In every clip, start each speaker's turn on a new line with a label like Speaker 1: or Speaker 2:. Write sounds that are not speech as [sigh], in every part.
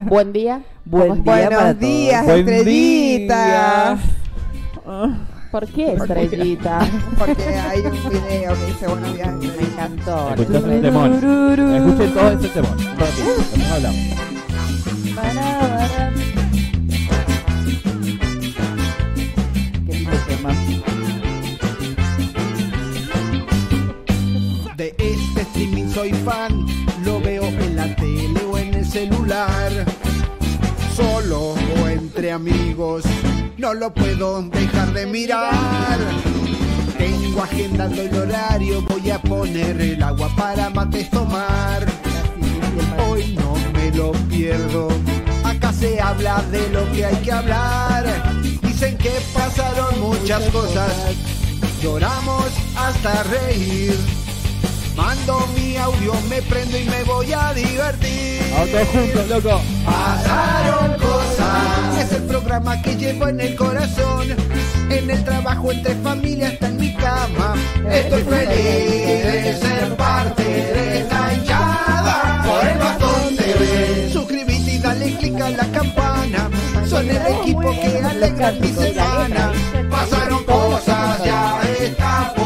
Speaker 1: Buen día.
Speaker 2: Buen
Speaker 1: ¿Cómo
Speaker 2: día
Speaker 1: estás?
Speaker 2: para
Speaker 3: Buenos
Speaker 2: todos.
Speaker 3: días,
Speaker 4: Buen
Speaker 3: estrellitas.
Speaker 4: día.
Speaker 1: ¿Por qué estrellita?
Speaker 3: [laughs] Porque hay un video que dice buenos días,
Speaker 1: Me
Speaker 3: estrellitas.
Speaker 1: encantó.
Speaker 4: Escuchás el temón. Escuchen todo ese temón. Un ratito, después hablamos.
Speaker 1: Qué lindo tema.
Speaker 5: De este streaming soy fan, lo veo en la tele o en el celular. Solo o entre amigos, no lo puedo dejar de mirar. Tengo agendando el horario, voy a poner el agua para mates tomar. Hoy no me lo pierdo. Acá se habla de lo que hay que hablar. Dicen que pasaron muchas cosas. Lloramos hasta reír. Mando mi audio, me prendo y me voy a divertir.
Speaker 4: A todos juntos, loco.
Speaker 5: Pasaron cosas. Es el programa que llevo en el corazón. En el trabajo, entre familia, hasta en mi cama. Estoy feliz de ser parte de esta hinchada. Por el bastón TV. Suscríbete y dale click a la campana. Son el equipo que alegra mi semana. Pasaron cosas, ya está por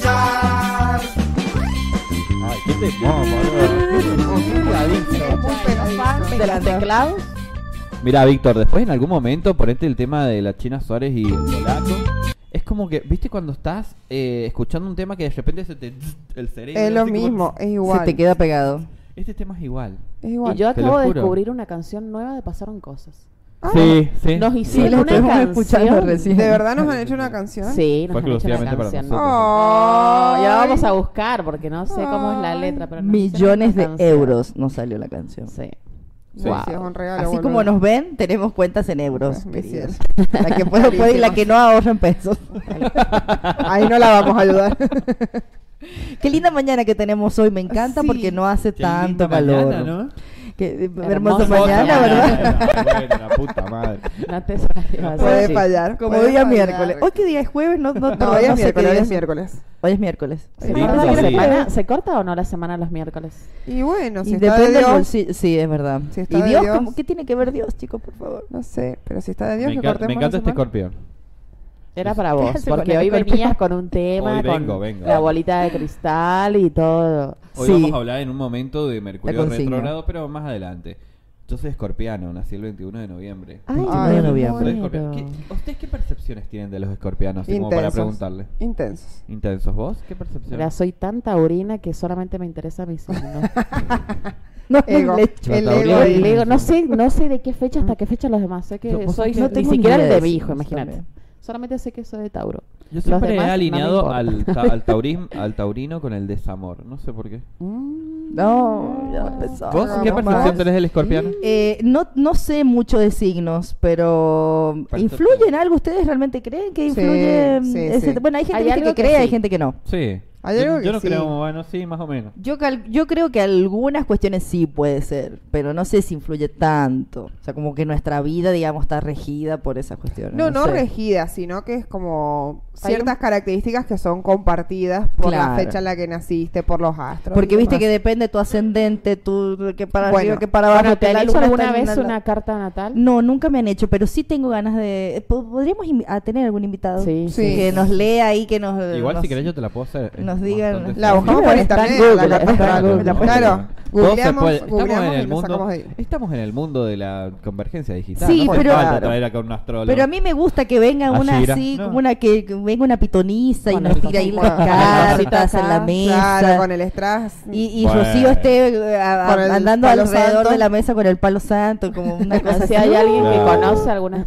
Speaker 5: comenzar.
Speaker 4: Ay, qué temón, boludo.
Speaker 3: Muy pegadizo.
Speaker 1: ¿De los teclados?
Speaker 4: Mira, Víctor, después en algún momento ponete el tema de la China Suárez y el polaco. Es como que, ¿viste cuando estás eh, escuchando un tema que de repente se te [laughs] el cerebro?
Speaker 3: Es lo
Speaker 4: así como-
Speaker 3: mismo, es igual.
Speaker 2: Se te queda pegado.
Speaker 4: Este tema es igual.
Speaker 3: Es
Speaker 1: Y
Speaker 3: igual.
Speaker 1: yo
Speaker 4: Te lo
Speaker 1: acabo de
Speaker 4: juro.
Speaker 1: descubrir una canción nueva de Pasaron Cosas.
Speaker 3: Ah,
Speaker 4: sí, sí.
Speaker 1: Nos
Speaker 2: Sí,
Speaker 1: hicieron
Speaker 2: la
Speaker 1: una
Speaker 2: estuvimos
Speaker 1: canción.
Speaker 2: escuchando recién.
Speaker 3: ¿De verdad nos han hecho una canción?
Speaker 1: Sí, nos
Speaker 4: Fue
Speaker 1: han hecho una
Speaker 4: exclusivamente para
Speaker 1: canción.
Speaker 4: nosotros.
Speaker 1: Oh, ya
Speaker 3: Ay.
Speaker 1: vamos a buscar porque no sé cómo es la letra. Pero nos hicieron
Speaker 2: Millones
Speaker 1: una
Speaker 2: de
Speaker 1: canción.
Speaker 2: euros nos salió la canción.
Speaker 1: Sí.
Speaker 3: Sí,
Speaker 2: Wow.
Speaker 3: sí, es un regalo,
Speaker 2: Así
Speaker 3: boludo.
Speaker 2: como nos ven, tenemos cuentas en euros.
Speaker 3: Pues, mi
Speaker 2: queridos.
Speaker 3: cielo.
Speaker 2: La que puede, puede y la que no ahorra en pesos.
Speaker 3: [laughs] Ahí no la vamos a ayudar.
Speaker 2: Qué linda mañana que tenemos hoy, me encanta
Speaker 3: Sí.
Speaker 2: porque no hace
Speaker 4: Qué
Speaker 2: tanto
Speaker 4: linda mañana,
Speaker 2: calor.
Speaker 4: ¿no?
Speaker 2: Qué
Speaker 1: Hermosa
Speaker 2: hermosa
Speaker 1: mañana,
Speaker 2: mañana,
Speaker 3: [laughs]
Speaker 2: ¿verdad?
Speaker 4: Bueno, la puta madre.
Speaker 1: No te sabía.
Speaker 3: Puede
Speaker 1: sí.
Speaker 3: fallar.
Speaker 2: Como
Speaker 3: puede
Speaker 2: día
Speaker 3: fallar.
Speaker 2: miércoles. Hoy qué día es jueves, no, no,
Speaker 3: No, hoy
Speaker 2: no
Speaker 3: es
Speaker 2: sé qué
Speaker 3: miércoles, hoy
Speaker 2: día
Speaker 3: es miércoles. Ah,
Speaker 2: Hoy es miércoles.
Speaker 1: ¿Se,
Speaker 4: Sí,
Speaker 1: corta
Speaker 4: sí,
Speaker 1: la
Speaker 4: sí.
Speaker 1: semana- ¿Se corta o no la semana los miércoles?
Speaker 3: Y bueno, si
Speaker 2: y
Speaker 3: está de
Speaker 2: depende del
Speaker 3: Dios.
Speaker 2: bolsillo. Sí, es verdad.
Speaker 3: Si está
Speaker 2: y
Speaker 3: de
Speaker 2: Dios,
Speaker 3: Dios.
Speaker 2: ¿cómo- ¿qué tiene que ver Dios, chicos, por favor?
Speaker 3: No sé, pero si está de Dios,
Speaker 4: me,
Speaker 3: que
Speaker 4: encanta, me
Speaker 3: cortemos
Speaker 4: encanta
Speaker 3: la
Speaker 4: este
Speaker 3: semana.
Speaker 4: escorpión.
Speaker 1: Era
Speaker 3: [laughs]
Speaker 1: para vos,
Speaker 2: Sí,
Speaker 1: porque
Speaker 2: con
Speaker 1: hoy
Speaker 2: el escorpión.
Speaker 1: venías con un tema,
Speaker 4: Hoy vengo,
Speaker 1: con
Speaker 4: vengo.
Speaker 1: la bolita de cristal y todo.
Speaker 4: Hoy
Speaker 2: Sí.
Speaker 4: vamos a hablar en un momento de Mercurio
Speaker 2: La consigna.
Speaker 4: retrógrado, pero más adelante. Yo soy escorpiano, nací el 21 de noviembre.
Speaker 1: Ay,
Speaker 3: Ay,
Speaker 2: de
Speaker 3: me
Speaker 2: noviembre.
Speaker 4: Soy
Speaker 1: muero.
Speaker 4: escorpiano. ¿Qué- ¿Ustedes qué percepciones tienen de los escorpianos? Así Como para
Speaker 3: Intensos.
Speaker 4: preguntarle.
Speaker 3: Intensos.
Speaker 4: ¿Intensos vos? ¿Qué percepción?
Speaker 1: Mira, soy tan taurina que solamente me interesa
Speaker 2: [laughs]
Speaker 1: mi signo.
Speaker 2: No,
Speaker 3: Ego.
Speaker 2: le echo.
Speaker 3: El
Speaker 4: Taurino.
Speaker 3: ego.
Speaker 1: Yo le
Speaker 3: y-
Speaker 1: digo, no sé, no sé de qué fecha hasta qué fecha los demás. Sé que
Speaker 2: Yo- vos sabés
Speaker 1: soy
Speaker 2: que no
Speaker 1: ni
Speaker 2: tengo ni
Speaker 1: siquiera el
Speaker 2: idea
Speaker 1: de
Speaker 2: de
Speaker 1: mi
Speaker 2: eso,
Speaker 1: hijo, imagínate.
Speaker 2: también.
Speaker 1: Solamente sé que soy
Speaker 2: [laughs]
Speaker 1: de Tauro.
Speaker 4: Yo
Speaker 1: Los
Speaker 4: siempre
Speaker 1: demás
Speaker 4: he
Speaker 1: no me
Speaker 4: alineado
Speaker 1: importa.
Speaker 4: al, ta- al, taurism- al taurino con el desamor. No sé por qué.
Speaker 2: No, ya empezó.
Speaker 4: ¿Vos
Speaker 3: Hagamos
Speaker 4: qué percepción
Speaker 3: más.
Speaker 4: tenés del escorpiano?
Speaker 2: Eh, no, no sé mucho de signos, pero
Speaker 4: Perfecto.
Speaker 2: ¿influye en algo? ¿Ustedes realmente creen que
Speaker 3: Sí,
Speaker 2: influye?
Speaker 3: sí,
Speaker 2: ese-
Speaker 3: sí.
Speaker 2: Bueno, hay gente
Speaker 1: Hay
Speaker 2: viste,
Speaker 1: algo
Speaker 2: que
Speaker 1: que
Speaker 2: cree, hay
Speaker 1: sí.
Speaker 2: gente que no.
Speaker 4: Sí.
Speaker 3: Hay
Speaker 4: Yo-
Speaker 3: algo
Speaker 4: yo
Speaker 3: que
Speaker 4: no
Speaker 3: sí.
Speaker 4: creo, bueno, sí, más o menos.
Speaker 2: Yo, cal- yo creo que algunas cuestiones sí puede ser, pero no sé si influye tanto. O sea, como que nuestra vida, digamos, está regida por esas cuestiones.
Speaker 3: No, no
Speaker 2: sé.
Speaker 3: regida, sino que es como
Speaker 1: Hay
Speaker 3: ciertas características que son compartidas por la
Speaker 2: Claro.
Speaker 3: fecha en la que naciste, por los astros.
Speaker 2: Porque
Speaker 3: y
Speaker 2: viste que
Speaker 3: demás.
Speaker 2: depende tu ascendente, tú que para
Speaker 3: Bueno,
Speaker 2: arriba, que para abajo.
Speaker 1: Bueno, ¿te
Speaker 2: que la
Speaker 1: han hecho
Speaker 2: luna
Speaker 1: alguna
Speaker 2: está en
Speaker 1: vez
Speaker 2: la-
Speaker 1: una carta natal?
Speaker 2: No, nunca me han hecho, pero sí tengo ganas de... po- ¿Podríamos invi- a tener algún invitado?
Speaker 1: Sí,
Speaker 3: Sí.
Speaker 2: Que nos lea y que nos...
Speaker 4: Igual
Speaker 2: nos-
Speaker 4: si querés yo te la puedo hacer. en
Speaker 2: nos
Speaker 4: un
Speaker 2: digan-
Speaker 4: montón de
Speaker 3: La
Speaker 4: sitios.
Speaker 3: buscamos por
Speaker 1: Está en
Speaker 3: internet.
Speaker 1: Google,
Speaker 3: la
Speaker 1: está en
Speaker 3: carta-
Speaker 1: Google.
Speaker 3: la- Claro,
Speaker 4: Todo se puede.
Speaker 3: googleamos,
Speaker 4: Estamos
Speaker 3: googleamos
Speaker 4: en
Speaker 3: y
Speaker 4: el
Speaker 3: lo sacamos
Speaker 4: mundo.
Speaker 3: de ahí.
Speaker 4: Estamos en el mundo de la convergencia digital.
Speaker 2: Sí,
Speaker 4: no hace
Speaker 2: pero-
Speaker 4: falta
Speaker 2: claro.
Speaker 4: traer acá un astrólogo.
Speaker 2: Pero a mí me gusta que venga una
Speaker 4: Ashira.
Speaker 2: así,
Speaker 4: No.
Speaker 2: como una que, que venga una pitoniza
Speaker 1: Con
Speaker 2: y nos
Speaker 1: el
Speaker 2: tira ahí
Speaker 1: cosito
Speaker 2: las
Speaker 3: acá.
Speaker 2: cartas en la
Speaker 1: Claro,
Speaker 2: mesa.
Speaker 3: Claro, con el strass.
Speaker 2: Y, y
Speaker 4: Bueno.
Speaker 2: Rocío esté eh, a-
Speaker 3: Con el
Speaker 2: andando
Speaker 3: palo
Speaker 2: alrededor
Speaker 3: santo.
Speaker 2: de la mesa con el palo santo, como
Speaker 3: [laughs]
Speaker 2: una cosa así.
Speaker 1: si hay alguien que
Speaker 4: No.
Speaker 1: conoce algunas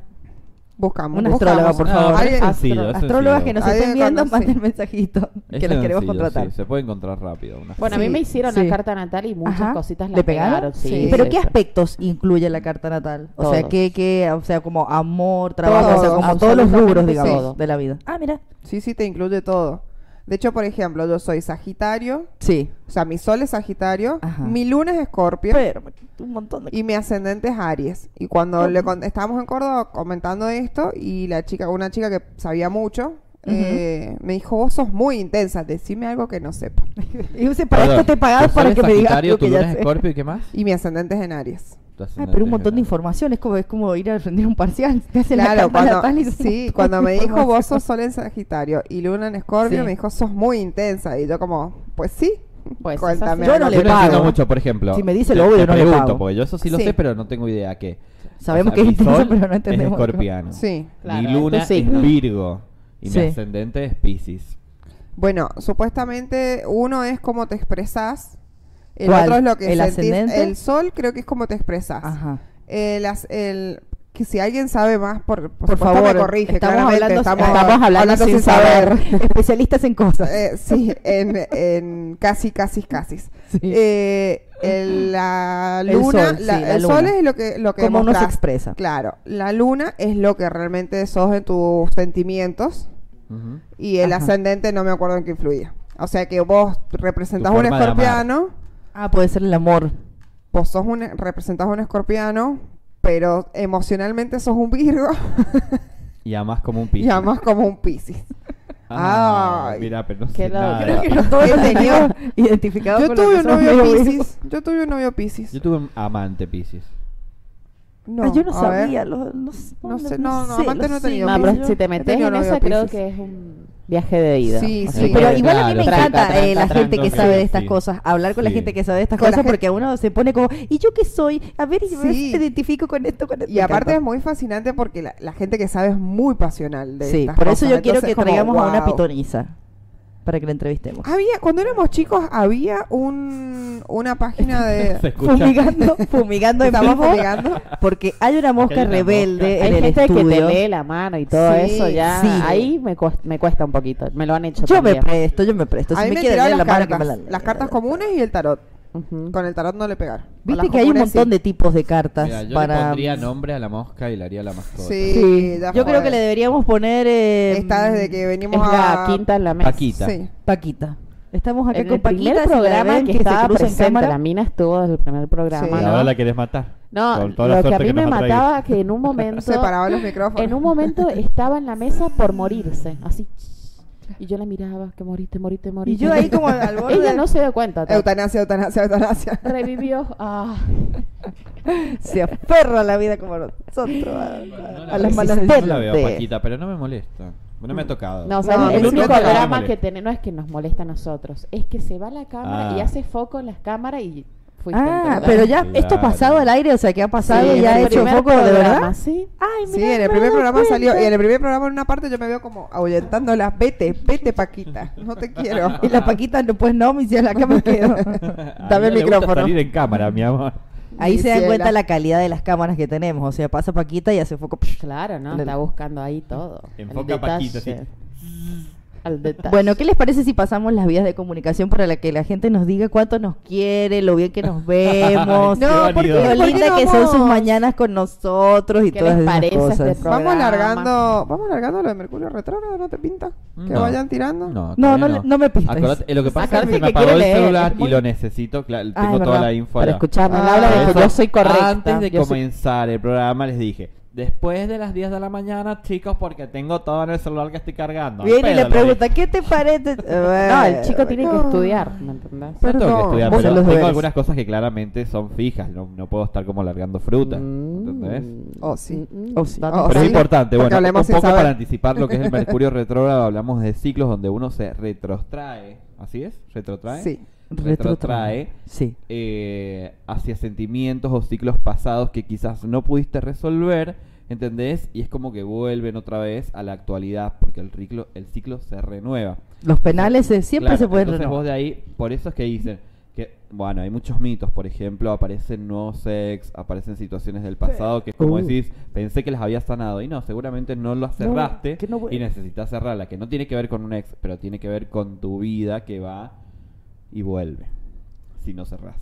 Speaker 3: buscamos.
Speaker 2: Una
Speaker 3: buscamos.
Speaker 2: astróloga, por
Speaker 4: No,
Speaker 2: favor.
Speaker 4: es
Speaker 3: Alguien-
Speaker 4: sencillo,
Speaker 1: astro-
Speaker 4: es
Speaker 2: Astrólogas
Speaker 4: sencillo.
Speaker 2: que nos
Speaker 3: Alguien
Speaker 2: estén viendo,
Speaker 3: conoce.
Speaker 2: manden mensajito
Speaker 4: Es
Speaker 2: que las queremos
Speaker 4: sencillo,
Speaker 2: contratar.
Speaker 4: sí, se puede encontrar rápido. una
Speaker 1: Bueno, a
Speaker 2: Sí,
Speaker 1: mí me hicieron
Speaker 2: sí.
Speaker 1: una carta natal y muchas
Speaker 2: Ajá.
Speaker 1: cositas la
Speaker 2: ¿Le pegaron?
Speaker 1: sí,
Speaker 3: Sí.
Speaker 2: Pero
Speaker 1: sí,
Speaker 2: ¿qué
Speaker 1: sí.
Speaker 2: aspectos incluye la carta natal? O sea,
Speaker 1: Todos.
Speaker 2: ¿qué, qué, o sea, como amor, trabajo, o sea,
Speaker 3: Todos,
Speaker 2: como todos los
Speaker 1: absolutamente
Speaker 2: rubros, digamos,
Speaker 1: todo.
Speaker 2: de la vida. Ah, mira.
Speaker 3: Sí, sí, te incluye todo. De hecho, por ejemplo, yo soy Sagitario,
Speaker 2: Sí.
Speaker 3: o sea, mi sol es Sagitario,
Speaker 2: Ajá.
Speaker 3: mi luna es Escorpio
Speaker 2: Pero un montón de
Speaker 3: y mi ascendente es Aries. Y cuando le con- estábamos en Córdoba comentando esto y la chica, una chica que sabía mucho, eh, me dijo, vos sos muy intensa, decime algo que no
Speaker 2: [laughs]
Speaker 3: sepa.
Speaker 2: Y dice, para esto te pagás para que me digas
Speaker 4: Sagitario,
Speaker 2: lo
Speaker 4: tu
Speaker 2: que
Speaker 4: luna
Speaker 2: ya
Speaker 4: es
Speaker 2: sé.
Speaker 4: Escorpio y qué más?
Speaker 3: Y mi ascendente es en Aries.
Speaker 4: te hacen
Speaker 2: Ah,
Speaker 4: la
Speaker 2: pero un montón de
Speaker 4: entrevista.
Speaker 2: información, es como, es como ir a rendir un parcial, [laughs] te hacen la
Speaker 3: Claro,
Speaker 2: carta de la
Speaker 3: cuando,
Speaker 2: pala y
Speaker 3: [laughs]
Speaker 2: te
Speaker 3: sí,
Speaker 2: hacen
Speaker 3: cuando me dijo
Speaker 2: información.
Speaker 3: vos sos sol en Sagitario y Luna en Escorpio,
Speaker 2: Sí.
Speaker 3: me dijo sos muy intensa. Y yo como, pues sí,
Speaker 1: Pues,
Speaker 3: cuéntame.
Speaker 1: esa
Speaker 2: Yo no
Speaker 3: algo".
Speaker 2: le
Speaker 4: Yo no entiendo
Speaker 2: pago.
Speaker 4: mucho, por ejemplo.
Speaker 2: Si me dice
Speaker 4: Te-
Speaker 2: lo obvio,
Speaker 4: te
Speaker 2: no le
Speaker 4: pregunto,
Speaker 2: pago.
Speaker 4: porque yo eso sí lo
Speaker 3: Sí.
Speaker 4: sé, pero no tengo idea qué.
Speaker 2: Sabemos
Speaker 4: O
Speaker 2: que
Speaker 4: sea,
Speaker 2: es
Speaker 4: mi
Speaker 2: intenso,
Speaker 4: sol
Speaker 2: pero no entendemos.
Speaker 4: Es escorpiano.
Speaker 3: Sí.
Speaker 1: Claro,
Speaker 4: mi luna
Speaker 1: es tu
Speaker 4: es
Speaker 1: signo.
Speaker 4: Virgo. Y
Speaker 2: Sí.
Speaker 4: mi ascendente es Pisces.
Speaker 3: Bueno, supuestamente uno es cómo te expresás, el
Speaker 2: ¿Cuál?
Speaker 3: otro es lo que
Speaker 2: ¿El
Speaker 3: sentís.
Speaker 2: ascendente?
Speaker 3: El sol creo que es cómo te expresás.
Speaker 2: Ajá.
Speaker 3: El, as- el- que si alguien sabe más, por, por
Speaker 2: Por
Speaker 3: supuesto,
Speaker 2: favor,
Speaker 3: me corrige.
Speaker 2: estamos,
Speaker 3: claramente,
Speaker 2: hablando,
Speaker 3: estamos,
Speaker 2: estamos hablando sin saber. [laughs] Especialistas en cosas.
Speaker 3: Eh, sí, en, en casi, casi, casi.
Speaker 2: Sí.
Speaker 3: Eh, el- la
Speaker 2: El
Speaker 3: luna,
Speaker 2: sol,
Speaker 3: la-
Speaker 2: sí, la
Speaker 3: el sol
Speaker 2: luna.
Speaker 3: es lo que, lo que
Speaker 2: Cómo uno se
Speaker 3: mostrás.
Speaker 2: expresa.
Speaker 3: Claro, la luna es lo que realmente sos en tus sentimientos
Speaker 4: Ujú.
Speaker 3: y el
Speaker 2: Ajá.
Speaker 3: ascendente no me acuerdo en qué influía. O sea que vos representás
Speaker 4: Tu
Speaker 3: un
Speaker 4: forma de amar.
Speaker 3: escorpiano,
Speaker 2: Ah, puede ser el amor.
Speaker 3: vos sos un, representás un escorpiano, pero emocionalmente sos un virgo
Speaker 4: Y amas como un
Speaker 3: y [laughs]
Speaker 4: Pisces.
Speaker 3: amas como un piscis.
Speaker 4: Ah,
Speaker 3: Ay.
Speaker 4: mira, pero no
Speaker 1: Qué
Speaker 4: sé
Speaker 1: loco.
Speaker 4: nada.
Speaker 1: Creo que
Speaker 2: no
Speaker 3: todos
Speaker 4: [laughs]
Speaker 3: [laughs] tenemos
Speaker 2: [laughs] identificado
Speaker 3: Yo tuve un novio piscis, yo tuve un novio piscis.
Speaker 4: Yo tuve un amante Pisces.
Speaker 3: No,
Speaker 2: Ah, yo no
Speaker 3: a ver.
Speaker 2: sabía. lo- no, s-
Speaker 3: No sé, no, no, amante
Speaker 2: los
Speaker 3: no he tenido.
Speaker 2: signos.
Speaker 3: No,
Speaker 1: pero si te metes
Speaker 3: tenido
Speaker 1: en
Speaker 3: novio
Speaker 1: esa, creo
Speaker 2: pues,
Speaker 3: Piscis.
Speaker 1: que es un viaje de ida.
Speaker 3: Sí,
Speaker 1: O
Speaker 3: sí.
Speaker 1: sea,
Speaker 2: Pero
Speaker 4: Claro,
Speaker 2: igual a mí me
Speaker 4: claro.
Speaker 2: encanta
Speaker 1: Tranca,
Speaker 2: eh, la
Speaker 1: tranca,
Speaker 2: gente que
Speaker 4: tranca,
Speaker 2: sabe de
Speaker 4: sí.
Speaker 2: estas cosas, hablar con la
Speaker 4: Sí.
Speaker 2: gente que sabe de estas
Speaker 3: Con la
Speaker 2: cosas,
Speaker 3: gente-
Speaker 2: porque uno se pone como, ¿y yo qué soy? A ver, y si me
Speaker 3: Sí.
Speaker 2: identifico con esto, con esto.
Speaker 3: Y
Speaker 2: Me
Speaker 3: aparte es
Speaker 2: encanta.
Speaker 3: muy fascinante porque la, la gente que sabe es muy pasional de
Speaker 2: Sí,
Speaker 3: estas
Speaker 2: por eso
Speaker 3: cosas.
Speaker 2: yo quiero
Speaker 3: Entonces,
Speaker 2: que
Speaker 3: como,
Speaker 2: traigamos a una
Speaker 3: guau. Ah,
Speaker 2: pitoniza para que la entrevistemos.
Speaker 3: Había, cuando éramos chicos, había un, una página
Speaker 2: [laughs]
Speaker 4: Se
Speaker 3: de...
Speaker 4: escucha.
Speaker 2: Fumigando,
Speaker 1: Pues
Speaker 2: fumigando en
Speaker 3: Estamos
Speaker 2: vivo,
Speaker 3: fumigando.
Speaker 2: porque eh, hay una mosca
Speaker 4: Porque hay una
Speaker 2: rebelde
Speaker 4: mosca.
Speaker 1: Hay
Speaker 2: en
Speaker 1: gente
Speaker 2: el
Speaker 1: que te
Speaker 2: estudio.
Speaker 1: lee la mano y todo
Speaker 3: Sí,
Speaker 1: eso ya.
Speaker 2: sí.
Speaker 1: Ahí me cuesta, me cuesta un poquito. Me lo han hecho
Speaker 2: Yo me
Speaker 1: también.
Speaker 2: presto, yo me presto. Si
Speaker 3: a mí
Speaker 2: me
Speaker 3: me
Speaker 2: quieren
Speaker 3: tiraron
Speaker 2: leer la
Speaker 3: las
Speaker 2: mano, que
Speaker 3: cartas,
Speaker 2: me la lean.
Speaker 3: las cartas comunes y el tarot.
Speaker 1: Ujú.
Speaker 3: Con el tarot no le pegaron. Con
Speaker 2: Viste
Speaker 3: las
Speaker 2: que hay un
Speaker 3: comunes
Speaker 2: montón
Speaker 3: sí.
Speaker 2: de tipos de cartas
Speaker 4: Mira, yo
Speaker 2: para.
Speaker 4: le pondría nombre a la mosca y le haría la mascota.
Speaker 3: Sí, ya
Speaker 2: Yo
Speaker 3: fue.
Speaker 2: creo que le deberíamos poner. eh,
Speaker 3: Está desde que venimos
Speaker 1: Es la
Speaker 3: a...
Speaker 1: quinta en la mesa.
Speaker 4: Paquita.
Speaker 3: Sí.
Speaker 2: Paquita. Estamos acá
Speaker 1: En
Speaker 2: con
Speaker 1: el primer
Speaker 2: Paquita. si la
Speaker 1: programa
Speaker 2: ven,
Speaker 1: que,
Speaker 2: se
Speaker 1: estaba
Speaker 2: cruza en
Speaker 1: presente,
Speaker 2: cámara.
Speaker 1: la mina estuvo desde el primer programa.
Speaker 3: Sí.
Speaker 4: Y
Speaker 1: ¿no?
Speaker 4: ahora la querés matar.
Speaker 1: No,
Speaker 4: Con toda la
Speaker 1: lo que a
Speaker 4: suerte
Speaker 1: mí
Speaker 4: que
Speaker 1: me
Speaker 4: nos ha traído.
Speaker 1: mataba que en un momento
Speaker 3: Separaba los micrófonos.
Speaker 1: en un momento estaba en la mesa por morirse, así. Y yo la miraba, que moriste, moriste,
Speaker 2: Y
Speaker 1: moriste.
Speaker 2: yo ahí como
Speaker 1: [laughs]
Speaker 2: al borde.
Speaker 1: Ella no se dio cuenta. ta-
Speaker 3: Eutanasia, eutanasia,
Speaker 2: [laughs]
Speaker 3: eutanasia.
Speaker 1: Revivió.
Speaker 3: [laughs]
Speaker 1: Ah.
Speaker 2: Se aferra a la vida como nosotros. A,
Speaker 4: No la
Speaker 2: a las
Speaker 4: veo.
Speaker 2: malas
Speaker 4: No la veo, Paquita, pero no me molesta. No me ha tocado.
Speaker 1: No, o sea,
Speaker 3: No,
Speaker 1: el
Speaker 3: no,
Speaker 1: único
Speaker 3: no, no,
Speaker 1: drama
Speaker 4: no,
Speaker 1: que tenemos no es que nos molesta a nosotros, es que se va la cámara
Speaker 4: Ah.
Speaker 1: y hace foco en las cámaras y fuiste.
Speaker 2: Ah,
Speaker 1: ¿entendés?
Speaker 2: pero ya esto
Speaker 4: Claro.
Speaker 2: pasado al aire, o sea, que ha pasado
Speaker 1: Sí,
Speaker 2: ya
Speaker 1: en el
Speaker 2: hecho
Speaker 1: primer
Speaker 2: poco de
Speaker 1: programa,
Speaker 2: verdad.
Speaker 1: Sí.
Speaker 2: Ay,
Speaker 3: Sí,
Speaker 2: mirá,
Speaker 3: en el
Speaker 2: no
Speaker 3: primer
Speaker 2: me
Speaker 3: programa
Speaker 2: doy
Speaker 3: salió, y en
Speaker 2: cuenta.
Speaker 3: el primer programa en una parte yo me veo como ahuyentándola, vete, vete Paquita, no te quiero.
Speaker 2: [laughs] Y la Paquita, no, pues no, me hicieron
Speaker 3: [laughs]
Speaker 2: la que me quedo.
Speaker 4: A ella
Speaker 2: Dame el
Speaker 4: le gusta
Speaker 2: micrófono.
Speaker 4: salir en cámara, mi amor.
Speaker 2: Ahí
Speaker 3: Mi
Speaker 2: se dan
Speaker 3: ciela.
Speaker 2: cuenta la calidad de las cámaras que tenemos. O sea, pasa Paquita y hace foco.
Speaker 1: Claro, no,
Speaker 2: Le-
Speaker 1: está buscando ahí todo. el
Speaker 4: Enfoca a Paquito,
Speaker 1: detalle. Al detalle.
Speaker 2: Bueno, ¿qué les parece si pasamos las vías de comunicación para la que la gente nos diga cuánto nos quiere, lo bien que
Speaker 4: [laughs]
Speaker 2: nos vemos,
Speaker 4: Qué
Speaker 3: No, porque-
Speaker 4: válido.
Speaker 2: lo
Speaker 3: ¿por qué
Speaker 2: linda
Speaker 3: no
Speaker 2: que son sus
Speaker 3: vamos?
Speaker 2: mañanas con nosotros y
Speaker 1: ¿Qué
Speaker 2: todas
Speaker 1: les
Speaker 2: esas
Speaker 1: parece
Speaker 2: cosas?
Speaker 1: este pro-
Speaker 3: Vamos
Speaker 1: programa.
Speaker 3: largando, vamos largando lo de Mercurio retrógrado, ¿no te pinta? Que
Speaker 4: No.
Speaker 3: vayan tirando.
Speaker 4: No,
Speaker 2: No,
Speaker 4: todavía
Speaker 2: no le- no me pistes.
Speaker 4: Acordate, eh, lo que pasa es
Speaker 1: Acordate
Speaker 4: que se me
Speaker 1: que
Speaker 4: apagó
Speaker 1: quiero
Speaker 4: el
Speaker 1: leer,
Speaker 4: celular
Speaker 1: es
Speaker 4: y
Speaker 1: muy-
Speaker 4: lo necesito. claro,
Speaker 2: Ah,
Speaker 4: tengo
Speaker 2: es
Speaker 4: toda
Speaker 2: verdad.
Speaker 4: la info.
Speaker 1: Para
Speaker 4: ahora.
Speaker 1: escucharme,
Speaker 3: Ah,
Speaker 1: Laura dijo,
Speaker 4: Eso,
Speaker 1: yo soy correcta.
Speaker 4: Antes de
Speaker 1: yo soy-
Speaker 4: comenzar el programa les dije, después de las 10 de la mañana, chicos, porque tengo todo en el celular que estoy cargando.
Speaker 2: Viene y
Speaker 4: Pero
Speaker 2: le
Speaker 4: lo
Speaker 2: pregunta,
Speaker 4: dije.
Speaker 2: ¿qué
Speaker 4: [laughs]
Speaker 2: te parece?
Speaker 1: No, el chico tiene que
Speaker 3: no.
Speaker 1: estudiar, ¿me entendés?
Speaker 4: No tengo que
Speaker 3: Perdón,
Speaker 4: estudiar,
Speaker 2: vos
Speaker 4: pero
Speaker 2: en los
Speaker 4: tengo
Speaker 2: deberes.
Speaker 4: algunas cosas que claramente son fijas. No, no puedo estar como largando fruta. ¿Entendés?
Speaker 3: Oh, sí.
Speaker 4: Mm,
Speaker 2: Oh, Mm, sí.
Speaker 1: ¿Dónde
Speaker 4: Pero
Speaker 3: Oh,
Speaker 1: está?
Speaker 4: es
Speaker 3: sí.
Speaker 4: importante,
Speaker 3: Porque
Speaker 4: bueno, un
Speaker 3: hablemos sin
Speaker 4: poco
Speaker 3: saber.
Speaker 4: para anticipar lo que es
Speaker 3: [laughs]
Speaker 4: el Mercurio retrógrado, hablamos de ciclos donde uno se retrostrae, ¿así es? ¿Retrotrae?
Speaker 3: Sí.
Speaker 4: Retrotrae
Speaker 2: Sí.
Speaker 4: eh, hacia sentimientos o ciclos pasados que quizás no pudiste resolver, ¿entendés? Y es como que vuelven otra vez a la actualidad, porque el ciclo, el ciclo se renueva.
Speaker 2: Los penales eh, siempre
Speaker 4: Claro,
Speaker 2: se pueden
Speaker 4: Entonces
Speaker 2: renovar.
Speaker 4: vos de ahí, por eso es que dicen que, bueno, hay muchos mitos, por ejemplo, aparecen nuevos sex, aparecen situaciones del pasado que es como
Speaker 2: Uh.
Speaker 4: decís, pensé que las habías sanado y no, seguramente no las
Speaker 2: No,
Speaker 4: cerraste
Speaker 2: que no voy-
Speaker 4: y necesitas cerrarla, que no tiene que ver con un ex, pero tiene que ver con tu vida que va y vuelve, si no cerrás.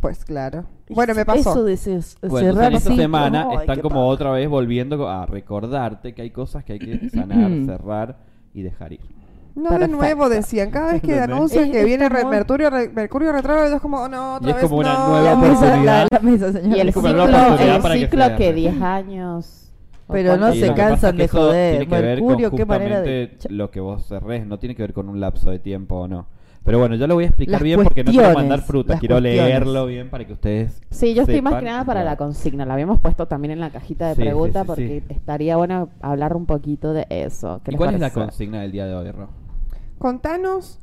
Speaker 3: Pues claro. Bueno, me
Speaker 2: Eso
Speaker 3: pasó.
Speaker 2: de se- Eh, cerrar
Speaker 4: Bueno, entonces en esta
Speaker 2: ciclos,
Speaker 4: semana
Speaker 2: ay,
Speaker 4: están
Speaker 2: qué
Speaker 4: como
Speaker 2: paja.
Speaker 4: otra vez volviendo a recordarte que hay cosas que hay
Speaker 2: [clears throat]
Speaker 4: que sanar, cerrar y dejar ir.
Speaker 3: No de
Speaker 2: Perfecto. Eh,
Speaker 3: nuevo decían,
Speaker 4: [laughs]
Speaker 3: cada vez que
Speaker 4: ¿Entendés?
Speaker 3: anuncian
Speaker 2: Es-
Speaker 3: que
Speaker 2: es
Speaker 3: viene re-
Speaker 2: como-
Speaker 3: Mercurio, re- Mercurio retrógrado, es como, oh, no, otra
Speaker 4: Y es
Speaker 3: vez
Speaker 4: como una
Speaker 3: no.
Speaker 4: nueva
Speaker 2: La mesa, la,
Speaker 4: oportunidad.
Speaker 2: la mesa, señora.
Speaker 1: Y el
Speaker 4: Es como
Speaker 1: ciclo,
Speaker 4: una oportunidad para
Speaker 1: el
Speaker 4: que
Speaker 1: ciclo
Speaker 4: sea.
Speaker 1: que 10 años. o
Speaker 2: Pero no
Speaker 1: cuánto
Speaker 4: Sí,
Speaker 2: se
Speaker 4: lo que
Speaker 1: tiempo.
Speaker 4: pasa
Speaker 2: cansa.
Speaker 4: es
Speaker 2: cansan
Speaker 4: que
Speaker 2: de
Speaker 4: eso
Speaker 2: joder.
Speaker 4: Tiene que ver
Speaker 2: Mercurio,
Speaker 4: con
Speaker 2: qué manera de-
Speaker 4: justamente lo que vos cerrés. No tiene que ver con un lapso de tiempo o no. Pero bueno, yo lo voy a explicar
Speaker 2: Las
Speaker 4: bien porque no quiero
Speaker 2: cuestiones,
Speaker 4: mandar fruta,
Speaker 2: las
Speaker 4: quiero
Speaker 2: cuestiones.
Speaker 4: leerlo bien para que ustedes.
Speaker 1: Sí, yo estoy más
Speaker 4: sepan.
Speaker 1: que nada para la consigna. La habíamos puesto también en la cajita de
Speaker 4: Sí, sí,
Speaker 1: preguntas
Speaker 4: sí,
Speaker 1: porque
Speaker 4: sí.
Speaker 1: estaría bueno hablar un poquito de eso. ¿Qué
Speaker 4: ¿Y
Speaker 1: les
Speaker 4: cuál es la
Speaker 1: parece?
Speaker 4: consigna del día de hoy, Ro?
Speaker 3: Contanos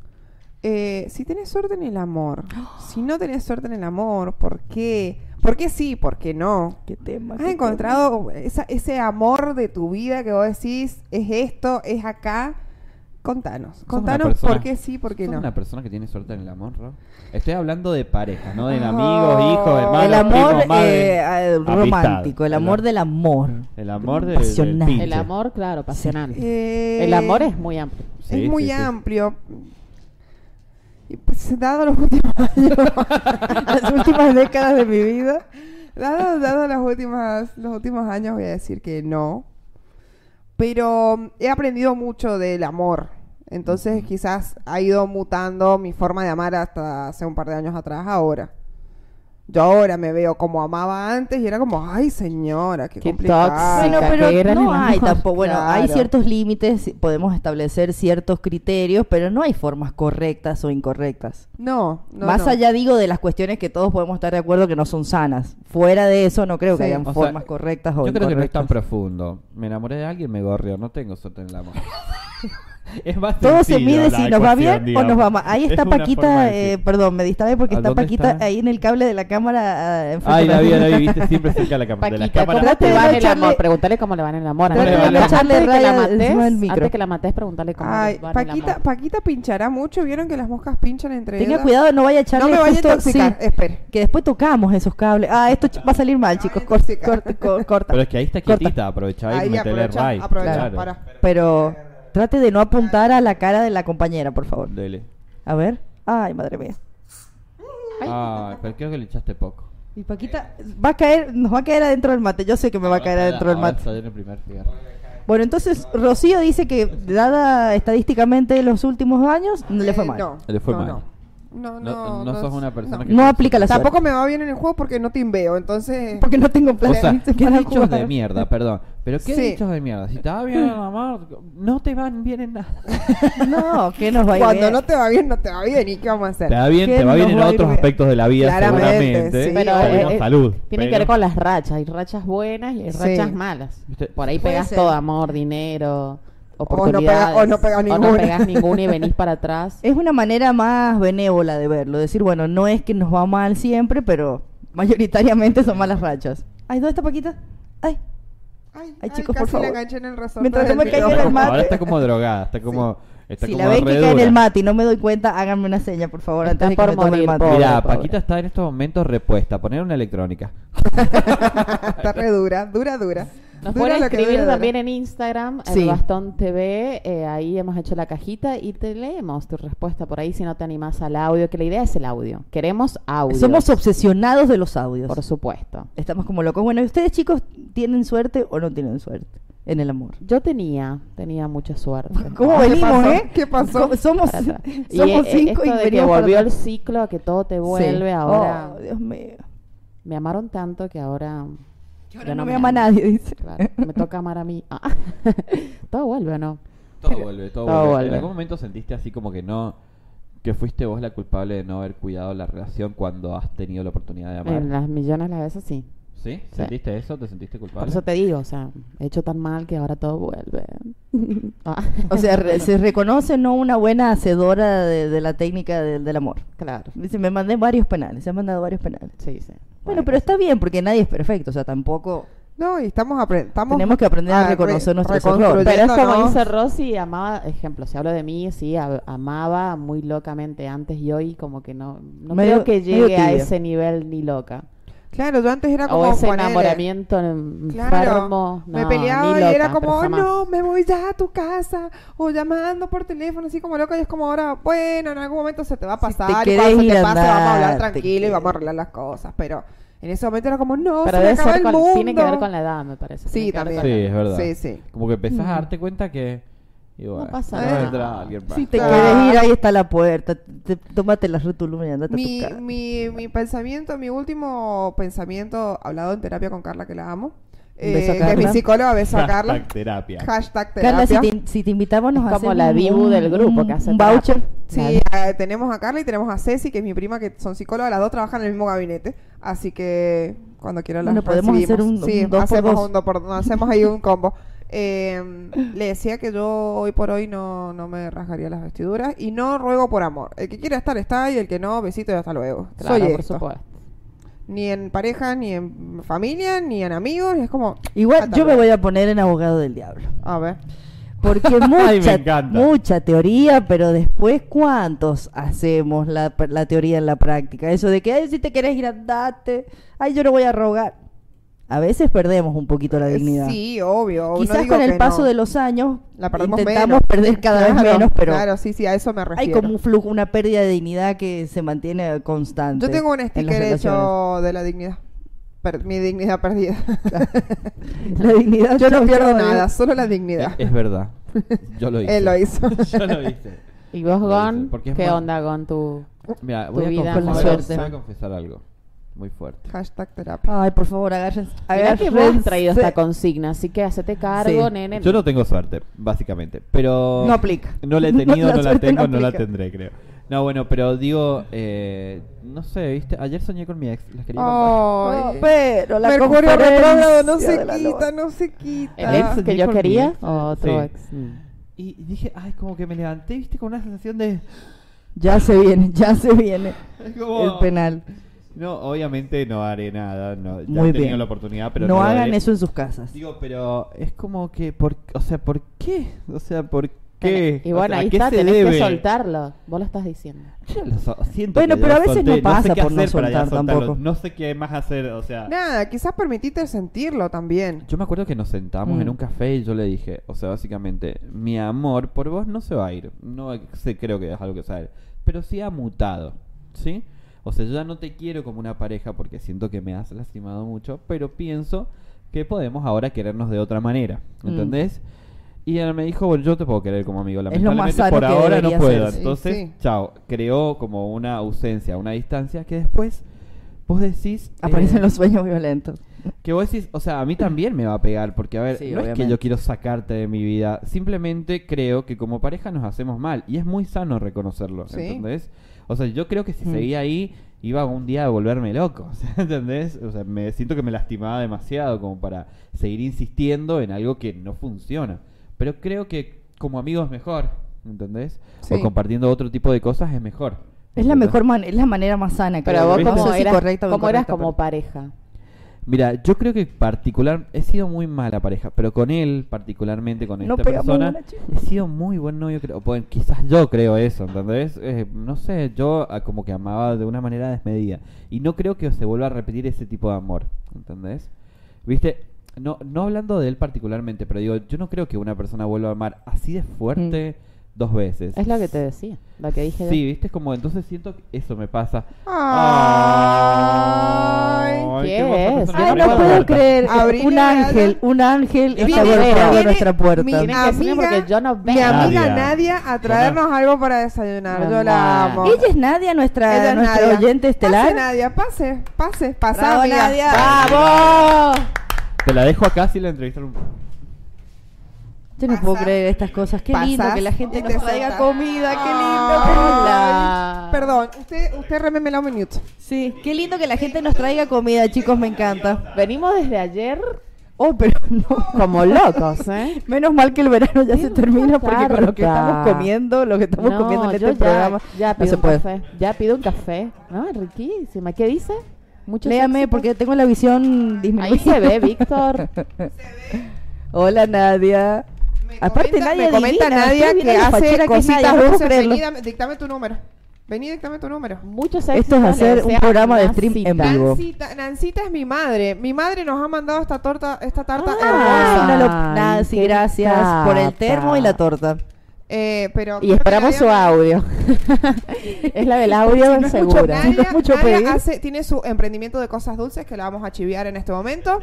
Speaker 3: eh, si tenés suerte en el amor.
Speaker 2: [gasps]
Speaker 3: Si no tenés suerte en el amor, ¿por qué? ¿Por qué sí? ¿Por qué no?
Speaker 2: ¿Qué tema?
Speaker 3: ¿Has
Speaker 2: qué
Speaker 3: encontrado esa- ese amor de tu vida que vos decís, es esto, es acá? Contanos.
Speaker 4: ¿Sos una
Speaker 3: Contanos
Speaker 4: persona-
Speaker 3: por qué sí, por qué
Speaker 4: ¿Sos
Speaker 3: no.
Speaker 4: una persona que tiene suerte en el amor, Ro? Estoy hablando de pareja, no de
Speaker 3: Oh.
Speaker 4: amigos, hijos, hermanos,
Speaker 2: El amor
Speaker 4: primos, madre.
Speaker 2: eh, eh,
Speaker 4: amistad,
Speaker 2: romántico, el amor
Speaker 4: ¿verdad?
Speaker 2: del amor.
Speaker 4: El amor de, del
Speaker 2: Pasional.
Speaker 4: pinche.
Speaker 1: El amor, claro, apasionante.
Speaker 3: Eh,
Speaker 1: El amor es muy amplio.
Speaker 4: Sí,
Speaker 3: es muy
Speaker 4: sí, sí.
Speaker 3: amplio. Y pues, dado los últimos
Speaker 1: [laughs]
Speaker 3: años, las últimas décadas de mi vida, dado, dado las últimas, los últimos años, voy a decir que no. Pero mm, he aprendido mucho del amor. Entonces, quizás ha ido mutando mi forma de amar hasta hace un par de años atrás, ahora. Yo ahora me veo como amaba antes y era como, ay señora, qué,
Speaker 1: Qué
Speaker 3: complicado.
Speaker 1: tóxica.
Speaker 2: Bueno,
Speaker 1: Chica, que
Speaker 2: pero
Speaker 1: eran
Speaker 2: no
Speaker 1: el
Speaker 2: hay
Speaker 1: amor.
Speaker 2: tampoco. Bueno, hay
Speaker 3: Claro.
Speaker 2: ciertos límites, podemos establecer ciertos criterios, pero no hay formas correctas o incorrectas.
Speaker 3: No, no.
Speaker 2: Más
Speaker 3: no.
Speaker 2: allá, digo, de las cuestiones que todos podemos estar de acuerdo que no son sanas. Fuera de eso, no creo que
Speaker 3: Sí.
Speaker 2: hayan
Speaker 4: O sea,
Speaker 2: formas correctas o
Speaker 4: Yo creo que no es tan
Speaker 2: incorrectas.
Speaker 4: profundo. Me enamoré de alguien, me gorrió. No tengo suerte en el
Speaker 2: [laughs]
Speaker 4: amor. es más
Speaker 2: Todo se
Speaker 4: sencillo
Speaker 2: mide
Speaker 4: la
Speaker 2: si nos va
Speaker 4: ecuación,
Speaker 2: bien o nos va
Speaker 4: digamos.
Speaker 2: mal. Ahí
Speaker 4: Es
Speaker 2: está
Speaker 4: una forma
Speaker 2: Paquita,
Speaker 4: de
Speaker 2: eh,
Speaker 4: decir.
Speaker 2: perdón, me distrae porque
Speaker 4: ¿A
Speaker 2: está
Speaker 4: dónde
Speaker 2: Paquita
Speaker 4: está?
Speaker 2: ahí en el cable de la cámara. eh, enfrente
Speaker 4: Ay,
Speaker 2: de
Speaker 4: la vi, la vi, viste, siempre cerca de la, cam- de la
Speaker 1: Paquita,
Speaker 4: cámara.
Speaker 1: ¿cómo te
Speaker 2: Trata
Speaker 1: va
Speaker 2: de
Speaker 1: en el
Speaker 2: echarle-
Speaker 1: amor? Preguntale cómo le va en el amor.
Speaker 2: Trata
Speaker 1: Antes
Speaker 4: de
Speaker 1: que la-
Speaker 2: echarle
Speaker 1: antes que la
Speaker 2: raya encima del
Speaker 1: mates,
Speaker 2: micro.
Speaker 1: antes que la mates, preguntale cómo
Speaker 3: Ay,
Speaker 1: va en el
Speaker 3: Paquita,
Speaker 1: amor.
Speaker 3: Paquita pinchará mucho. ¿Vieron que las moscas pinchan entre
Speaker 2: Tenga
Speaker 3: ellas?
Speaker 2: cuidado, no vaya a
Speaker 3: No
Speaker 2: echarle
Speaker 3: me vaya a Eh,
Speaker 2: justo-
Speaker 3: intoxicar.
Speaker 2: sí,
Speaker 3: Espere.
Speaker 2: que después tocamos esos cables. Ah, esto ch- va a salir mal, chicos.
Speaker 3: Ay,
Speaker 2: Cor-
Speaker 3: intoxicar.
Speaker 2: corte- cor- corta.
Speaker 4: Pero es que ahí está
Speaker 2: Corta.
Speaker 4: quietita, aprovechá y
Speaker 3: Ahí
Speaker 4: metele
Speaker 3: aprovecha,
Speaker 4: ray.
Speaker 3: aprovecha,
Speaker 4: Claro.
Speaker 3: para.
Speaker 2: Pero trate de no apuntar a la cara de la compañera, por favor.
Speaker 4: Dele.
Speaker 2: A ver. Ay, madre mía.
Speaker 4: Ay, Ah, pero creo que le echaste poco.
Speaker 2: Y Paquita va a caer, nos va a caer adentro del mate. Yo sé que me va a caer adentro del
Speaker 4: Ahora
Speaker 2: mate.
Speaker 4: salió en el primer fierro.
Speaker 2: Bueno, entonces Rocío dice que dada estadísticamente los últimos años no le fue
Speaker 3: Eh,
Speaker 2: mal.
Speaker 3: No,
Speaker 4: Le fue
Speaker 3: no,
Speaker 4: mal.
Speaker 3: no.
Speaker 4: No,
Speaker 3: No, no,
Speaker 4: no sos
Speaker 3: es-
Speaker 4: una persona
Speaker 3: no.
Speaker 4: que-
Speaker 2: No aplica la
Speaker 3: Tampoco
Speaker 2: suerte.
Speaker 3: me va bien en el juego porque no timbeo, entonces...
Speaker 2: Porque no tengo plan.
Speaker 4: O sea, qué
Speaker 2: para
Speaker 4: dichos de
Speaker 2: jugar. [laughs]
Speaker 4: mierda, perdón. Pero qué
Speaker 3: Sí.
Speaker 4: dichos de mierda. Si te va
Speaker 3: [laughs]
Speaker 4: bien el amor, no te van bien en nada.
Speaker 2: No, que nos va a ir
Speaker 3: Cuando
Speaker 2: bien.
Speaker 3: no te va bien, no te va bien. ¿Y qué vamos a hacer?
Speaker 4: Te va bien,
Speaker 2: ¿Qué
Speaker 4: te va bien
Speaker 2: nos
Speaker 4: en
Speaker 2: va a ir
Speaker 4: otros
Speaker 2: bien?
Speaker 4: aspectos de la vida,
Speaker 3: Claramente,
Speaker 4: seguramente.
Speaker 3: sí.
Speaker 1: Pero,
Speaker 4: Pero
Speaker 1: eh,
Speaker 4: con
Speaker 1: eh,
Speaker 4: salud.
Speaker 1: Tiene que
Speaker 4: pero-
Speaker 1: ver con las rachas. Hay rachas buenas y hay
Speaker 3: Sí.
Speaker 1: rachas malas.
Speaker 4: Viste,
Speaker 1: Por ahí
Speaker 2: puede
Speaker 1: pegas
Speaker 2: ser.
Speaker 1: todo amor, dinero,
Speaker 3: pega- o no
Speaker 1: oportunidades.
Speaker 3: pegas
Speaker 1: O no
Speaker 3: ninguna.
Speaker 1: pegas ninguna
Speaker 3: [laughs]
Speaker 1: y venís para atrás.
Speaker 2: [laughs] Es una manera más benévola de verlo. Decir, bueno, no es que nos va mal siempre, pero mayoritariamente son malas rachas. Ay, ¿dónde está Paquita? Ay,
Speaker 3: Ay,
Speaker 2: Ay, chicos,
Speaker 3: casi
Speaker 2: por
Speaker 3: la
Speaker 2: favor.
Speaker 3: enganché en el resorte
Speaker 2: Mientras
Speaker 3: del
Speaker 2: no me caiga
Speaker 3: micrófono.
Speaker 2: el mate.
Speaker 4: Ahora está como drogada, está como. Está
Speaker 2: si
Speaker 4: como
Speaker 2: la ven que
Speaker 4: re
Speaker 2: cae en
Speaker 4: dura.
Speaker 2: el mate y no me doy cuenta, háganme una seña, por favor,
Speaker 1: Está
Speaker 2: antes de que
Speaker 1: por
Speaker 2: me tome el
Speaker 1: morir,
Speaker 2: mate.
Speaker 1: pobre.
Speaker 4: Mirá, Paquita está en estos momentos repuesta. Poner una electrónica.
Speaker 3: Está re dura, dura, dura.
Speaker 1: Nos
Speaker 3: Dura
Speaker 1: pueden
Speaker 3: lo que
Speaker 1: escribir
Speaker 3: dura,
Speaker 1: también
Speaker 3: dura.
Speaker 1: en Instagram,
Speaker 2: Sí.
Speaker 1: en Bastón TV. eh, ahí hemos hecho la cajita y te leemos tu respuesta por ahí si no te animás al audio. Que la idea es el audio. Queremos audio.
Speaker 2: Somos obsesionados de los audios.
Speaker 1: Por supuesto.
Speaker 2: Estamos como locos. Bueno, ¿y ustedes chicos tienen suerte o no tienen suerte en el amor?
Speaker 1: Yo tenía, tenía mucha suerte.
Speaker 2: [laughs] ¿Cómo
Speaker 3: ¿Qué
Speaker 2: venimos,
Speaker 3: pasó?
Speaker 2: eh?
Speaker 3: ¿Qué pasó?
Speaker 2: ¿Cómo- Somos, [laughs]
Speaker 1: Para atrás. [laughs] Y,
Speaker 2: somos
Speaker 1: eh,
Speaker 2: cinco y
Speaker 1: esto de que
Speaker 2: venimos para
Speaker 1: volvió el
Speaker 2: atrás.
Speaker 1: ciclo, a que todo te vuelve
Speaker 2: Sí.
Speaker 1: ahora.
Speaker 2: Oh, Dios mío.
Speaker 1: Me amaron tanto que ahora.
Speaker 2: Que
Speaker 1: ya
Speaker 2: ahora no me ama
Speaker 1: aman.
Speaker 2: nadie, dice.
Speaker 1: Claro, me toca amar a mí. Ah. [laughs] Todo vuelve, ¿o ¿no?
Speaker 4: Todo vuelve, todo,
Speaker 1: Todo
Speaker 4: vuelve. ¿En
Speaker 1: vuelve.
Speaker 4: algún momento sentiste así como que no, que fuiste vos la culpable de no haber cuidado la relación cuando has tenido la oportunidad de amar?
Speaker 1: En las millones de las veces sí.
Speaker 4: ¿Sí? ¿Sentiste eso? ¿Te sentiste
Speaker 1: Por
Speaker 4: culpable?
Speaker 1: eso te digo, o sea, he hecho tan mal que ahora todo vuelve. [laughs] Ah.
Speaker 2: O sea,
Speaker 1: [laughs]
Speaker 2: re- se reconoce no una buena hacedora de, de la técnica del- del amor.
Speaker 1: claro.
Speaker 2: Dice, me mandé varios penales, se han mandado varios penales.
Speaker 1: Sí, sí.
Speaker 2: Bueno, pero está bien porque nadie es perfecto, o sea, tampoco...
Speaker 3: No, y estamos aprendiendo.
Speaker 2: Tenemos que aprender a reconocer nuestros errores.
Speaker 1: Pero es como dice Rosy, amaba, ejemplo, si hablo de mí, sí, a- amaba muy locamente antes y hoy como que no, no
Speaker 2: Medio-
Speaker 1: creo que
Speaker 2: medio
Speaker 1: llegue a
Speaker 2: tibio.
Speaker 1: ese nivel ni loca.
Speaker 3: Claro, yo antes era como...
Speaker 1: O ese
Speaker 3: ponele,
Speaker 1: enamoramiento enfermo.
Speaker 3: Claro, me
Speaker 1: no,
Speaker 3: peleaba
Speaker 1: ni
Speaker 3: y era
Speaker 1: loca, pero
Speaker 3: como, "Oh,
Speaker 1: jamás.
Speaker 3: no, me voy ya a tu casa, o llamando por teléfono, así como loca, y es como ahora, bueno, en algún momento se te va a pasar, y
Speaker 2: querés
Speaker 3: cuando se
Speaker 2: ir
Speaker 3: te
Speaker 2: a
Speaker 3: pase vamos a hablar
Speaker 2: andar, te
Speaker 3: tranquilo y
Speaker 2: querés.
Speaker 3: vamos a arreglar las cosas, pero en ese momento era como, no,
Speaker 1: Pero
Speaker 3: se me
Speaker 1: debe
Speaker 3: acaba
Speaker 1: ser
Speaker 3: el
Speaker 1: con-
Speaker 3: mundo.
Speaker 1: tiene que ver con la edad, me parece.
Speaker 3: Sí,
Speaker 1: tiene que ver
Speaker 3: también.
Speaker 1: con
Speaker 4: Sí,
Speaker 1: la-
Speaker 4: es verdad.
Speaker 3: Sí, sí.
Speaker 4: Como que empezás a darte cuenta que... y bueno,
Speaker 1: pasa
Speaker 4: no
Speaker 3: nada.
Speaker 4: vendrá alguien más.
Speaker 3: Sí,
Speaker 2: Te
Speaker 3: Ah.
Speaker 2: quieres ir, ahí está la puerta, te- tómate la rutulum y andate
Speaker 3: Mi,
Speaker 2: a tu casa.
Speaker 3: mi, mi pensamiento, mi último pensamiento, hablado en terapia con Carla, que la amo, eh,
Speaker 2: beso a
Speaker 3: que es mi
Speaker 2: Carla.
Speaker 3: psicóloga, beso a Carla.
Speaker 4: Hashtag terapia.
Speaker 3: Hashtag
Speaker 2: Carla, si
Speaker 3: terapia.
Speaker 2: te, si te invitamos, nos
Speaker 1: Es como
Speaker 2: hacemos
Speaker 1: la dibu
Speaker 2: un-
Speaker 1: del grupo que
Speaker 2: un-
Speaker 1: hace
Speaker 2: un
Speaker 1: terapia.
Speaker 2: voucher.
Speaker 3: Sí, eh, tenemos a Carla y tenemos a Ceci, que es mi prima, que son psicólogas. Las dos trabajan en el mismo gabinete. Así que cuando quieran las
Speaker 2: Bueno, podemos hacer
Speaker 3: recibimos.
Speaker 2: un-
Speaker 3: Sí,
Speaker 2: un dos por
Speaker 3: hacemos
Speaker 2: dos.
Speaker 3: un dos por dos, hacemos ahí un combo. Eh, le decía que yo hoy por hoy no, no me rasgaría las vestiduras y no ruego por amor. El que quiera estar está y el que no, besito y hasta luego.
Speaker 1: Claro,
Speaker 3: Soy
Speaker 1: por
Speaker 3: esto.
Speaker 1: supuesto.
Speaker 3: Ni en pareja, ni en familia, ni en amigos. Es como,
Speaker 2: Igual
Speaker 3: Hasta
Speaker 2: yo me
Speaker 3: luego.
Speaker 2: voy a poner en abogado del diablo.
Speaker 3: a ver.
Speaker 1: [laughs]
Speaker 2: Porque
Speaker 4: Ay, me
Speaker 2: mucha,
Speaker 4: encanta.
Speaker 2: mucha teoría, pero después ¿cuántos hacemos la, la teoría en la práctica? Eso de que, ay, si te querés ir, andate. Ay, yo no voy a rogar. A veces perdemos un poquito la dignidad.
Speaker 3: Eh, Sí, obvio. no
Speaker 2: Quizás
Speaker 3: digo
Speaker 2: con el
Speaker 3: que
Speaker 2: paso
Speaker 3: no.
Speaker 2: de los años
Speaker 3: La perdemos
Speaker 2: intentamos
Speaker 3: menos.
Speaker 2: perder cada vez
Speaker 3: Claro,
Speaker 2: menos, pero
Speaker 3: Claro, sí, sí, a eso me
Speaker 2: hay
Speaker 3: refiero.
Speaker 2: como un flujo, una pérdida de dignidad que se mantiene constante.
Speaker 3: Yo tengo un
Speaker 2: en las
Speaker 3: sticker
Speaker 2: relaciones.
Speaker 3: hecho de la dignidad. Per- mi dignidad perdida.
Speaker 2: [laughs] La dignidad
Speaker 3: Yo no
Speaker 2: chau,
Speaker 3: pierdo
Speaker 2: chau,
Speaker 3: nada,
Speaker 2: eh.
Speaker 3: solo la
Speaker 4: Es,
Speaker 3: dignidad.
Speaker 4: es verdad. Yo
Speaker 1: [laughs]
Speaker 4: lo hice.
Speaker 3: Él lo hizo.
Speaker 4: [laughs] Yo lo hice.
Speaker 1: ¿Y vos,
Speaker 4: Lo
Speaker 1: Gon?
Speaker 4: hice, porque es
Speaker 1: ¿Qué
Speaker 4: más-
Speaker 1: onda con tu...?
Speaker 4: Mira,
Speaker 1: Tu
Speaker 4: voy a,
Speaker 1: vida
Speaker 4: confesar,
Speaker 2: con la
Speaker 4: voy a-
Speaker 1: suerte.
Speaker 4: voy a confesar algo muy fuerte.
Speaker 3: Hashtag terapia.
Speaker 2: Ay, por favor, agárrense.
Speaker 1: Mirá que vos has traído
Speaker 2: agárrense.
Speaker 1: esta consigna, así que hacete cargo,
Speaker 2: Sí.
Speaker 1: nene.
Speaker 4: Yo no tengo suerte, básicamente. Pero.
Speaker 2: [laughs] No aplica.
Speaker 4: [laughs] No la he tenido, no, la
Speaker 2: suerte
Speaker 4: tengo, no la
Speaker 2: aplica.
Speaker 4: tendré, creo. No, bueno, pero digo, eh, no sé, ¿viste? Ayer soñé con mi ex, las quería
Speaker 2: No,
Speaker 3: Ay,
Speaker 2: pero la
Speaker 3: Mercurio
Speaker 2: conferencia
Speaker 3: retrógrado no se
Speaker 2: de la
Speaker 3: quita,
Speaker 2: luna.
Speaker 3: no se quita.
Speaker 1: ¿El ex que
Speaker 4: soñé
Speaker 1: yo
Speaker 4: con mi
Speaker 1: quería
Speaker 4: ex.
Speaker 1: o otro
Speaker 4: Sí.
Speaker 1: ex? Mm.
Speaker 4: contar. Y dije, ay, como que me levanté, ¿viste? Con una sensación de.
Speaker 2: Ya se viene, ya se viene
Speaker 4: es como-
Speaker 2: el penal.
Speaker 4: No, obviamente no haré nada, no, ya
Speaker 2: Muy
Speaker 4: he tenido
Speaker 2: bien.
Speaker 4: la oportunidad, pero
Speaker 2: no
Speaker 4: lo
Speaker 2: hagan
Speaker 4: haré.
Speaker 2: eso en sus casas.
Speaker 4: Digo, pero es como que, por, o sea, ¿por qué? O sea, ¿por qué?
Speaker 1: Tenés- Y
Speaker 4: O
Speaker 1: bueno,
Speaker 4: sea, ¿a
Speaker 1: ahí
Speaker 4: qué
Speaker 1: está,
Speaker 4: se
Speaker 1: tenés
Speaker 4: debe?
Speaker 1: que soltarlo. Vos lo estás diciendo.
Speaker 4: Yo lo so- siento
Speaker 2: Bueno,
Speaker 4: que
Speaker 2: pero
Speaker 4: lo
Speaker 2: a veces
Speaker 4: solté,
Speaker 2: no
Speaker 4: sé
Speaker 2: pasa
Speaker 4: qué
Speaker 2: por no
Speaker 4: hacer para ya
Speaker 2: soltar
Speaker 4: soltarlo,
Speaker 2: tampoco.
Speaker 4: No sé qué más hacer, o sea...
Speaker 3: Nada, quizás permitiste sentirlo también.
Speaker 4: Yo me acuerdo que nos sentamos
Speaker 2: Mm.
Speaker 4: en un café y yo le dije, o sea, básicamente, mi amor por vos no se va a ir. No sé, creo que es algo que se va a ir. Pero sí ha mutado, ¿sí? O sea, yo ya no te quiero como una pareja porque siento que me has lastimado mucho, pero pienso que podemos ahora querernos de otra manera,
Speaker 2: Mm.
Speaker 4: ¿entendés? Y él me dijo, bueno, yo te puedo querer como amigo,
Speaker 2: Es lo más
Speaker 4: lamentablemente
Speaker 2: sano
Speaker 4: por
Speaker 2: que
Speaker 4: ahora no
Speaker 2: debería
Speaker 4: puedo.
Speaker 2: ser.
Speaker 3: Sí,
Speaker 4: Entonces,
Speaker 3: sí.
Speaker 4: chao, creó como una ausencia, una distancia que después vos decís... eh,
Speaker 2: Aparecen los sueños violentos.
Speaker 4: que vos decís, o sea, a mí también me va a pegar, porque a ver,
Speaker 2: Sí,
Speaker 4: no es que
Speaker 2: obviamente.
Speaker 4: yo quiero sacarte de mi vida, simplemente creo que como pareja nos hacemos mal y es muy sano reconocerlo,
Speaker 3: Sí.
Speaker 4: ¿entendés? O sea, yo creo que si
Speaker 2: Mm.
Speaker 4: seguía ahí iba un día a volverme loco, [laughs] o sea, ¿entendés? O sea, me siento que me lastimaba demasiado como para seguir insistiendo en algo que no funciona, pero creo que como amigos es mejor, ¿entendés?
Speaker 3: Sí.
Speaker 4: O compartiendo otro tipo de cosas es mejor.
Speaker 2: Es la
Speaker 4: ¿entendés?
Speaker 2: mejor man- es la manera más sana.
Speaker 1: Pero
Speaker 2: creo.
Speaker 1: vos
Speaker 4: ¿viste?
Speaker 2: no
Speaker 1: como
Speaker 2: sé si
Speaker 1: eras,
Speaker 2: correcta o
Speaker 1: cómo eras
Speaker 2: incorrecta,
Speaker 1: como
Speaker 2: pero-
Speaker 1: pareja.
Speaker 4: Mira, yo creo que particular he sido muy mala pareja, pero con él particularmente con
Speaker 2: No
Speaker 4: esta
Speaker 2: pegamos
Speaker 4: persona
Speaker 2: bola, chico.
Speaker 4: he sido muy buen novio, creo. Bueno, quizás yo creo eso, ¿entendés? Eh, no sé, yo ah, como que amaba de una manera desmedida y no creo que se vuelva a repetir ese tipo de amor, ¿entendés? ¿Viste? No no hablando de él particularmente, pero digo, yo no creo que una persona vuelva a amar así de fuerte dos veces.
Speaker 1: Mm. Es lo que te decía, lo que dije
Speaker 4: Sí, ¿viste? Es como entonces siento que eso me pasa.
Speaker 3: Ay.
Speaker 1: ¿qué
Speaker 4: hermosa
Speaker 1: es?
Speaker 4: persona.
Speaker 2: Ay,
Speaker 1: Ay, Abrimos
Speaker 2: no
Speaker 1: la
Speaker 2: puedo
Speaker 1: puerta.
Speaker 2: creer.
Speaker 3: Abrimos
Speaker 2: Un
Speaker 3: la-
Speaker 2: ángel, un ángel
Speaker 1: Viene-
Speaker 2: está golpeando
Speaker 1: viene-
Speaker 2: nuestra puerta.
Speaker 3: mi-
Speaker 1: Tienen que decirme
Speaker 3: Amiga-
Speaker 1: porque yo no
Speaker 3: Mi
Speaker 1: veo.
Speaker 3: amiga
Speaker 4: Nadia.
Speaker 3: Nadia a traernos algo para desayunar. Yo la
Speaker 1: Mamá.
Speaker 3: amo.
Speaker 2: Ella es Nadia, nuestra,
Speaker 3: Ella es
Speaker 2: nuestra
Speaker 3: Nadia.
Speaker 2: oyente estelar.
Speaker 3: Pase, Nadia, pase, pase, pasa,
Speaker 2: Bravo,
Speaker 3: amiga.
Speaker 2: Nadia.
Speaker 1: ¡Bravo!
Speaker 4: Te la dejo acá si la entrevistan un poco.
Speaker 2: Yo no
Speaker 3: Pasas.
Speaker 2: puedo creer estas cosas. Qué lindo
Speaker 3: Pasas
Speaker 2: que la gente
Speaker 3: y
Speaker 2: nos
Speaker 3: te
Speaker 2: traiga
Speaker 3: sentás.
Speaker 2: comida. Qué lindo.
Speaker 3: Ay,
Speaker 2: qué lindo.
Speaker 1: Hola.
Speaker 3: Perdón, usted, usted remémela un minuto.
Speaker 2: Sí, qué lindo que la gente nos traiga comida, chicos, me encanta.
Speaker 1: Venimos desde ayer
Speaker 2: Oh, pero [laughs] no.
Speaker 1: como locos,
Speaker 2: [laughs]
Speaker 1: ¿eh?
Speaker 2: Menos mal que el verano ya se termina porque con lo que
Speaker 1: tarta.
Speaker 2: estamos comiendo, lo que estamos
Speaker 1: No,
Speaker 2: comiendo en
Speaker 1: yo
Speaker 2: este
Speaker 1: ya,
Speaker 2: programa,
Speaker 1: ya
Speaker 2: no
Speaker 1: pido
Speaker 2: se
Speaker 1: un
Speaker 2: puede.
Speaker 1: café. Ya pido un café. No, es riquísima. ¿Qué dice? Mucho
Speaker 2: Léame
Speaker 1: éxito.
Speaker 2: porque tengo la visión disminuida.
Speaker 1: Ahí se ve, Víctor.
Speaker 2: [laughs] Hola, Nadia.
Speaker 3: Me
Speaker 2: Aparte,
Speaker 3: comenta-
Speaker 2: Nadia
Speaker 3: me comenta
Speaker 2: divina,
Speaker 3: Nadia
Speaker 2: usted
Speaker 3: que
Speaker 2: viene la fachera
Speaker 3: hace
Speaker 2: que es
Speaker 3: cositas
Speaker 2: Nadia, no puedo
Speaker 3: dulces.
Speaker 2: creerlo.
Speaker 3: Vení, dame- dictame tu número. Vení, dictame tu número.
Speaker 1: Muchos éxitos.
Speaker 2: Esto es hacer
Speaker 1: le
Speaker 2: un
Speaker 1: desea
Speaker 2: programa de
Speaker 1: una
Speaker 2: stream en
Speaker 1: cita.
Speaker 2: vivo.
Speaker 3: Nancita, Nancita es mi madre. Mi madre nos ha mandado esta torta, esta tarta
Speaker 1: Ah.
Speaker 3: hermosa.
Speaker 2: Ay, no lo-
Speaker 1: Ay,
Speaker 2: Nancy,
Speaker 1: qué
Speaker 2: gracias por el
Speaker 1: capa.
Speaker 2: termo y la torta.
Speaker 3: Eh, pero
Speaker 1: Y esperamos su
Speaker 3: audio.
Speaker 1: audio.
Speaker 3: [laughs]
Speaker 1: es la del audio
Speaker 2: no es mucho
Speaker 1: segura.
Speaker 2: nada.
Speaker 3: Nadia,
Speaker 2: es mucho
Speaker 3: Nadia
Speaker 2: pedir.
Speaker 3: hace- tiene su emprendimiento de cosas dulces que la vamos a chiviar en este momento.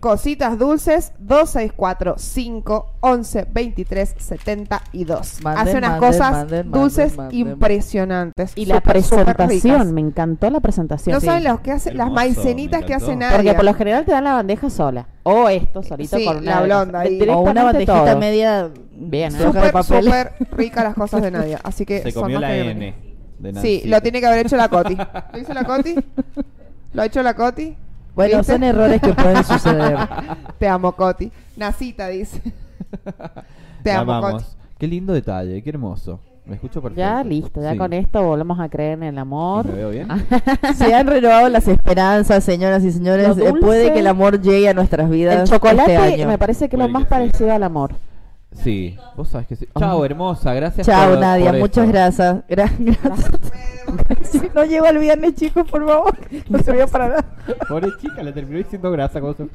Speaker 3: Cositas Dulces 264 5 11 23 72.
Speaker 2: Manden,
Speaker 3: Hace unas
Speaker 2: manden,
Speaker 3: cosas
Speaker 2: manden,
Speaker 3: dulces
Speaker 2: manden, manden.
Speaker 3: impresionantes.
Speaker 1: Y la
Speaker 3: súper, súper
Speaker 1: presentación,
Speaker 3: ricas.
Speaker 1: me encantó la presentación.
Speaker 3: No
Speaker 1: Sí.
Speaker 3: saben los que hacen, las
Speaker 4: Hermoso,
Speaker 3: maicenitas
Speaker 4: me
Speaker 3: que hace
Speaker 4: encantó.
Speaker 3: nadie.
Speaker 1: Porque por lo general te dan la bandeja sola. O esto, solito
Speaker 3: Sí,
Speaker 1: con una
Speaker 3: la blonda ahí.
Speaker 1: directamente
Speaker 2: O una bandejita
Speaker 1: todo.
Speaker 2: media
Speaker 1: Bien, ¿eh?
Speaker 2: de hoja de
Speaker 3: Súper,
Speaker 2: papel.
Speaker 3: súper ricas las cosas de Nadia. Así
Speaker 4: [laughs]
Speaker 3: que
Speaker 4: Se
Speaker 3: son
Speaker 4: comió
Speaker 3: más
Speaker 4: la
Speaker 3: que
Speaker 4: N.
Speaker 3: bienvenidas.
Speaker 4: de
Speaker 3: Sí,
Speaker 4: Nancita.
Speaker 3: lo tiene que haber hecho
Speaker 4: [laughs]
Speaker 3: la Coti. ¿Lo hizo la Coti? ¿Lo ha hecho la Coti?
Speaker 2: Bueno,
Speaker 3: ¿Viste?
Speaker 2: son errores que pueden suceder.
Speaker 3: [laughs] Te amo, Coti.
Speaker 4: [laughs]
Speaker 3: Nacita dice. Te
Speaker 4: La
Speaker 3: amo,
Speaker 4: amamos.
Speaker 3: Coti.
Speaker 4: Qué lindo detalle, qué hermoso. Me escucho perfecto.
Speaker 1: Ya listo, ya
Speaker 4: Sí.
Speaker 1: con esto volvemos a creer en el amor. Ah,
Speaker 4: ¿Y me veo bien?
Speaker 2: Se han renovado las esperanzas, señoras y señores.
Speaker 1: Lo
Speaker 2: Eh, puede
Speaker 1: dulce.
Speaker 2: que el amor llegue a nuestras vidas.
Speaker 1: el chocolate
Speaker 2: este año.
Speaker 1: me parece que es lo
Speaker 4: Puede
Speaker 1: más
Speaker 4: que sí.
Speaker 1: parecido al amor.
Speaker 4: Sí, vos sabés que sí. Chao, hermosa, gracias
Speaker 2: Oh. Chao,
Speaker 4: por-
Speaker 2: Nadia.
Speaker 4: por esto.
Speaker 2: Muchas gracias. Gra- gracias. [laughs] Si no llego el viernes, chicos, por favor. No se vaya para nada.
Speaker 4: Pobre chica, le terminó diciendo grasa. con su-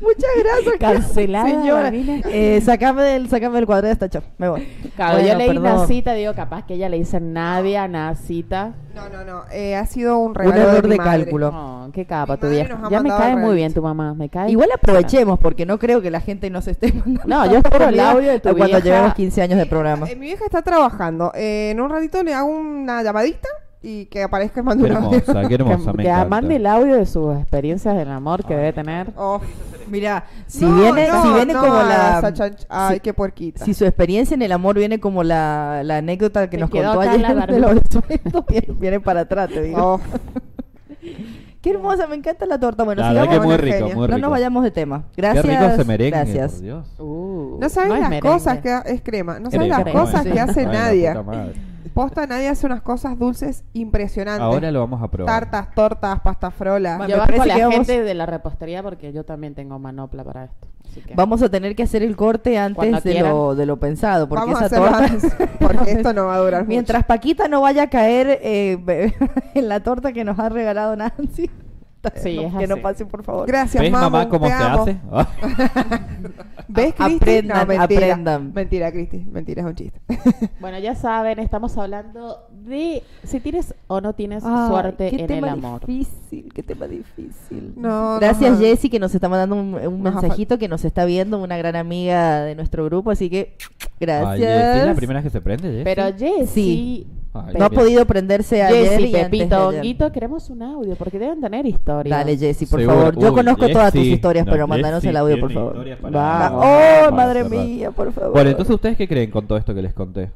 Speaker 2: Muchas gracias.
Speaker 1: Cancelada,
Speaker 2: Señora,
Speaker 1: Malvina.
Speaker 2: eh, sacame, del, sacame del cuadro de esta chao. Me voy.
Speaker 1: Claro,
Speaker 2: Bueno,
Speaker 1: yo leí
Speaker 2: perdón.
Speaker 1: Nacita, digo, capaz que ella le dice Nadia, Nacita.
Speaker 3: No, no, no. eh, ha sido un
Speaker 2: Un
Speaker 3: regalo
Speaker 2: error
Speaker 3: mi
Speaker 2: de
Speaker 3: madre.
Speaker 2: cálculo.
Speaker 1: Oh, qué capa
Speaker 3: Mi
Speaker 1: tu
Speaker 3: madre
Speaker 1: vieja.
Speaker 3: nos ha
Speaker 1: Ya me
Speaker 3: mandado
Speaker 1: cae muy
Speaker 3: regalos.
Speaker 1: bien tu mamá, me cae.
Speaker 2: Igual aprovechemos, porque no creo que la gente nos esté [laughs] mandando.
Speaker 1: No, yo espero el audio de tu
Speaker 2: a cuando
Speaker 1: vieja.
Speaker 2: lleguemos 15 años de programa.
Speaker 3: Eh, mi vieja está trabajando. Eh, en un ratito le hago una llamadita y que aparezca y mande
Speaker 4: Qué
Speaker 3: un audio.
Speaker 4: hermosa, qué hermosa,
Speaker 1: que,
Speaker 4: me
Speaker 1: que
Speaker 4: encanta.
Speaker 1: mande el audio de sus experiencias del amor que debe tener.
Speaker 3: Oh.
Speaker 2: Mira, si
Speaker 3: No,
Speaker 2: viene,
Speaker 3: no,
Speaker 2: si viene
Speaker 3: no,
Speaker 2: como
Speaker 3: esa
Speaker 2: la.
Speaker 3: chanch- Ay,
Speaker 2: si-
Speaker 3: qué puerquita.
Speaker 2: Si su experiencia en el amor viene como la, la anécdota que
Speaker 1: Me
Speaker 2: nos
Speaker 1: quedó
Speaker 2: contó
Speaker 1: acá en la
Speaker 2: ayer de los
Speaker 1: barba.
Speaker 2: besuetos, [laughs] viene, viene para atrás, te digo.
Speaker 3: Oh.
Speaker 2: [laughs] Qué hermosa, me encanta la torta. Bueno,
Speaker 4: La verdad
Speaker 2: sigamos.
Speaker 4: que muy
Speaker 3: buena
Speaker 4: rico,
Speaker 3: genia.
Speaker 4: muy rico.
Speaker 2: No nos vayamos de tema. Gracias.
Speaker 4: Qué rico ese merengue,
Speaker 2: Gracias.
Speaker 4: por Dios.
Speaker 1: Uh,
Speaker 3: No sabes
Speaker 1: es
Speaker 3: las
Speaker 1: merengue.
Speaker 3: cosas que ha- es crema. No sabes
Speaker 4: Crema,
Speaker 3: las
Speaker 1: crema,
Speaker 3: cosas
Speaker 1: sí.
Speaker 3: que
Speaker 4: [laughs]
Speaker 3: hace
Speaker 4: Ay, la
Speaker 3: Nadia.
Speaker 4: puta madre.
Speaker 3: Posta Nadia hace unas cosas dulces impresionantes.
Speaker 4: Ahora lo vamos a probar.
Speaker 3: Tartas, tortas, pasta frola.
Speaker 2: Bueno,
Speaker 1: Yo
Speaker 2: me
Speaker 1: bajo
Speaker 2: parece
Speaker 1: la
Speaker 2: que vamos-
Speaker 1: gente de la repostería porque yo también tengo manopla para esto. así que-
Speaker 2: Vamos a tener que hacer el corte antes
Speaker 1: Cuando
Speaker 2: de
Speaker 1: quieran.
Speaker 2: lo, de lo pensado, porque
Speaker 3: Vamos a
Speaker 2: esa
Speaker 3: hacerlo
Speaker 2: torta...
Speaker 3: antes,
Speaker 2: [laughs]
Speaker 3: porque [laughs] esto no va a durar mucho.
Speaker 2: Mientras Paquita no vaya a caer eh, be- [laughs] en la torta que nos ha regalado Nancy, [laughs]
Speaker 1: Sí,
Speaker 2: no-
Speaker 1: es
Speaker 2: que no
Speaker 1: así.
Speaker 2: pase, por favor.
Speaker 3: Gracias,
Speaker 4: ¿Ves, mamá, cómo
Speaker 3: te
Speaker 4: se
Speaker 3: amo.
Speaker 4: hace?
Speaker 3: [laughs] ¿Ves, Cristi?
Speaker 2: Aprendan,
Speaker 3: no, mentira.
Speaker 2: aprendan.
Speaker 3: Mentira, Cristi. Mentira, es un chiste.
Speaker 1: Bueno, ya saben, estamos hablando de si tienes o no tienes
Speaker 2: Ay,
Speaker 1: suerte
Speaker 3: Ah,
Speaker 2: qué
Speaker 1: en el
Speaker 2: tema
Speaker 1: amor.
Speaker 2: difícil, qué tema difícil.
Speaker 3: No,
Speaker 2: Gracias,
Speaker 3: no.
Speaker 2: Jessy, que nos está mandando un, un
Speaker 3: Nos ha fal-
Speaker 2: mensajito que nos está viendo, una gran amiga de nuestro grupo, así que gracias.
Speaker 4: Ay, es la primera vez que se prende, Jessy.
Speaker 1: Pero Jessy,
Speaker 2: Sí.
Speaker 4: Ay,
Speaker 2: no ha
Speaker 4: bien.
Speaker 2: podido prenderse ayer
Speaker 1: Jessy,
Speaker 2: y antes de
Speaker 1: Pepito,
Speaker 2: ayer.
Speaker 1: Honguito, queremos un audio porque deben tener historia.
Speaker 2: Dale, Jessy, Eh, por
Speaker 4: Seguro.
Speaker 2: favor. Yo
Speaker 4: Uy,
Speaker 2: conozco todas tus
Speaker 4: Jessy.
Speaker 2: historias,
Speaker 4: No,
Speaker 2: pero mándanos
Speaker 4: Jessy
Speaker 2: el audio, por
Speaker 4: tiene
Speaker 2: favor.
Speaker 4: historias para-
Speaker 1: Va.
Speaker 4: para-
Speaker 2: ¡Oh,
Speaker 4: para
Speaker 2: madre
Speaker 4: cerrar.
Speaker 2: mía, por favor!
Speaker 4: Bueno, entonces, ¿ustedes qué creen con todo esto que les conté?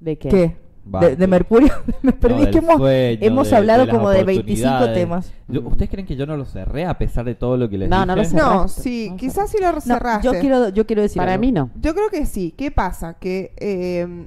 Speaker 1: ¿De qué?
Speaker 2: ¿Qué?
Speaker 4: Va,
Speaker 2: De, de
Speaker 4: tú.
Speaker 2: Mercurio. [laughs] Me perdí
Speaker 4: No,
Speaker 2: que
Speaker 4: del
Speaker 2: hemos,
Speaker 4: sueño,
Speaker 2: hemos
Speaker 4: de-
Speaker 2: hablado
Speaker 4: las
Speaker 2: como de 25
Speaker 4: oportunidades.
Speaker 2: temas.
Speaker 4: Yo- ¿Ustedes creen que yo no lo cerré a pesar de todo lo que les
Speaker 1: No,
Speaker 4: dije?
Speaker 1: no lo cerré.
Speaker 3: No,
Speaker 1: Cerraste.
Speaker 3: sí,
Speaker 1: No,
Speaker 3: quizás sí lo
Speaker 2: No,
Speaker 3: cerraste.
Speaker 2: yo quiero, yo quiero decir.
Speaker 1: Para
Speaker 2: algo.
Speaker 1: mí no.
Speaker 3: Yo creo que sí. ¿Qué pasa? Que eh,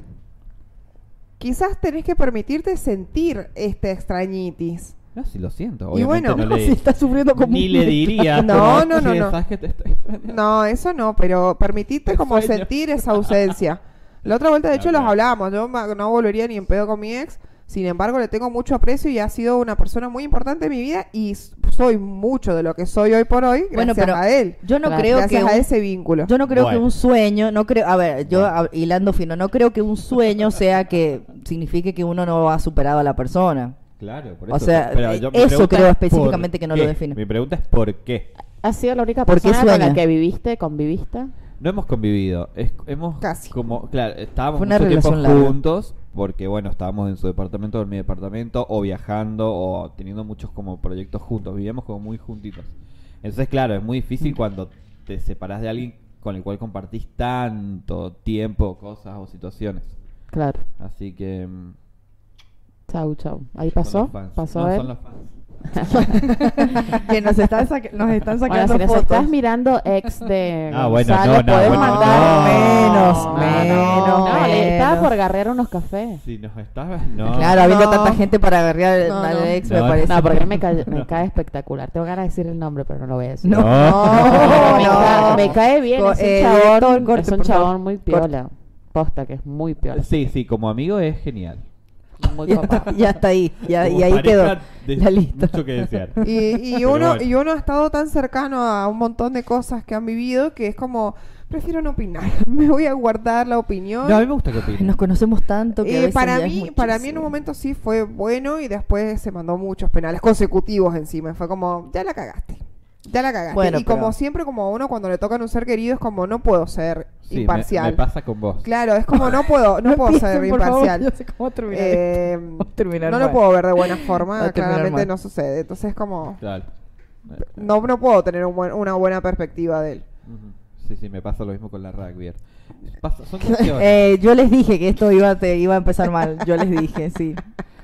Speaker 3: quizás tenés que permitirte sentir esta extrañitis.
Speaker 4: No, sí lo siento.
Speaker 3: Y
Speaker 4: Obviamente
Speaker 3: bueno,
Speaker 4: no
Speaker 2: No,
Speaker 3: [laughs]
Speaker 4: le,
Speaker 2: si está sufriendo como.
Speaker 4: ni
Speaker 2: un-
Speaker 4: le diría.
Speaker 3: No,
Speaker 4: pero,
Speaker 3: no, no,
Speaker 4: "Che,
Speaker 3: no.
Speaker 4: ¿Sabes que te estoy extrañando?".
Speaker 3: No, eso no, pero permitirte
Speaker 4: Qué
Speaker 3: como
Speaker 4: sueño.
Speaker 3: sentir esa ausencia. La otra vuelta,
Speaker 4: [laughs]
Speaker 3: de hecho, los
Speaker 4: Claro.
Speaker 3: hablábamos. Yo ma- no volvería ni en pedo con mi ex. Sin embargo, le tengo mucho aprecio y ha sido una persona muy importante en mi vida y s- soy mucho de lo que soy hoy por hoy gracias
Speaker 2: Bueno, pero
Speaker 3: a él.
Speaker 2: Yo no
Speaker 1: Claro.
Speaker 2: creo
Speaker 3: gracias
Speaker 2: que.
Speaker 3: a
Speaker 2: un-
Speaker 3: ese vínculo.
Speaker 2: Yo no creo que
Speaker 4: Bueno.
Speaker 2: un sueño, no creo, a ver, yo a- hilando fino, no creo que un sueño sea que signifique que uno no ha superado a la persona.
Speaker 4: Claro, por
Speaker 2: O
Speaker 4: eso.
Speaker 2: sea,
Speaker 4: pero
Speaker 2: eh,
Speaker 4: yo- mi
Speaker 2: eso
Speaker 4: pregunta
Speaker 2: creo
Speaker 4: es
Speaker 2: específicamente
Speaker 4: ¿por
Speaker 2: que no lo
Speaker 4: qué? [laughs]
Speaker 2: define.
Speaker 4: Mi pregunta es ¿por qué?
Speaker 1: ¿Has sido la única
Speaker 2: ¿Por qué
Speaker 1: persona con la
Speaker 2: sueña?
Speaker 1: que viviste, conviviste?
Speaker 4: No hemos convivido. es- hemos
Speaker 3: Casi.
Speaker 4: como claro, estábamos
Speaker 2: Fue una
Speaker 4: mucho tiempo
Speaker 2: relación larga.
Speaker 4: juntos porque bueno, estábamos en su departamento o en mi departamento o viajando o teniendo muchos como proyectos juntos, vivíamos como muy juntitos. Entonces, claro, es muy
Speaker 2: Mm.
Speaker 4: difícil cuando te separás de alguien con el cual compartís tanto tiempo, cosas o situaciones.
Speaker 1: Claro.
Speaker 4: Así que mm,
Speaker 1: Chau, chau. Ahí
Speaker 4: son los
Speaker 1: pasó.
Speaker 4: fans.
Speaker 1: Pasó ¿eh?
Speaker 4: No,
Speaker 1: él.
Speaker 4: son los fans.
Speaker 2: que nos están, saca- nos están
Speaker 1: Bueno,
Speaker 2: sacando
Speaker 1: si nos
Speaker 2: fotos.
Speaker 1: estás mirando [laughs] ex de
Speaker 4: Ah, bueno,
Speaker 1: Gonzalo,
Speaker 4: no, no,
Speaker 1: podés
Speaker 4: bueno,
Speaker 1: mandar Ah,
Speaker 2: no. Menos,
Speaker 1: no,
Speaker 2: menos,
Speaker 1: le
Speaker 2: menos.
Speaker 1: estaba por agarrar unos cafés.
Speaker 4: Si nos estás no.
Speaker 2: Claro, habiendo
Speaker 3: No.
Speaker 2: tanta gente para agarrar
Speaker 3: No,
Speaker 2: al
Speaker 3: no.
Speaker 2: ex,
Speaker 4: No,
Speaker 2: me parece.
Speaker 1: No, porque
Speaker 4: [laughs]
Speaker 2: [laughs]
Speaker 1: me cae, me cae espectacular. Tengo ganas de decir el nombre, pero no lo voy a decir. [laughs]
Speaker 2: No.
Speaker 1: Pero me,
Speaker 2: No.
Speaker 1: cae, me cae bien.
Speaker 2: Co-
Speaker 1: es un
Speaker 2: eh, todo el
Speaker 1: chabón,
Speaker 2: corte,
Speaker 1: es un
Speaker 2: por
Speaker 1: chabón
Speaker 2: favor.
Speaker 1: muy piola. Posta que es muy piola.
Speaker 4: Sí, sí, como amigo es genial.
Speaker 1: Muy
Speaker 2: Ya
Speaker 1: copado.
Speaker 2: está, ya está ahí, ya,
Speaker 4: Como
Speaker 2: y ahí
Speaker 4: pareja
Speaker 2: quedó
Speaker 4: de-
Speaker 2: la lista.
Speaker 4: Mucho que
Speaker 2: [laughs]
Speaker 4: desear.
Speaker 3: Y, y
Speaker 4: Pero
Speaker 3: uno,
Speaker 4: bueno.
Speaker 3: y uno ha estado tan cercano a un montón de cosas que han vivido que es como, prefiero no opinar, [laughs] me voy a guardar la opinión.
Speaker 4: No, a mí me gusta que
Speaker 2: Ay,
Speaker 4: opinen.
Speaker 2: Nos conocemos tanto que a
Speaker 3: Eh,
Speaker 2: veces
Speaker 3: para
Speaker 2: ya es
Speaker 3: mí, para mí en un
Speaker 2: muchísimo.
Speaker 3: momento sí fue bueno y después se mandó muchos penales consecutivos encima. Fue como, ya la cagaste. Ya la cagaste.
Speaker 2: Bueno,
Speaker 3: y como
Speaker 2: pero-
Speaker 3: siempre, como a uno cuando le tocan un ser querido, es como no puedo ser
Speaker 4: Sí, me-
Speaker 3: imparcial.
Speaker 4: Me, pasa con vos.
Speaker 3: Claro, es como no puedo,
Speaker 2: [laughs]
Speaker 3: no puedo ser imparcial.
Speaker 2: yo sé cómo terminar.
Speaker 3: Eh,
Speaker 4: [laughs]
Speaker 2: terminar
Speaker 3: no lo
Speaker 2: mal.
Speaker 3: puedo ver de
Speaker 2: [laughs]
Speaker 3: buena
Speaker 2: Va
Speaker 3: forma,
Speaker 2: a terminar
Speaker 3: claramente
Speaker 2: mal.
Speaker 3: no sucede. Entonces como
Speaker 4: Claro. Eh,
Speaker 3: no, no puedo tener un buen- una buena perspectiva de él.
Speaker 4: ujú. Sí, sí, me pasa lo mismo con la rugby. Pasa-
Speaker 3: [laughs]
Speaker 4: son [laughs] cuestiones.
Speaker 2: [laughs] Eh, yo les dije que esto iba a, te- iba a empezar mal. Yo les dije, sí.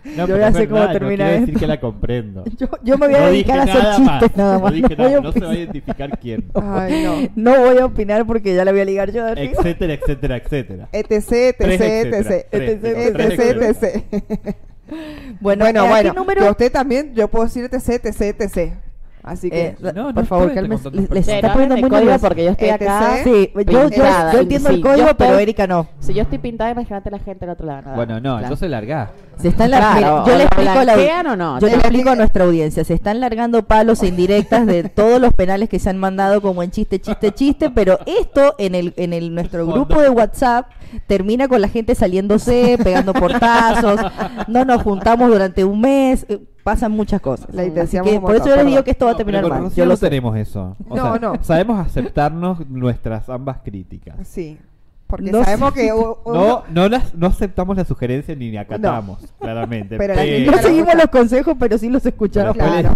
Speaker 4: No,
Speaker 2: yo
Speaker 4: pero
Speaker 2: ya
Speaker 4: es
Speaker 2: sé cómo
Speaker 4: verdad, no
Speaker 2: termina
Speaker 4: quiero decir
Speaker 2: esto.
Speaker 4: que la comprendo.
Speaker 2: [laughs] Yo, yo me voy a
Speaker 4: no dije
Speaker 2: dedicar a hacer
Speaker 4: nada más.
Speaker 2: chistes nada
Speaker 4: No
Speaker 2: más.
Speaker 4: dije
Speaker 2: no
Speaker 4: nada,
Speaker 2: [laughs] voy
Speaker 4: no
Speaker 2: a
Speaker 4: se va a
Speaker 2: opinar.
Speaker 4: identificar quién.
Speaker 3: Ay, no.
Speaker 2: [laughs] No voy a opinar porque ya la voy a ligar yo de arriba.
Speaker 4: etcétera, etcétera, etcétera.
Speaker 3: [laughs] etc, etc,
Speaker 4: Tres etcéteras,
Speaker 3: etc,
Speaker 4: tres, digo, tres
Speaker 3: etc,
Speaker 4: etcéteras.
Speaker 3: etc.
Speaker 2: [laughs] Bueno,
Speaker 3: Bueno,
Speaker 2: eh, ¿a qué
Speaker 3: bueno,
Speaker 2: número?
Speaker 3: que usted también, yo puedo decir etc, etc, etc. Así que...
Speaker 2: Eh, la-
Speaker 4: No, no
Speaker 2: por favor,
Speaker 4: estoy
Speaker 2: cálmense.
Speaker 4: con
Speaker 2: Les,
Speaker 4: tantas
Speaker 2: les está
Speaker 1: Pero
Speaker 2: poniendo
Speaker 1: háganme
Speaker 2: muy
Speaker 1: código
Speaker 2: nerviosa.
Speaker 1: porque yo estoy
Speaker 3: ETC.
Speaker 1: acá.
Speaker 2: Este, Sí, yo, yo-
Speaker 1: pintada,
Speaker 2: yo entiendo
Speaker 1: y
Speaker 2: el
Speaker 1: sí,
Speaker 2: código,
Speaker 1: yo estoy-
Speaker 2: pero Erika no.
Speaker 1: Si yo estoy pintada, imagínate la gente del otro lado.
Speaker 4: Bueno, no,
Speaker 1: Claro.
Speaker 4: entonces largá.
Speaker 2: Se están lar-
Speaker 1: Claro,
Speaker 2: Mira,
Speaker 1: o
Speaker 2: yo le
Speaker 1: la
Speaker 2: explico a la
Speaker 1: blanquean o no.
Speaker 2: Yo le
Speaker 1: Te-
Speaker 2: explico a nuestra audiencia, se están largando palos e indirectas
Speaker 1: [laughs]
Speaker 2: de todos los penales que se han mandado como en chiste, chiste, chiste, pero esto en el en el nuestro grupo de WhatsApp termina con la gente saliéndose, pegando portazos, no nos juntamos durante un mes, eh, pasan muchas cosas.
Speaker 3: La
Speaker 2: Así
Speaker 3: intensiamos
Speaker 2: que
Speaker 3: un
Speaker 2: por eso
Speaker 3: montón,
Speaker 2: yo les
Speaker 3: perdón.
Speaker 2: digo que esto va a
Speaker 4: No,
Speaker 2: terminar
Speaker 4: pero con
Speaker 2: mal.
Speaker 4: Rocío
Speaker 2: Yo
Speaker 4: no
Speaker 2: lo sé.
Speaker 4: tenemos eso. O
Speaker 3: No,
Speaker 4: sea,
Speaker 3: no.
Speaker 4: Sabemos aceptarnos nuestras ambas críticas.
Speaker 3: Sí, porque
Speaker 2: No
Speaker 3: sabemos
Speaker 2: sé.
Speaker 3: que... u-
Speaker 4: No,
Speaker 3: uno-
Speaker 4: no, las, no aceptamos la sugerencia ni la acatamos, claramente.
Speaker 3: [laughs] Pero
Speaker 4: Pero,
Speaker 3: la
Speaker 2: No
Speaker 3: Claro,
Speaker 2: seguimos
Speaker 3: claro.
Speaker 2: los consejos, pero sí los
Speaker 4: pero
Speaker 2: escuchamos.
Speaker 4: después le-
Speaker 3: Claro.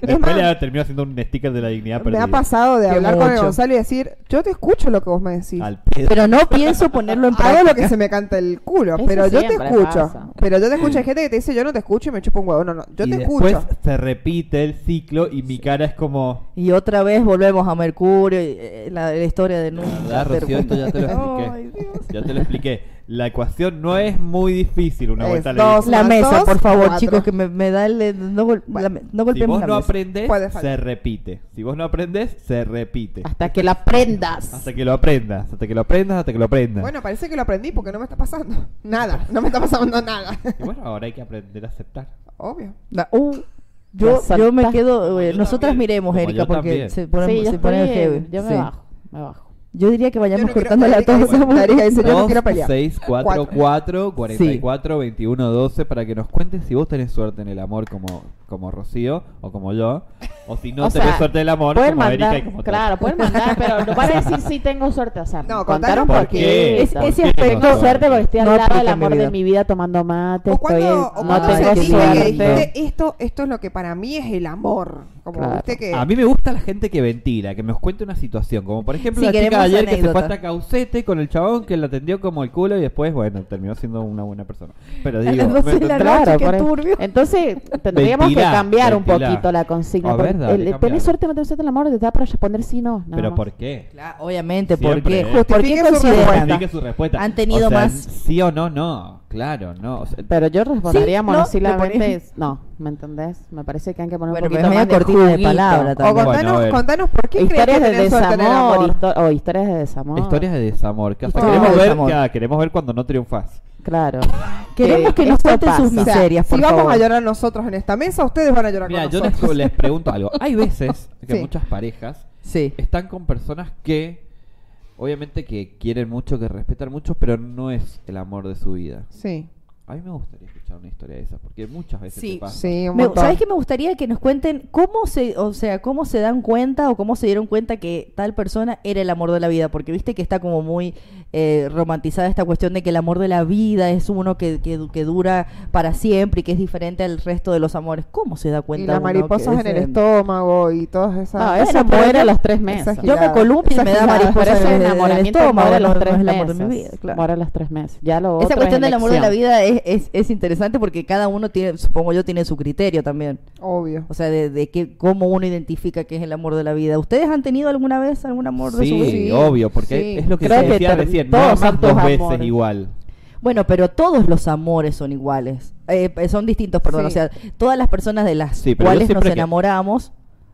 Speaker 4: después
Speaker 3: más-
Speaker 4: le terminó haciendo un sticker de la dignidad
Speaker 3: Me
Speaker 4: perdida.
Speaker 3: ha pasado de
Speaker 2: Qué
Speaker 3: hablar con el
Speaker 2: mucho.
Speaker 3: Gonzalo y decir, yo te escucho lo que vos me decís.
Speaker 4: Al pedo.
Speaker 2: Pero no pienso ponerlo en
Speaker 3: [laughs]
Speaker 2: práctica.
Speaker 3: Hago lo que se me canta el culo,
Speaker 1: Eso
Speaker 3: pero yo te
Speaker 1: siempre
Speaker 3: escucho.
Speaker 1: pasa.
Speaker 3: Pero yo te escucho. Hay gente que te dice, yo no te escucho y me chupa un huevo. No, no, yo
Speaker 4: y
Speaker 3: te
Speaker 4: después [laughs]
Speaker 3: escucho.
Speaker 4: se repite el ciclo y mi cara es como...
Speaker 2: Y otra vez volvemos a Mercurio y eh, la, la historia de nunca.
Speaker 4: La verdad, Ah, Rocío, esto ya te lo expliqué.
Speaker 2: Ay, Dios.
Speaker 4: Ya te lo expliqué. La ecuación no es muy difícil una
Speaker 2: [laughs]
Speaker 3: Es
Speaker 4: vuelta le
Speaker 3: dos
Speaker 4: dije.
Speaker 2: La
Speaker 3: Más
Speaker 2: mesa,
Speaker 3: dos,
Speaker 2: por favor,
Speaker 3: cuatro.
Speaker 2: chicos, que me, me da el... No, gol- la me- no
Speaker 4: Si
Speaker 2: golpeemos
Speaker 4: vos
Speaker 2: la
Speaker 4: no
Speaker 2: mesa.
Speaker 4: aprendes,
Speaker 3: Puede fallar.
Speaker 4: se repite. Si vos no aprendes, se repite.
Speaker 1: Hasta que la aprendas.
Speaker 4: Hasta que lo aprendas, hasta que lo aprendas, hasta que lo aprendas.
Speaker 3: Bueno, parece que lo aprendí porque no me está pasando [laughs] nada. No me está pasando nada.
Speaker 4: [laughs] Y bueno, ahora hay que aprender a aceptar.
Speaker 3: Obvio.
Speaker 2: La- uh, yo, yo me
Speaker 1: Saltaste.
Speaker 2: quedo... eh,
Speaker 4: Como yo
Speaker 2: nosotras
Speaker 4: también.
Speaker 2: miremos,
Speaker 4: Como
Speaker 2: Erika,
Speaker 4: yo
Speaker 2: porque
Speaker 4: también.
Speaker 2: se pone,
Speaker 1: sí, yo,
Speaker 2: se pone
Speaker 1: estoy-
Speaker 2: heavy.
Speaker 1: yo me
Speaker 2: Sí.
Speaker 1: bajo, me bajo.
Speaker 2: Yo diría que vayamos
Speaker 3: Yo no quiero-
Speaker 2: cortando la
Speaker 3: Erika
Speaker 2: tos.
Speaker 3: dice- Erika dice, yo no
Speaker 4: Dos,
Speaker 3: quiero pelear.
Speaker 4: seis, cuatro, cuatro, cuarenta y cuatro, veintiuno, doce, para que nos cuentes si vos tenés suerte en el amor como, como Rocío o como yo, o si no
Speaker 1: O
Speaker 4: tenés
Speaker 1: sea,
Speaker 4: suerte en el amor
Speaker 1: pueden
Speaker 4: como
Speaker 1: mandar,
Speaker 4: Erika y como tú.
Speaker 1: claro,
Speaker 4: [laughs]
Speaker 1: pueden mandar, pero no van a decir si tengo suerte, o sea,
Speaker 3: No, contaron
Speaker 1: contaron
Speaker 3: por
Speaker 1: por
Speaker 4: qué.
Speaker 1: qué.
Speaker 2: Es-
Speaker 1: Tengo
Speaker 2: ese
Speaker 4: ¿Por qué no
Speaker 2: aspecto...
Speaker 4: todo?
Speaker 1: suerte porque estoy al
Speaker 2: No
Speaker 1: lado del
Speaker 2: aplica en mi
Speaker 1: amor
Speaker 2: vida.
Speaker 1: de mi vida tomando mate,
Speaker 3: O
Speaker 1: estoy
Speaker 3: cuando, o
Speaker 1: en- [laughs]
Speaker 3: cuando
Speaker 1: no
Speaker 2: cuándo
Speaker 1: tengo
Speaker 3: sentiste que dijiste,
Speaker 1: suerte.
Speaker 3: esto, esto es lo que para mí es el amor. Como
Speaker 1: Claro.
Speaker 3: viste que.
Speaker 4: A mí me gusta la gente que ventila, que nos cuente una situación. Como por ejemplo
Speaker 2: Sí,
Speaker 4: la chica de
Speaker 2: queremos
Speaker 4: ayer que se fue
Speaker 2: anécdota.
Speaker 4: hasta Caucete con el chabón que la atendió como el culo y después, bueno, terminó siendo una buena persona. Pero digo,
Speaker 2: las 12 de la
Speaker 4: ¿me
Speaker 2: noche.
Speaker 1: Claro,
Speaker 2: qué
Speaker 1: por eso.
Speaker 2: turbio.
Speaker 1: Entonces tendríamos que
Speaker 4: Ventilá,
Speaker 1: cambiar un
Speaker 4: ventilá.
Speaker 1: poquito la consigna.
Speaker 4: A
Speaker 1: porque
Speaker 4: ver, dale,
Speaker 1: el-
Speaker 4: cambiala.
Speaker 1: ¿Tenés suerte o no tenés suerte en el amor? Te da para responder sí no. nada
Speaker 4: ¿Pero
Speaker 1: más.
Speaker 4: por qué?
Speaker 2: Claro, obviamente,
Speaker 4: Siempre,
Speaker 2: porque...
Speaker 4: ¿eh?
Speaker 2: ¿Por qué
Speaker 3: Justifique su
Speaker 2: consideran?
Speaker 4: Justifique su respuesta.
Speaker 2: Han tenido
Speaker 4: O sea,
Speaker 2: más-
Speaker 4: Sí o no, no. Claro, no. O sea,
Speaker 1: Pero yo respondería
Speaker 2: Sí, no,
Speaker 1: monosílabamente.
Speaker 2: le ponés-
Speaker 1: es- No, ¿me entendés? Me parece que hay que poner
Speaker 2: Bueno,
Speaker 1: un
Speaker 2: pero
Speaker 1: poquito
Speaker 2: es media
Speaker 1: más de
Speaker 2: cortina de
Speaker 1: juguito.
Speaker 2: palabra
Speaker 3: o
Speaker 2: también.
Speaker 4: Bueno,
Speaker 3: contanos,
Speaker 4: a ver.
Speaker 3: contanos por qué crees que
Speaker 1: historias de
Speaker 3: tenés suerte en el
Speaker 1: desamor,
Speaker 3: amor.
Speaker 1: histo- o historias de desamor.
Speaker 4: Historias de desamor. que hasta
Speaker 2: Historias
Speaker 4: queremos,
Speaker 2: de
Speaker 4: ver,
Speaker 2: desamor.
Speaker 4: ya, queremos ver cuando no triunfas.
Speaker 1: Claro. Eh,
Speaker 2: Queremos que nos
Speaker 1: esto
Speaker 2: cuenten sus
Speaker 1: pasa.
Speaker 3: O sea,
Speaker 2: Miserias, por
Speaker 3: si vamos
Speaker 2: favor.
Speaker 3: a llorar nosotros en esta mesa, ustedes van a llorar
Speaker 4: Mira,
Speaker 3: con
Speaker 4: yo les,
Speaker 3: nosotros.
Speaker 4: les pregunto algo. Hay veces que
Speaker 3: Sí.
Speaker 4: muchas parejas
Speaker 2: Sí.
Speaker 4: están con personas que obviamente que quieren mucho, que respetan mucho, pero no es el amor de su vida.
Speaker 3: Sí,
Speaker 4: A mí me gustaría escuchar una historia de esas, porque muchas veces
Speaker 2: Sí,
Speaker 4: te pasa.
Speaker 3: sí, un
Speaker 2: Me-
Speaker 3: montón.
Speaker 2: ¿Sabes qué me gustaría que nos cuenten cómo se, o sea, cómo se dan cuenta o cómo se dieron cuenta que tal persona era el amor de la vida? Porque viste que está como muy eh, romantizada esta cuestión de que el amor de la vida es uno que, que, que dura para siempre y que es diferente al resto de los amores. ¿Cómo se da
Speaker 3: Y
Speaker 2: cuenta?
Speaker 3: las
Speaker 2: uno
Speaker 3: mariposas
Speaker 2: que Ah,
Speaker 3: en
Speaker 2: es,
Speaker 3: el
Speaker 2: eh,
Speaker 3: estómago y todas esas.
Speaker 1: No,
Speaker 2: es-
Speaker 1: eso
Speaker 2: Bueno, pero
Speaker 1: muere
Speaker 2: yo-
Speaker 1: a los tres meses.
Speaker 3: esa
Speaker 2: Yo me
Speaker 3: gilada.
Speaker 2: columpio y
Speaker 3: Esa
Speaker 2: me da
Speaker 3: gilada,
Speaker 1: Por
Speaker 2: mariposas
Speaker 1: eso
Speaker 2: en
Speaker 1: el
Speaker 2: el
Speaker 1: enamoramiento
Speaker 2: estómago.
Speaker 1: muere a
Speaker 2: no-
Speaker 1: los
Speaker 2: no es
Speaker 1: tres
Speaker 2: el amor de mi
Speaker 1: meses.
Speaker 2: vida, claro.
Speaker 1: Muere a los tres meses. Ya lo otro
Speaker 2: Esa
Speaker 1: es
Speaker 2: cuestión del amor de la
Speaker 1: elección.
Speaker 2: vida es, es, es interesante porque cada uno tiene, supongo yo, tiene su criterio también.
Speaker 3: Obvio.
Speaker 2: O sea, de, de qué, cómo uno identifica que es el amor de la vida. ¿Ustedes han tenido alguna vez algún amor de su
Speaker 4: Sí,
Speaker 2: vida?
Speaker 3: Sí,
Speaker 4: obvio, porque
Speaker 3: sí.
Speaker 4: es lo que
Speaker 1: Creo
Speaker 4: se
Speaker 1: que
Speaker 4: decía
Speaker 1: ter-
Speaker 4: recién.
Speaker 1: todos
Speaker 4: Nada más
Speaker 1: son tus
Speaker 4: dos veces
Speaker 1: amores.
Speaker 4: igual.
Speaker 2: Bueno, pero todos los amores son iguales. Eh, eh, son distintos, perdón.
Speaker 3: Sí.
Speaker 2: O sea, todas las personas de las
Speaker 4: Sí, pero yo
Speaker 2: cuales nos
Speaker 4: siempre que-
Speaker 2: enamoramos,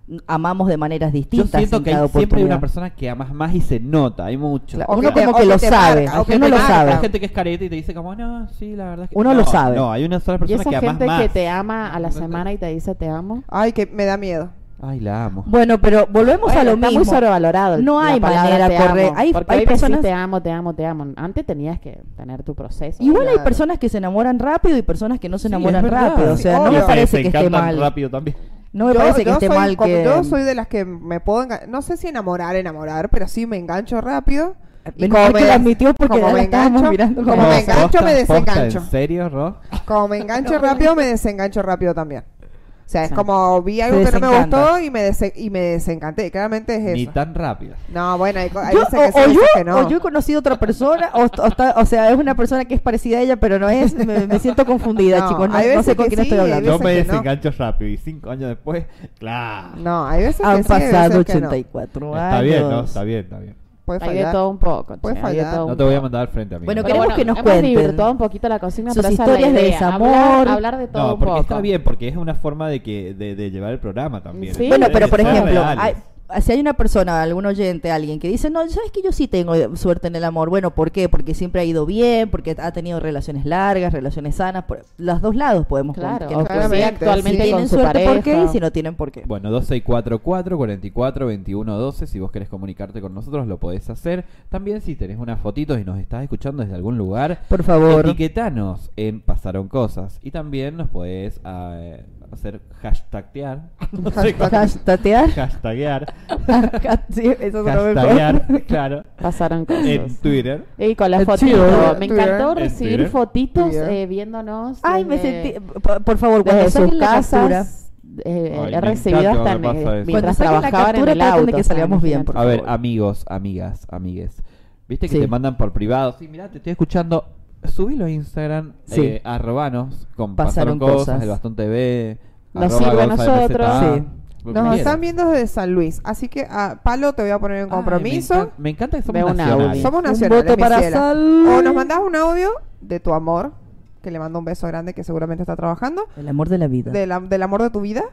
Speaker 2: n- amamos de maneras
Speaker 4: Yo
Speaker 2: distintas.
Speaker 4: siento
Speaker 2: en
Speaker 4: que
Speaker 2: cada
Speaker 4: hay- siempre hay una
Speaker 2: oportunidad.
Speaker 4: persona que amas más y se nota. Hay mucho.
Speaker 2: Claro,
Speaker 3: O
Speaker 2: uno
Speaker 3: que te-
Speaker 2: como
Speaker 3: o
Speaker 2: que
Speaker 3: que
Speaker 2: lo
Speaker 3: te
Speaker 2: sabe.
Speaker 3: marca, o que
Speaker 2: uno
Speaker 3: te
Speaker 2: lo
Speaker 3: marca.
Speaker 2: sabe.
Speaker 4: Hay gente que es careta y te dice como, no, sí, la verdad es que...
Speaker 2: Uno lo
Speaker 4: No,
Speaker 2: sabe.
Speaker 4: No, hay una sola
Speaker 1: Y
Speaker 4: persona
Speaker 1: esa
Speaker 4: que amas
Speaker 1: gente
Speaker 4: más.
Speaker 1: que te ama a la semana y te dice te amo.
Speaker 3: Ay, que me da miedo.
Speaker 4: Ay, la amo.
Speaker 2: Bueno, pero volvemos a lo
Speaker 1: Bueno, está
Speaker 2: mismo.
Speaker 1: muy sobrevalorado. el-
Speaker 2: No
Speaker 1: la
Speaker 2: hay
Speaker 1: palabra
Speaker 2: manera
Speaker 1: te amo,
Speaker 2: correcta. Hay,
Speaker 1: porque
Speaker 2: hay
Speaker 1: hoy decís,
Speaker 2: personas.
Speaker 1: te amo, te amo, te amo. Antes tenías que tener tu proceso.
Speaker 2: Igual hay
Speaker 3: Claro.
Speaker 2: personas que se enamoran rápido y personas que no
Speaker 4: Sí,
Speaker 2: se enamoran
Speaker 4: es verdad.
Speaker 2: rápido. O
Speaker 4: Sí,
Speaker 2: sea, no
Speaker 3: obvio.
Speaker 2: me
Speaker 4: Oh, Se-
Speaker 2: parece
Speaker 4: se
Speaker 2: que esté
Speaker 4: encantan
Speaker 2: mal.
Speaker 4: rápido también.
Speaker 2: No me
Speaker 3: Yo-
Speaker 2: parece que
Speaker 3: yo
Speaker 2: esté
Speaker 3: soy
Speaker 2: mal
Speaker 3: como-
Speaker 2: que.
Speaker 3: Yo soy de las que me puedo engan- No sé si enamorar, enamorar, pero sí me engancho rápido. Y
Speaker 2: Menos
Speaker 3: como
Speaker 2: mal que
Speaker 3: me
Speaker 2: lo
Speaker 3: des-
Speaker 2: admitió porque
Speaker 3: como
Speaker 2: ya
Speaker 3: me
Speaker 2: la estábamos
Speaker 3: engancho-
Speaker 2: mirando
Speaker 3: como
Speaker 2: como-
Speaker 3: me engancho,
Speaker 4: posta-
Speaker 3: me
Speaker 4: posta,
Speaker 3: desengancho.
Speaker 4: ¿En serio, Ro?
Speaker 3: Como me
Speaker 2: [laughs]
Speaker 3: engancho rápido, me desengancho rápido también. O sea, es
Speaker 1: Sí.
Speaker 3: como vi algo
Speaker 2: Te
Speaker 3: que no me
Speaker 2: desencanta.
Speaker 3: gustó y me, dese- y me desencanté. Claramente es
Speaker 4: Ni
Speaker 3: eso.
Speaker 4: tan rápido.
Speaker 3: No, bueno, hay, co- hay
Speaker 2: Yo-
Speaker 3: veces
Speaker 2: o,
Speaker 3: que sí,
Speaker 2: o
Speaker 3: veces
Speaker 2: yo,
Speaker 3: que no.
Speaker 2: o yo he conocido otra persona, o, o está- o sea, es una persona que es parecida a ella, pero no es. Me,
Speaker 3: [laughs]
Speaker 2: me siento confundida,
Speaker 3: No,
Speaker 2: chicos. No,
Speaker 3: hay
Speaker 2: no
Speaker 3: veces
Speaker 2: sé con
Speaker 3: que
Speaker 2: quién
Speaker 3: sí,
Speaker 2: estoy
Speaker 3: hay
Speaker 2: hablando.
Speaker 4: Yo
Speaker 3: veces
Speaker 4: me
Speaker 3: que no.
Speaker 4: desengancho rápido y cinco años después, claro.
Speaker 3: No, hay veces que
Speaker 2: Han
Speaker 3: sí, hay veces
Speaker 2: pasado
Speaker 3: que no.
Speaker 2: 84 años.
Speaker 4: Está bien, ¿no? Está bien, está bien.
Speaker 3: Puede
Speaker 1: Hay de
Speaker 3: fallar.
Speaker 1: todo un poco.
Speaker 3: Puede
Speaker 1: che, hay de
Speaker 3: fallar.
Speaker 1: todo
Speaker 4: No
Speaker 1: un
Speaker 4: te voy a
Speaker 1: poco.
Speaker 4: mandar al frente a mí.
Speaker 2: Bueno,
Speaker 1: Pero
Speaker 2: queremos que nos
Speaker 1: hemos
Speaker 2: cuenten
Speaker 1: libertado un poquito la consigna,
Speaker 2: sus
Speaker 1: pero esa es la
Speaker 2: historias de
Speaker 1: idea,
Speaker 2: desamor.
Speaker 1: Hablar, hablar de todo
Speaker 4: No,
Speaker 1: un
Speaker 4: porque
Speaker 1: poco.
Speaker 4: está bien, porque es una forma de que de, de llevar el programa también.
Speaker 1: Sí.
Speaker 2: Bueno,
Speaker 1: Deben
Speaker 2: pero por
Speaker 4: Ser
Speaker 2: ejemplo,
Speaker 4: reales.
Speaker 2: hay- si hay una persona, algún oyente, alguien que dice, no, sabes que yo sí tengo suerte en el amor. Bueno, ¿por qué? Porque siempre ha ido bien, porque ha tenido relaciones largas, relaciones sanas. Por, los dos lados podemos con-
Speaker 1: Claro,
Speaker 2: que-
Speaker 1: o
Speaker 3: claramente,
Speaker 1: sí,
Speaker 3: sí.
Speaker 2: Si
Speaker 1: actualmente con
Speaker 2: tienen
Speaker 1: su
Speaker 2: suerte,
Speaker 1: pareja.
Speaker 2: ¿por qué? Y si no tienen,
Speaker 1: [laughs]
Speaker 2: ¿por qué?
Speaker 4: Bueno, 2644 44 21 12. Si vos querés comunicarte con nosotros, lo podés hacer. También, si tenés unas fotitos y nos estás escuchando desde algún lugar,
Speaker 2: Por favor.
Speaker 4: etiquetanos en Pasaron Cosas. Y también nos podés eh, hacer hashtagtear. [laughs] No sé cómo-
Speaker 2: Hashtatear.
Speaker 1: [laughs]
Speaker 4: Hashtaguear.
Speaker 2: Ah, sí, eso sonó mejor. [laughs]
Speaker 4: Hashtaguear, claro.
Speaker 1: Pasaron cosas.
Speaker 4: En Twitter.
Speaker 1: Y con las
Speaker 2: En
Speaker 1: fotitos.
Speaker 2: Twitter,
Speaker 1: Me
Speaker 3: Twitter,
Speaker 1: encantó
Speaker 4: en
Speaker 1: recibir
Speaker 4: Twitter.
Speaker 1: fotitos
Speaker 3: Twitter.
Speaker 1: eh, viéndonos.
Speaker 2: Ay, me
Speaker 1: desde-
Speaker 2: sentí. Por, por favor,
Speaker 1: desde
Speaker 2: cuando saquen
Speaker 1: sus
Speaker 2: la captura.
Speaker 1: casas. eh,
Speaker 4: Ay,
Speaker 1: he
Speaker 4: me
Speaker 1: recibido
Speaker 4: encanta
Speaker 1: hasta
Speaker 4: cuando
Speaker 1: mi-
Speaker 4: pasa eso.
Speaker 1: mientras
Speaker 2: Cuando saquen la
Speaker 1: trabajaba en
Speaker 2: captura, traten
Speaker 1: el
Speaker 2: de
Speaker 1: auto.
Speaker 2: que
Speaker 1: o sea,
Speaker 2: salgamos bien,
Speaker 1: imagínate.
Speaker 2: por
Speaker 4: A ver,
Speaker 2: favor.
Speaker 4: amigos, amigas, amigues. Viste que
Speaker 2: Sí.
Speaker 4: te mandan por privado. Sí, mirá, te estoy escuchando. Subilo a Instagram,
Speaker 2: Sí.
Speaker 4: eh, arrobanos, con pasaron,
Speaker 2: Pasaron
Speaker 4: cosas,
Speaker 2: cosas.
Speaker 4: el bastón TV.
Speaker 1: Nos
Speaker 4: arroba
Speaker 1: sirve a
Speaker 4: Gonza de
Speaker 1: nosotros.
Speaker 4: MZA,
Speaker 2: Sí.
Speaker 4: lo que
Speaker 3: Nos
Speaker 4: quieras.
Speaker 3: están viendo desde San Luis, así que a Palo te voy a poner en
Speaker 4: Ay,
Speaker 3: compromiso.
Speaker 4: me, encan- me encanta que
Speaker 1: Veo
Speaker 4: somos
Speaker 1: un
Speaker 4: nacionales.
Speaker 1: audio.
Speaker 3: Somos
Speaker 2: Un
Speaker 3: nacionales.
Speaker 2: voto
Speaker 3: mi
Speaker 2: para
Speaker 3: ciela.
Speaker 2: Sal.
Speaker 3: O nos mandás un audio de tu amor, que le mando un beso grande que seguramente está trabajando,
Speaker 2: El amor de la vida.
Speaker 3: del, am- del amor de tu vida.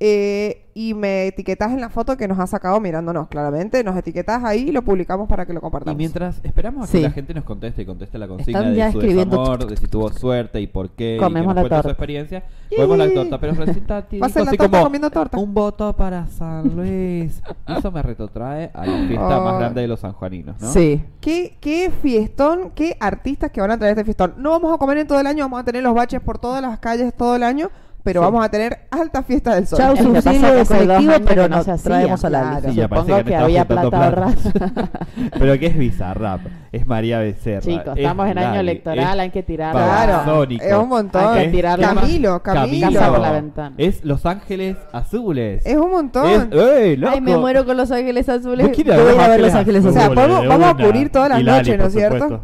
Speaker 3: eh, y me etiquetás en la foto que nos has sacado mirándonos, claramente. Nos etiquetás ahí y lo publicamos para que lo
Speaker 4: Y
Speaker 3: compartamos.
Speaker 4: mientras esperamos a que
Speaker 2: Sí.
Speaker 4: la gente nos conteste, conteste la consigna
Speaker 2: Están ya
Speaker 4: de su
Speaker 2: escribiendo.
Speaker 4: desamor, de si tuvo suerte y por qué, y que
Speaker 1: Comemos
Speaker 4: nos
Speaker 1: la
Speaker 4: cuente su
Speaker 1: torta.
Speaker 4: experiencia, comemos la
Speaker 3: Yee.
Speaker 4: torta. Pero recién Tati dijo
Speaker 3: Pasen la
Speaker 4: así
Speaker 3: torta
Speaker 4: como,
Speaker 3: comiendo torta.
Speaker 4: un voto para San Luis. Y Eso me retrotrae a la fiesta
Speaker 3: Ay.
Speaker 4: más grande de los sanjuaninos, ¿no?
Speaker 2: Sí.
Speaker 3: ¿Qué, qué fiestón, qué artistas que van a traer este fiestón. No vamos a comer en todo el año, vamos a tener los baches por todas las calles todo el año, pero vamos a tener alta fiesta del sol.
Speaker 2: Chau,
Speaker 1: Es que pasa
Speaker 2: subsidio
Speaker 1: que
Speaker 2: de
Speaker 1: hace dos
Speaker 2: colectivo,
Speaker 1: años
Speaker 2: pero
Speaker 1: que no
Speaker 2: no
Speaker 1: se hacía.
Speaker 2: traemos a la
Speaker 1: Claro.
Speaker 2: lista.
Speaker 4: Sí, ya parece
Speaker 1: Supongo que
Speaker 4: me estaba
Speaker 1: había
Speaker 4: juntando
Speaker 1: plata
Speaker 3: [laughs]
Speaker 4: Pero que es bizarra. Es María Becerra.
Speaker 1: Chicos,
Speaker 4: es
Speaker 1: estamos en año
Speaker 4: Lali,
Speaker 1: electoral,
Speaker 4: es
Speaker 1: hay que tirar.
Speaker 3: Claro,
Speaker 4: Babasónico,
Speaker 3: es un montón.
Speaker 1: Hay que tirarlo.
Speaker 3: Camilo, Camilo.
Speaker 1: Casa por la ventana.
Speaker 4: Es Los Ángeles Azules.
Speaker 3: Es un montón.
Speaker 4: Es- ¡Ey, loco!
Speaker 2: Ay, me muero con Los Ángeles Azules.
Speaker 4: Yo
Speaker 2: Yo
Speaker 4: quiero
Speaker 2: voy a ver Los Ángeles
Speaker 3: O sea,
Speaker 2: Azules.
Speaker 3: Azules. podemos- vamos a cubrir todas las noches, ¿no es cierto?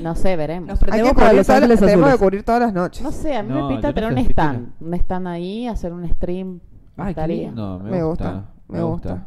Speaker 1: No sé, veremos.
Speaker 2: Nos
Speaker 3: Hay
Speaker 2: Tenemos
Speaker 3: que
Speaker 2: para
Speaker 3: cubrir
Speaker 2: Los
Speaker 3: todas las-
Speaker 2: Ángeles
Speaker 3: tenemos que
Speaker 2: Azules.
Speaker 3: cubrir todas las noches.
Speaker 1: No sé, a mí
Speaker 4: No,
Speaker 1: me
Speaker 4: yo
Speaker 1: pinta
Speaker 4: no
Speaker 1: tener
Speaker 4: sé
Speaker 1: un
Speaker 4: si
Speaker 1: stand. Un stand ahí, hacer un stream. me
Speaker 4: Ay, qué
Speaker 1: gustaría.
Speaker 4: lindo, me,
Speaker 3: Me
Speaker 4: gusta,
Speaker 3: gusta,
Speaker 4: Me
Speaker 3: me
Speaker 4: gusta.
Speaker 3: gusta.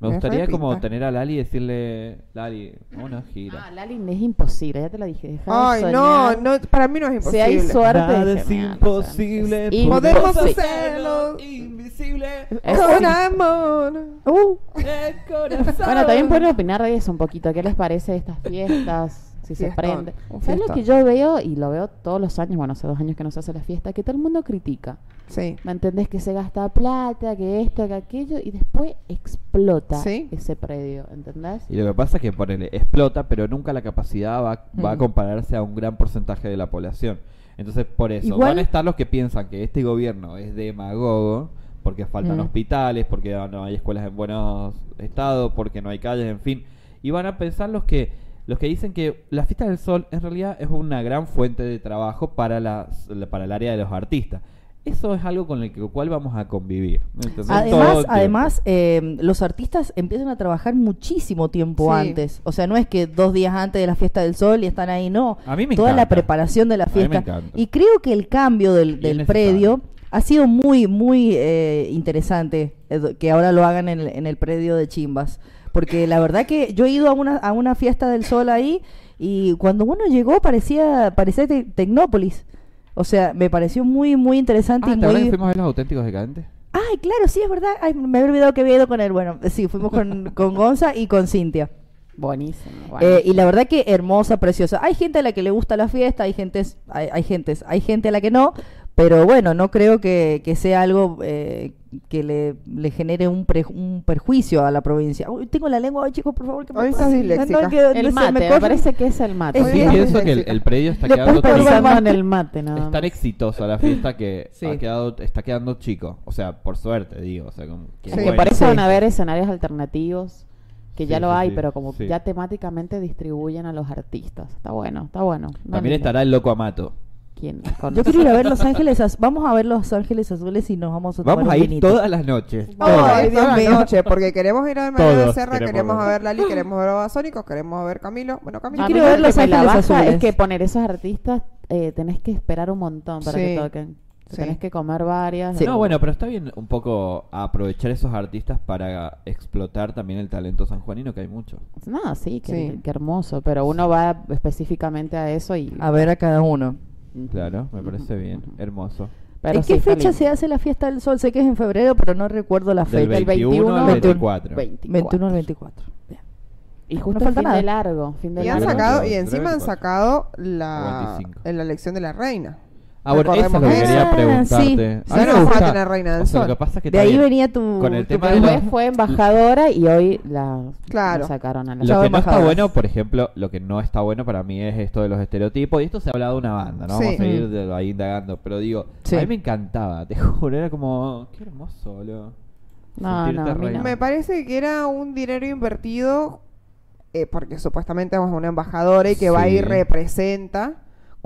Speaker 4: Me
Speaker 3: Me
Speaker 4: gustaría como
Speaker 3: repinta.
Speaker 4: tener a Lali y decirle, Lali, una gira.
Speaker 1: Ah, Lali, es imposible, ya te lo dije. deja de
Speaker 3: Ay, no,
Speaker 1: soñar.
Speaker 3: no, para mí no es
Speaker 1: Si
Speaker 3: imposible.
Speaker 1: hay suerte.
Speaker 4: Nada
Speaker 1: dije,
Speaker 4: es
Speaker 1: "Mira, no sé,
Speaker 4: imposible.
Speaker 1: es
Speaker 3: Podemos
Speaker 1: imposible".
Speaker 3: hacer-
Speaker 4: hacerlo invisible.
Speaker 1: Es
Speaker 3: Con
Speaker 1: im-
Speaker 3: amor.
Speaker 2: Uh,
Speaker 4: el corazón.
Speaker 1: Bueno, también pueden opinar de eso un poquito. ¿Qué les parece de estas fiestas? Si se
Speaker 3: Fiestón,
Speaker 1: prende.
Speaker 3: un
Speaker 1: ¿Sabes lo
Speaker 3: fiestón.
Speaker 1: que yo veo? Y lo veo todos los años, bueno, hace dos años que no se hace la fiesta, que todo el mundo critica.
Speaker 3: Sí.
Speaker 1: ¿Me entendés? Que se gasta plata, que esto, que aquello, y después explota
Speaker 3: Sí.
Speaker 1: ese predio, ¿entendés?
Speaker 4: Y lo que pasa es que ponele, explota, pero nunca la capacidad va, va a
Speaker 2: Mm.
Speaker 4: compararse a un gran porcentaje de la población. Entonces, por eso,
Speaker 2: Igual-
Speaker 4: van a estar los que piensan que este gobierno es demagogo, porque faltan
Speaker 2: Mm.
Speaker 4: hospitales, porque no hay escuelas en buenos estados, porque no hay calles, en fin. Y van a pensar los que los que dicen que la fiesta del sol en realidad es una gran fuente de trabajo para las- la- para el área de los artistas. Eso es algo con el que- cual vamos a convivir. ¿entendés? Todo el
Speaker 2: además,
Speaker 4: tiempo.
Speaker 2: además eh, los artistas empiezan a trabajar muchísimo tiempo
Speaker 3: Sí.
Speaker 2: antes. O sea, no es que dos días antes de la fiesta del sol y están ahí, no.
Speaker 4: A mí me
Speaker 2: Toda la
Speaker 4: encanta.
Speaker 2: preparación de la
Speaker 4: A mí me
Speaker 2: fiesta.
Speaker 4: encanta.
Speaker 2: Y creo que el cambio del,
Speaker 4: es
Speaker 2: del
Speaker 4: necesario.
Speaker 2: predio ha sido muy, muy eh, interesante eh, do- que ahora lo hagan en el, en el predio de Chimbas. Porque la verdad que yo he ido a una, a una fiesta del sol ahí y cuando uno llegó parecía, parecía Te- Tecnópolis. O sea, me pareció muy, muy interesante
Speaker 4: Ah,
Speaker 2: y
Speaker 4: ¿te acuerdas que
Speaker 2: muy...
Speaker 4: fuimos a ver los auténticos decadentes?
Speaker 2: Ay, claro, sí, es verdad. Ay, me había olvidado que había ido con él. Bueno, sí, fuimos [laughs] con, con Gonza y con Cintia.
Speaker 1: Buenísimo. bueno.
Speaker 2: Eh, y la verdad que hermosa, preciosa. Hay gente a la que le gusta la fiesta, hay gente, hay, hay gentes, hay gente a la que no, Pero bueno, no creo que, que sea algo eh, que le, le genere un, pre- un perjuicio a la provincia. Uy, tengo la lengua, ay, chicos, por favor, que
Speaker 3: Hoy
Speaker 2: me
Speaker 3: estás
Speaker 2: pase.
Speaker 3: disléxica.
Speaker 2: No, que no se
Speaker 1: El mate, me
Speaker 2: corre.
Speaker 1: parece que es el mate.
Speaker 3: Es
Speaker 4: Sí,
Speaker 3: bien.
Speaker 4: pienso que el, el predio está
Speaker 3: Lo
Speaker 4: quedando
Speaker 3: puedes
Speaker 4: tan,
Speaker 3: probar.
Speaker 1: Pensando en el mate, nada
Speaker 4: es tan
Speaker 1: más.
Speaker 4: exitosa la fiesta
Speaker 1: [laughs]
Speaker 4: que
Speaker 2: Sí.
Speaker 4: ha quedado, está quedando chico. O sea, por suerte, digo. O sea, como, que
Speaker 3: Sí,
Speaker 1: Porque
Speaker 3: bueno.
Speaker 1: para eso
Speaker 3: Sí.
Speaker 1: van a haber escenarios alternativos que
Speaker 4: Sí,
Speaker 1: ya lo
Speaker 4: sí,
Speaker 1: hay,
Speaker 4: sí,
Speaker 1: pero como
Speaker 4: sí.
Speaker 1: ya temáticamente distribuyen a los artistas. Está bueno, está bueno. No
Speaker 4: También
Speaker 1: ni-
Speaker 4: estará el loco Amato.
Speaker 1: ¿Quién
Speaker 2: Yo
Speaker 1: conoce?
Speaker 2: quiero ir a ver Los
Speaker 1: [laughs]
Speaker 2: Ángeles Azules. Vamos a ver Los Ángeles Azules y nos vamos a tomar
Speaker 4: Vamos a
Speaker 2: un
Speaker 4: ir
Speaker 2: vinito.
Speaker 4: todas las noches.
Speaker 3: Vamos
Speaker 4: todas.
Speaker 3: a ver
Speaker 2: Todas.
Speaker 3: toda la noche, porque queremos ir al Manuel de
Speaker 4: Todos
Speaker 3: Serra,
Speaker 4: queremos
Speaker 3: queremos
Speaker 4: ver.
Speaker 3: ver Lali, queremos ver a Sónico, queremos ver Camilo. Bueno,
Speaker 1: A
Speaker 3: Camilo.
Speaker 1: mí
Speaker 2: quiero
Speaker 1: lo
Speaker 2: ver
Speaker 1: que
Speaker 2: Los
Speaker 1: me la
Speaker 2: Ángeles
Speaker 1: baja
Speaker 2: Azules.
Speaker 1: Es que poner esos artistas eh, tenés que esperar un montón para que
Speaker 3: Sí,
Speaker 1: toquen.
Speaker 3: sí.
Speaker 1: Tenés que comer varias.
Speaker 2: Sí.
Speaker 4: No, bueno, pero está bien un poco aprovechar esos artistas para explotar también el talento sanjuanino, que hay mucho.
Speaker 1: No, sí, qué,
Speaker 3: Sí.
Speaker 1: qué hermoso. Pero uno va específicamente a eso y.
Speaker 2: A ver a cada uno.
Speaker 4: Claro, me parece bien. Hermoso.
Speaker 1: pero
Speaker 2: ¿En qué
Speaker 1: sí, está
Speaker 2: fecha
Speaker 1: lindo.
Speaker 2: se hace la fiesta del sol? Sé que es en febrero, pero no recuerdo la
Speaker 4: Del
Speaker 2: fecha.
Speaker 1: El
Speaker 4: 21 al 24.
Speaker 2: 21 al 24. Bien.
Speaker 1: Y justo
Speaker 2: falta
Speaker 1: fin
Speaker 2: nada.
Speaker 1: de largo. Fin de
Speaker 3: Y han
Speaker 1: largo.
Speaker 3: sacado,
Speaker 4: Creo
Speaker 3: y
Speaker 4: que
Speaker 3: encima han
Speaker 4: cuatro.
Speaker 3: sacado la,
Speaker 4: 25.
Speaker 3: en la elección de la reina.
Speaker 4: Ah, bueno, eso es lo que
Speaker 3: Recordemos
Speaker 4: quería
Speaker 2: eso.
Speaker 4: preguntarte.
Speaker 2: Ah,
Speaker 4: A
Speaker 2: sí.
Speaker 4: mí
Speaker 3: Ya
Speaker 4: me
Speaker 3: no vamos a
Speaker 4: gusta-
Speaker 3: tener Reina del
Speaker 4: o sea,
Speaker 3: Sol.
Speaker 4: lo que pasa es que
Speaker 2: De ahí
Speaker 4: también
Speaker 2: venía tu...
Speaker 4: Con el
Speaker 2: tu
Speaker 4: tema de
Speaker 2: pregunta.
Speaker 1: Después fue embajadora y hoy la,
Speaker 3: Claro.
Speaker 1: la sacaron a
Speaker 4: Lo
Speaker 1: la
Speaker 4: que no está
Speaker 2: embajadas.
Speaker 4: bueno, por ejemplo, lo que no está bueno para mí es esto de los estereotipos. Y esto se ha hablado de una banda, ¿no?
Speaker 3: Sí. Mm.
Speaker 4: Vamos a ir de- ahí indagando. Pero digo,
Speaker 2: Sí.
Speaker 4: a mí me encantaba, te [laughs] juro. Era como, qué hermoso, boludo.
Speaker 1: No,
Speaker 4: Sentirte
Speaker 1: no, a mí
Speaker 4: reina.
Speaker 1: no.
Speaker 3: Me parece que era un dinero invertido eh, porque supuestamente es una embajadora y que va y
Speaker 4: Sí.
Speaker 3: representa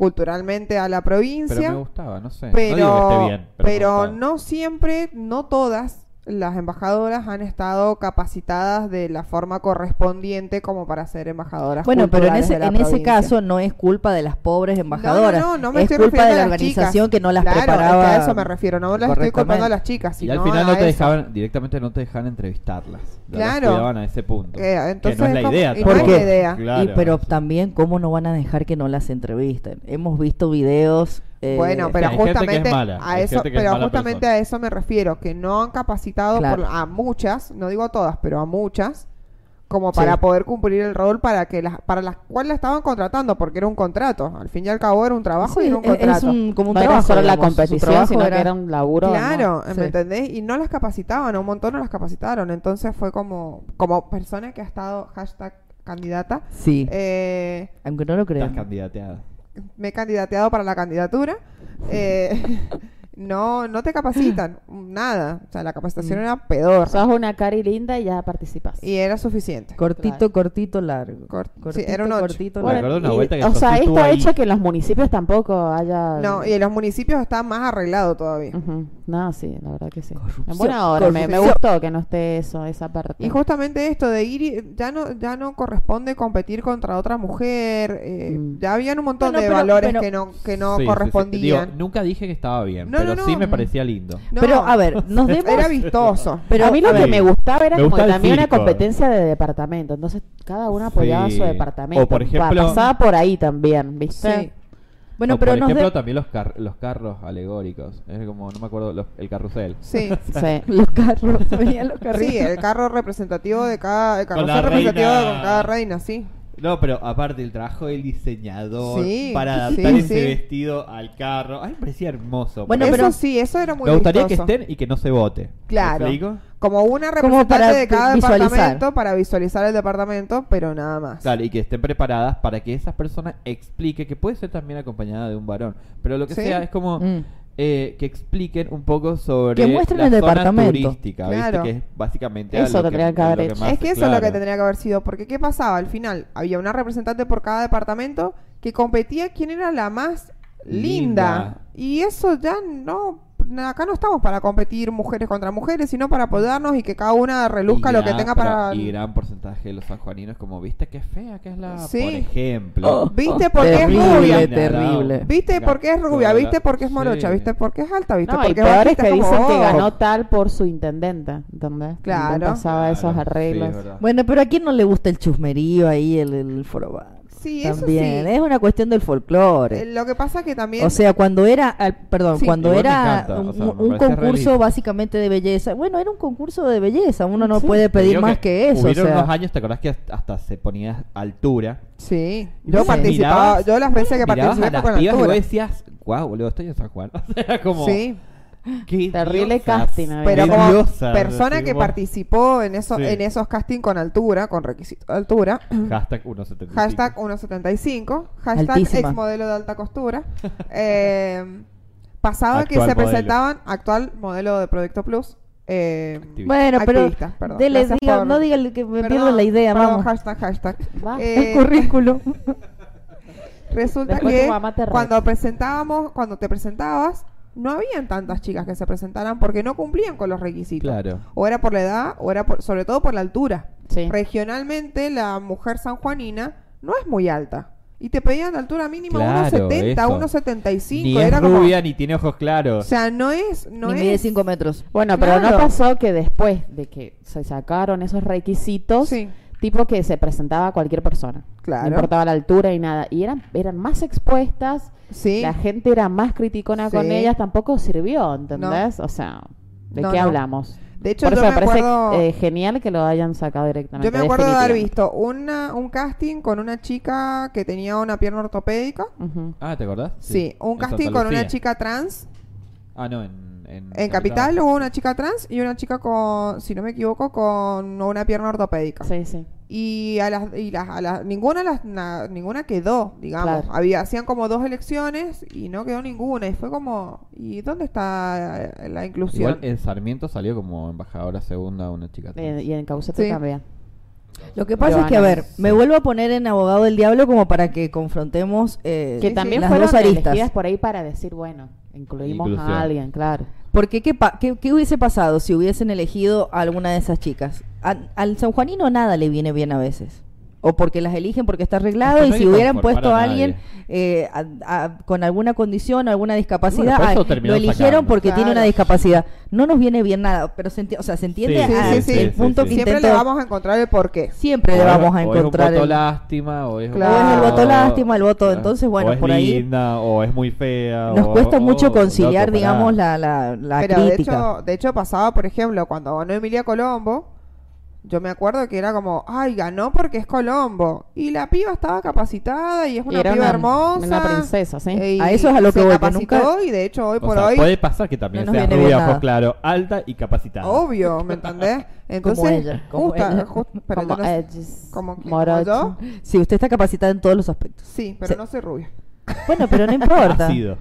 Speaker 3: culturalmente a
Speaker 4: Pero
Speaker 3: la
Speaker 4: me
Speaker 3: provincia.
Speaker 4: gustaba, no sé. no digo que
Speaker 3: Pero,
Speaker 4: esté bien, pero, me
Speaker 3: pero
Speaker 4: gustaba.
Speaker 3: no siempre, no todas las embajadoras han estado capacitadas de la forma correspondiente como para ser embajadoras.
Speaker 2: Bueno, pero en
Speaker 3: culturales
Speaker 2: ese,
Speaker 3: de la
Speaker 2: en ese
Speaker 3: provincia.
Speaker 2: caso no es culpa de las pobres embajadoras.
Speaker 3: No, no, no me
Speaker 2: es
Speaker 3: estoy
Speaker 2: culpa
Speaker 3: refiriendo
Speaker 2: de la
Speaker 3: a las
Speaker 2: organización
Speaker 3: chicas.
Speaker 2: que no las
Speaker 3: Claro, es que
Speaker 2: preparaba.
Speaker 3: a eso me refiero, no las estoy culpando a las chicas.
Speaker 4: Y
Speaker 3: Sino
Speaker 4: al final
Speaker 3: a
Speaker 4: no te
Speaker 3: eso.
Speaker 4: dejaban, directamente no te dejaban entrevistarlas. No las
Speaker 3: Claro.
Speaker 4: cuidaban a ese punto.
Speaker 3: Eh,
Speaker 4: que no
Speaker 3: entonces
Speaker 4: es la
Speaker 3: como-
Speaker 4: idea.
Speaker 3: y no es
Speaker 4: tampoco.
Speaker 3: la idea.
Speaker 4: Claro.
Speaker 2: Y, pero también, ¿cómo no van a dejar que no las entrevisten? Hemos visto videos. eh,
Speaker 3: bueno, pero
Speaker 4: hay gente que es
Speaker 3: justamente
Speaker 4: mala,
Speaker 3: a
Speaker 4: hay
Speaker 3: eso,
Speaker 4: gente que es
Speaker 3: pero
Speaker 4: mala
Speaker 3: justamente
Speaker 4: persona.
Speaker 3: a eso me refiero, que no han capacitado
Speaker 2: Claro.
Speaker 3: por- a muchas, no digo a todas, pero a muchas, como para
Speaker 2: Sí.
Speaker 3: poder cumplir el rol para que las, para las cuales la estaban contratando, porque era un contrato, al fin y al cabo era un trabajo y
Speaker 2: sí, e-,
Speaker 3: era un
Speaker 2: es-
Speaker 3: contrato.
Speaker 2: Es un, como un
Speaker 1: no era
Speaker 2: trabajo.
Speaker 1: solo la
Speaker 2: digamos, su
Speaker 1: competición,
Speaker 2: trabajo
Speaker 1: sino que era un laburo.
Speaker 3: Claro,
Speaker 2: Sí.
Speaker 3: ¿me entendés? Y no las capacitaban, a un montón no las capacitaron. Entonces fue como, como persona que ha estado hashtag candidata,
Speaker 2: Sí,
Speaker 3: eh,
Speaker 2: aunque no lo
Speaker 4: Estás
Speaker 2: crean.
Speaker 4: candidateada.
Speaker 3: me he candidateado para la candidatura. eh, [laughs] no, no te capacitan, nada. O sea, la
Speaker 2: Mm.
Speaker 3: capacitación era
Speaker 1: ¿no?
Speaker 3: peor.
Speaker 1: Sos una cari linda y ya participas.
Speaker 3: Y era suficiente.
Speaker 2: Cortito, cortito, largo.
Speaker 3: Cort- sí,
Speaker 2: cortito,
Speaker 3: era un ocho.
Speaker 2: cortito,
Speaker 4: Bueno,
Speaker 2: largo.
Speaker 4: acuerdo una vuelta que
Speaker 1: o
Speaker 4: Sofía
Speaker 1: sea, esto
Speaker 4: estuvo
Speaker 1: ha
Speaker 4: ahí.
Speaker 1: hecho que en los municipios tampoco haya...
Speaker 3: No, y en los municipios está más arreglado todavía.
Speaker 1: Ujú. No, sí, la verdad que sí.
Speaker 2: Corrupción,
Speaker 1: En buena hora, me, me
Speaker 2: corrupción.
Speaker 1: gustó que no esté eso, esa parte.
Speaker 3: Y justamente esto de ir, y- ya no, ya no corresponde competir contra otra mujer. eh,
Speaker 1: Mm.
Speaker 3: Ya habían un montón
Speaker 2: Bueno,
Speaker 3: de
Speaker 2: pero-
Speaker 3: valores
Speaker 2: pero-
Speaker 3: que no, que no
Speaker 4: Sí, sí, sí.
Speaker 3: correspondían.
Speaker 4: Digo, nunca dije que estaba bien,
Speaker 3: No,
Speaker 4: pero
Speaker 3: no, no.
Speaker 4: sí me parecía lindo.
Speaker 3: No,
Speaker 2: Pero, a ver, nos demos...
Speaker 3: [laughs] era vistoso.
Speaker 2: Pero,
Speaker 1: a mí lo
Speaker 2: a
Speaker 1: que
Speaker 2: ver,
Speaker 4: Sí.
Speaker 1: me gustaba era
Speaker 4: Me
Speaker 1: como
Speaker 4: gusta el
Speaker 1: también una
Speaker 4: circo.
Speaker 1: competencia de departamento. Entonces, cada uno apoyaba
Speaker 4: Sí.
Speaker 1: su departamento.
Speaker 4: O, por
Speaker 1: Pa-
Speaker 4: ejemplo-
Speaker 1: Pasaba por ahí también, ¿viste?
Speaker 3: Sí.
Speaker 2: Bueno,
Speaker 4: O,
Speaker 2: pero
Speaker 4: por
Speaker 2: nos
Speaker 4: ejemplo,
Speaker 2: de-
Speaker 4: también los, car- los carros alegóricos. Es como, no me acuerdo, los- el carrusel. [laughs]
Speaker 3: Sí. [laughs]
Speaker 1: Sí.
Speaker 2: Los carros, veía los carritos.
Speaker 3: Sí, el carro representativo de cada, el carro
Speaker 4: la
Speaker 3: representativo
Speaker 4: reina.
Speaker 3: con cada reina, sí.
Speaker 4: No, pero aparte el trabajo del diseñador
Speaker 3: Sí,
Speaker 4: para
Speaker 3: sí,
Speaker 4: adaptar ese
Speaker 3: sí.
Speaker 4: vestido al carro. Ay, me parecía hermoso.
Speaker 2: Bueno,
Speaker 3: eso
Speaker 4: Parece-
Speaker 2: pero-
Speaker 3: sí, eso era muy
Speaker 4: me gustaría
Speaker 3: vistoso.
Speaker 4: que estén y que no se vote.
Speaker 3: Claro.
Speaker 4: ¿Me explico?
Speaker 3: Como una
Speaker 2: Como
Speaker 3: representante
Speaker 2: para
Speaker 3: de cada
Speaker 2: visualizar.
Speaker 3: departamento para visualizar el departamento, pero nada más.
Speaker 4: Claro, y que estén preparadas para que esas personas expliquen, que puede ser también acompañada de un varón, pero lo que
Speaker 3: Sí.
Speaker 4: sea es como
Speaker 2: Mm.
Speaker 4: eh, que expliquen un poco sobre
Speaker 2: Que muestren
Speaker 4: la
Speaker 2: el
Speaker 4: zona
Speaker 2: departamento.
Speaker 4: turística, ¿viste?
Speaker 3: Claro.
Speaker 4: que es básicamente a
Speaker 1: Eso
Speaker 4: lo
Speaker 1: tendrían que
Speaker 4: a lo
Speaker 1: haber hecho.
Speaker 4: más-
Speaker 3: es que eso es lo
Speaker 4: claro.
Speaker 3: que tendría que haber sido, porque ¿qué pasaba? Al final había una representante por cada departamento que competía quién era la más linda.
Speaker 4: Linda.
Speaker 3: Y eso ya no, acá no estamos para competir mujeres contra mujeres, sino para apoyarnos y que cada una reluzca
Speaker 4: Y
Speaker 3: lo que
Speaker 4: gran-
Speaker 3: tenga para...
Speaker 4: Y gran porcentaje de los sanjuaninos como, viste qué fea que es la...
Speaker 3: Ah, Sí. Oh.
Speaker 4: Por ejemplo.
Speaker 3: ¿Viste por qué es
Speaker 2: Oh, Terrible,
Speaker 3: rubia?
Speaker 2: terrible.
Speaker 3: ¿Viste por qué es rubia? ¿Viste por qué es morocha?
Speaker 4: Sí.
Speaker 3: ¿Viste por qué es alta? Ah, ¿Viste
Speaker 1: No,
Speaker 3: por
Speaker 1: y
Speaker 3: qué
Speaker 1: peor es
Speaker 3: bajita?
Speaker 1: que
Speaker 3: como,
Speaker 1: dicen que
Speaker 3: oh.
Speaker 1: ganó tal por su intendenta, ¿entendés?
Speaker 3: Claro.
Speaker 1: También Pasaba esos
Speaker 4: Claro,
Speaker 1: arreglos.
Speaker 4: sí, es verdad.
Speaker 2: Bueno, pero ¿a quién no le gusta el chusmerío ahí, el, el forobar?
Speaker 3: Sí, eso
Speaker 2: También,
Speaker 3: sí.
Speaker 2: es una cuestión del folclore.
Speaker 4: Este.
Speaker 3: Eh, Lo que pasa que también...
Speaker 2: O sea, cuando era, al- perdón,
Speaker 3: Sí.
Speaker 2: cuando
Speaker 4: Igual me
Speaker 2: era
Speaker 4: encanta,
Speaker 2: un,
Speaker 4: o sea, me
Speaker 2: un- un
Speaker 4: parece
Speaker 2: concurso
Speaker 4: realista.
Speaker 2: básicamente de belleza, bueno, era un concurso de belleza, uno no
Speaker 1: Sí.
Speaker 2: puede
Speaker 4: Te
Speaker 2: pedir
Speaker 4: digo
Speaker 2: más que, eso. O
Speaker 4: Hubieron
Speaker 2: sea,
Speaker 4: unos años, ¿te acordás que hasta- hasta se ponía altura?
Speaker 3: sí,
Speaker 4: Y
Speaker 3: yo
Speaker 4: vos
Speaker 3: participaba,
Speaker 4: mirabas-
Speaker 3: yo las veces que
Speaker 4: Mirabas
Speaker 3: participé
Speaker 4: a
Speaker 3: fue con
Speaker 4: las
Speaker 3: la
Speaker 4: pibas y vos
Speaker 3: altura.
Speaker 4: decías, wow, boludo, estoy en San Juan. [laughs] O sea, era como.
Speaker 3: Sí,
Speaker 4: qué
Speaker 1: Terrible
Speaker 4: diosas,
Speaker 1: casting, a ver.
Speaker 3: pero como
Speaker 4: diosas,
Speaker 3: persona
Speaker 4: así,
Speaker 3: que
Speaker 4: bueno.
Speaker 3: participó en, eso,
Speaker 4: Sí.
Speaker 3: en esos castings con altura, con requisito de altura,
Speaker 4: Hashtag 175.
Speaker 3: Hashtag 1.75. Hashtag
Speaker 2: Altísima.
Speaker 3: exmodelo de alta costura. [laughs] Eh, pasaba que
Speaker 4: Actual
Speaker 3: se
Speaker 4: modelo.
Speaker 3: presentaban actual modelo de Proyecto Plus. Eh,
Speaker 4: Activista.
Speaker 2: Bueno, pero
Speaker 3: Activista, perdón.
Speaker 2: dele,
Speaker 3: Gracias
Speaker 2: diga-
Speaker 3: por-
Speaker 2: no diga que me
Speaker 3: perdón,
Speaker 2: pierdo la idea,
Speaker 3: perdón,
Speaker 2: vamos.
Speaker 3: Hashtag, hashtag.
Speaker 1: Va.
Speaker 3: Eh,
Speaker 2: El currículo.
Speaker 3: [laughs] resulta
Speaker 1: Después tu
Speaker 3: que
Speaker 1: mamá te reta.
Speaker 3: cuando presentábamos, cuando te presentabas, no habían tantas chicas que se presentaran porque no cumplían con los requisitos.
Speaker 4: Claro.
Speaker 3: O era por la edad, o era por, sobre todo por la altura.
Speaker 1: Sí.
Speaker 3: Regionalmente, la mujer sanjuanina no es muy alta. Y te pedían la altura mínima
Speaker 4: Claro,
Speaker 3: 1,70,
Speaker 4: eso.
Speaker 3: 1,75.
Speaker 4: Ni
Speaker 3: era
Speaker 4: es
Speaker 3: como-
Speaker 4: rubia ni tiene ojos claros.
Speaker 3: O sea, no es. No
Speaker 2: Ni
Speaker 3: es
Speaker 2: mide 5 metros.
Speaker 1: Bueno, pero no
Speaker 3: Claro.
Speaker 1: pasó que después de que se sacaron esos requisitos,
Speaker 3: Sí.
Speaker 1: tipo que se presentaba cualquier persona.
Speaker 3: Claro.
Speaker 1: No importaba la altura y nada. Y eran, eran más expuestas,
Speaker 3: Sí.
Speaker 1: la gente era más criticona con
Speaker 3: Sí.
Speaker 1: ellas, tampoco sirvió, ¿entendés? O sea, ¿de
Speaker 3: No,
Speaker 1: qué
Speaker 3: no.
Speaker 1: hablamos?
Speaker 3: De hecho,
Speaker 1: Por eso
Speaker 3: yo me
Speaker 1: me, parece
Speaker 3: acuerdo-
Speaker 1: eh, genial que lo hayan sacado directamente.
Speaker 3: Yo me acuerdo de haber
Speaker 1: definitivamente.
Speaker 3: visto una, un casting con una chica que tenía una pierna ortopédica.
Speaker 1: Ujú.
Speaker 4: Ah, ¿te acordás?
Speaker 3: Sí, un
Speaker 4: En Santa
Speaker 3: casting con una
Speaker 4: Lucía.
Speaker 3: chica trans.
Speaker 4: Ah, no, en. En,
Speaker 3: En Capital hubo una chica trans y una chica con, si no me equivoco, con una pierna ortopédica.
Speaker 1: Sí, sí.
Speaker 3: y a las, y las, a las ninguna las na- ninguna quedó digamos
Speaker 1: Claro.
Speaker 3: había hacían como dos elecciones y no quedó ninguna y fue como y dónde está eh, la inclusión
Speaker 4: Igual en Sarmiento salió como embajadora segunda una chica.
Speaker 1: Eh,
Speaker 4: trans.
Speaker 1: y en Caucete
Speaker 3: Sí.
Speaker 1: también.
Speaker 2: Lo que pasa es que, a
Speaker 1: Joana.
Speaker 2: ver, me vuelvo a poner en abogado del diablo como para que confrontemos eh,
Speaker 1: Que
Speaker 3: sí,
Speaker 1: también
Speaker 2: las
Speaker 1: fueron
Speaker 2: dos
Speaker 1: elegidas
Speaker 2: aristas.
Speaker 1: por ahí para decir, bueno, incluimos
Speaker 4: Inclusión.
Speaker 1: a alguien, claro.
Speaker 2: Porque, ¿qué, pa- qué, qué hubiese pasado si hubiesen elegido a alguna de esas chicas? A- al sanjuanino nada le viene bien a veces. O porque las eligen porque está arreglado
Speaker 4: Es que
Speaker 2: y
Speaker 4: no hay
Speaker 2: si
Speaker 4: que
Speaker 2: hubieran
Speaker 4: conformar
Speaker 2: puesto
Speaker 4: a
Speaker 2: a
Speaker 4: nadie.
Speaker 2: alguien eh, a- a- con alguna condición o alguna
Speaker 4: Y bueno,
Speaker 2: discapacidad,
Speaker 4: por eso
Speaker 2: ah, lo
Speaker 4: terminó
Speaker 2: eligieron
Speaker 4: sacando.
Speaker 2: porque
Speaker 3: Claro.
Speaker 2: tiene una
Speaker 3: [laughs]
Speaker 2: discapacidad. No nos viene bien nada, pero se, enti- o sea, se entiende
Speaker 4: Sí,
Speaker 2: a-
Speaker 3: sí, sí,
Speaker 2: el
Speaker 3: sí,
Speaker 2: punto
Speaker 4: sí,
Speaker 2: que
Speaker 4: sí.
Speaker 3: siempre
Speaker 2: intento-
Speaker 3: le vamos a encontrar el porqué
Speaker 2: siempre le
Speaker 4: O
Speaker 2: vamos a
Speaker 4: es-
Speaker 2: encontrar
Speaker 4: O es un voto
Speaker 2: el-
Speaker 4: lástima, o es, un
Speaker 3: Claro. O es el
Speaker 2: voto lástima, el voto- entonces, bueno,
Speaker 4: o es
Speaker 2: por ahí-
Speaker 4: linda, o es muy fea.
Speaker 2: Nos
Speaker 4: o-
Speaker 2: cuesta
Speaker 4: o-
Speaker 2: mucho
Speaker 4: loco,
Speaker 2: conciliar,
Speaker 4: pará.
Speaker 2: digamos, la, la, la
Speaker 3: pero de
Speaker 2: crítica.
Speaker 3: hecho de hecho pasaba por ejemplo cuando ganó Emilia Colombo yo me acuerdo que era como ay ganó porque es Colombo y la piba estaba capacitada y es una
Speaker 1: Era
Speaker 3: piba
Speaker 1: una-
Speaker 3: hermosa
Speaker 1: una princesa, sí.
Speaker 3: Eh, y
Speaker 2: A eso es a lo que
Speaker 3: se
Speaker 2: voy, que
Speaker 3: capacitó
Speaker 2: nunca-
Speaker 3: y de hecho hoy
Speaker 4: O
Speaker 3: por
Speaker 4: sea,
Speaker 3: hoy
Speaker 4: puede pasar que también
Speaker 2: no nos
Speaker 4: sea
Speaker 2: viene bien
Speaker 4: rubia,
Speaker 2: nada.
Speaker 4: ojos claros, alta y capacitada.
Speaker 3: Obvio,
Speaker 4: [laughs]
Speaker 3: ¿me entendés? Entonces,
Speaker 2: ella, como
Speaker 3: justa-
Speaker 2: ella.
Speaker 3: ju- pero
Speaker 1: como
Speaker 3: no sé-
Speaker 1: Edges,
Speaker 3: como que- como
Speaker 1: Morocho.
Speaker 3: yo.
Speaker 2: Sí, usted está capacitada en todos los aspectos.
Speaker 3: sí, pero
Speaker 2: Sí.
Speaker 3: no soy rubia.
Speaker 2: Bueno, pero
Speaker 3: [laughs]
Speaker 2: no importa.
Speaker 4: Ácido.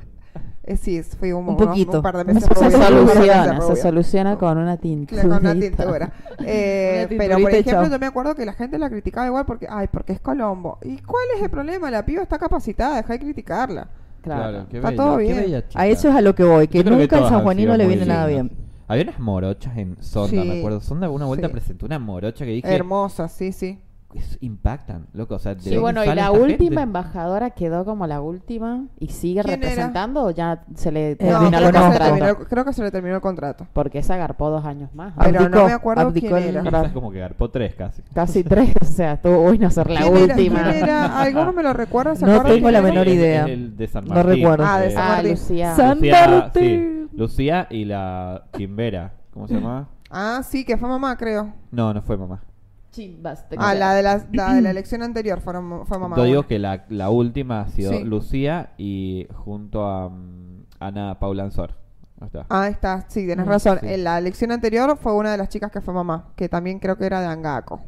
Speaker 3: Eh, sí, es- fui un,
Speaker 2: Un
Speaker 3: unos-
Speaker 2: poquito.
Speaker 3: un par de
Speaker 1: Se,
Speaker 3: meses rubia, un par de meses
Speaker 1: soluciona, se
Speaker 3: rubia.
Speaker 1: soluciona con una tintura.
Speaker 3: Claro, con una
Speaker 1: [laughs]
Speaker 2: [laughs]
Speaker 3: tintura. Eh, pero
Speaker 2: Una
Speaker 3: por
Speaker 2: tinturita y
Speaker 3: ejemplo,
Speaker 2: chao.
Speaker 3: yo me acuerdo que la gente la criticaba igual porque, ay, porque es Colombo. ¿Y cuál es el problema? La piba está capacitada, deja de criticarla.
Speaker 1: Claro.
Speaker 4: qué
Speaker 3: Está
Speaker 4: bella,
Speaker 3: todo
Speaker 4: qué
Speaker 3: bien.
Speaker 4: bella chica.
Speaker 2: A eso es a lo que voy, que
Speaker 4: Yo creo
Speaker 2: nunca al
Speaker 4: todas
Speaker 2: San
Speaker 4: han
Speaker 2: Juanino
Speaker 4: sido
Speaker 2: le
Speaker 4: muy
Speaker 2: viene nada
Speaker 4: dignas.
Speaker 2: bien.
Speaker 4: Había unas morochas en Sonda,
Speaker 3: Sí.
Speaker 4: me acuerdo. Sonda alguna vuelta
Speaker 3: Sí.
Speaker 4: presentó una morocha que dije,
Speaker 3: Hermosa, sí, sí.
Speaker 4: "Es- impactan, loco. O sea, ¿de
Speaker 1: Sí,
Speaker 4: dónde
Speaker 1: bueno, y
Speaker 4: sale
Speaker 1: la
Speaker 4: esta
Speaker 1: última
Speaker 4: gente?
Speaker 1: embajadora quedó como la última y sigue
Speaker 3: ¿Quién era?
Speaker 1: representando o ya se le
Speaker 2: No,
Speaker 3: creo,
Speaker 1: terminó el
Speaker 3: que se le
Speaker 1: contrato.
Speaker 3: terminó, el- creo que se le terminó el contrato.
Speaker 1: Porque esa agarpó dos años más.
Speaker 2: Ah.
Speaker 3: Pero no
Speaker 2: Abdicó,
Speaker 3: me acuerdo quién
Speaker 2: abdicó el-
Speaker 3: era.
Speaker 4: Esta es como que garpó tres casi.
Speaker 1: Casi tres, o sea, tuvo uy no ser la
Speaker 3: ¿Quién era-
Speaker 1: última.
Speaker 3: quién era? ¿Alguno me lo recuerda? ¿Se
Speaker 2: No
Speaker 3: acuerdan
Speaker 2: tengo
Speaker 3: quién
Speaker 2: la
Speaker 3: era?
Speaker 2: menor
Speaker 4: Es-
Speaker 2: idea.
Speaker 4: es el de San
Speaker 2: No
Speaker 4: Martín, Eh,
Speaker 2: recuerdo.
Speaker 3: Ah, de San
Speaker 1: Ah,
Speaker 3: Martín.
Speaker 1: Lucía.
Speaker 2: San-
Speaker 4: Lucía,
Speaker 2: Martín.
Speaker 4: sí, Lucía y la Quimbera. ¿Cómo se llamaba?
Speaker 2: Mm.
Speaker 3: Ah, sí, que fue mamá, creo.
Speaker 4: No, no fue mamá.
Speaker 1: Chimbas, te
Speaker 3: Ah,
Speaker 1: quiero.
Speaker 3: la de la, la
Speaker 2: [clears throat]
Speaker 3: de la elección anterior fue, mam- fue mamá.
Speaker 4: Yo digo
Speaker 3: bueno.
Speaker 4: que la, la última ha sido
Speaker 3: Sí.
Speaker 4: Lucía y junto a mm, Ana Paula Anzor. Ahí está.
Speaker 3: Ah, está, sí, tienes
Speaker 2: Mm,
Speaker 3: razón.
Speaker 4: sí.
Speaker 3: En la elección anterior fue una de las chicas que fue mamá, que también creo que era de Angaco,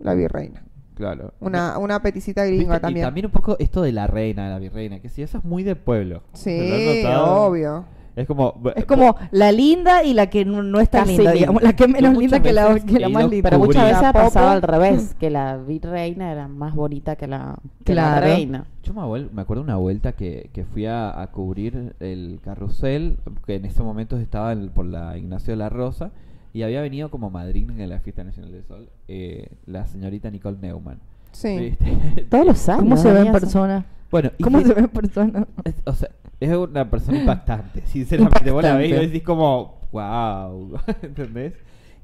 Speaker 3: la virreina.
Speaker 4: Claro.
Speaker 3: Una, una peticita
Speaker 4: ¿Viste?
Speaker 3: gringa
Speaker 4: Y
Speaker 3: también.
Speaker 4: también un poco esto de la reina, de la virreina, que sí, eso es muy de pueblo. ¿Lo has
Speaker 3: Sí,
Speaker 4: notado?
Speaker 3: obvio.
Speaker 4: Es como...
Speaker 2: Es como la linda y la que no, no es tan
Speaker 1: Casi
Speaker 2: linda,
Speaker 1: linda.
Speaker 2: digamos, la que es menos
Speaker 4: Yo
Speaker 2: linda
Speaker 4: muchas
Speaker 2: que la,
Speaker 4: veces
Speaker 2: que la
Speaker 4: he
Speaker 2: más
Speaker 4: ido
Speaker 2: linda.
Speaker 1: Pero muchas
Speaker 4: Cubrí
Speaker 1: veces
Speaker 3: la
Speaker 1: ha
Speaker 3: popo.
Speaker 1: pasado al revés, que la virreina era más bonita que la, que la
Speaker 2: Claro.
Speaker 1: reina.
Speaker 4: Yo me, abuel- me acuerdo una vuelta que, que fui a, a cubrir el carrusel, que en ese momento estaba en- por la Ignacio de la Rosa, y había venido como madrina de la Fiesta Nacional del Sol eh, la señorita Nicole Neumann. Este,
Speaker 3: Sí.
Speaker 4: ¿Viste? [laughs]
Speaker 1: Todos los años.
Speaker 2: ¿Cómo se ve en
Speaker 1: venía-
Speaker 2: persona?
Speaker 4: Bueno, y
Speaker 2: ¿Cómo
Speaker 4: que-
Speaker 2: se ve en persona?
Speaker 4: es, o sea, es una
Speaker 3: [laughs]
Speaker 4: persona impactante, sinceramente. Vos la ves y
Speaker 2: Impactante.
Speaker 4: decís como, wow, [laughs] ¿entendés?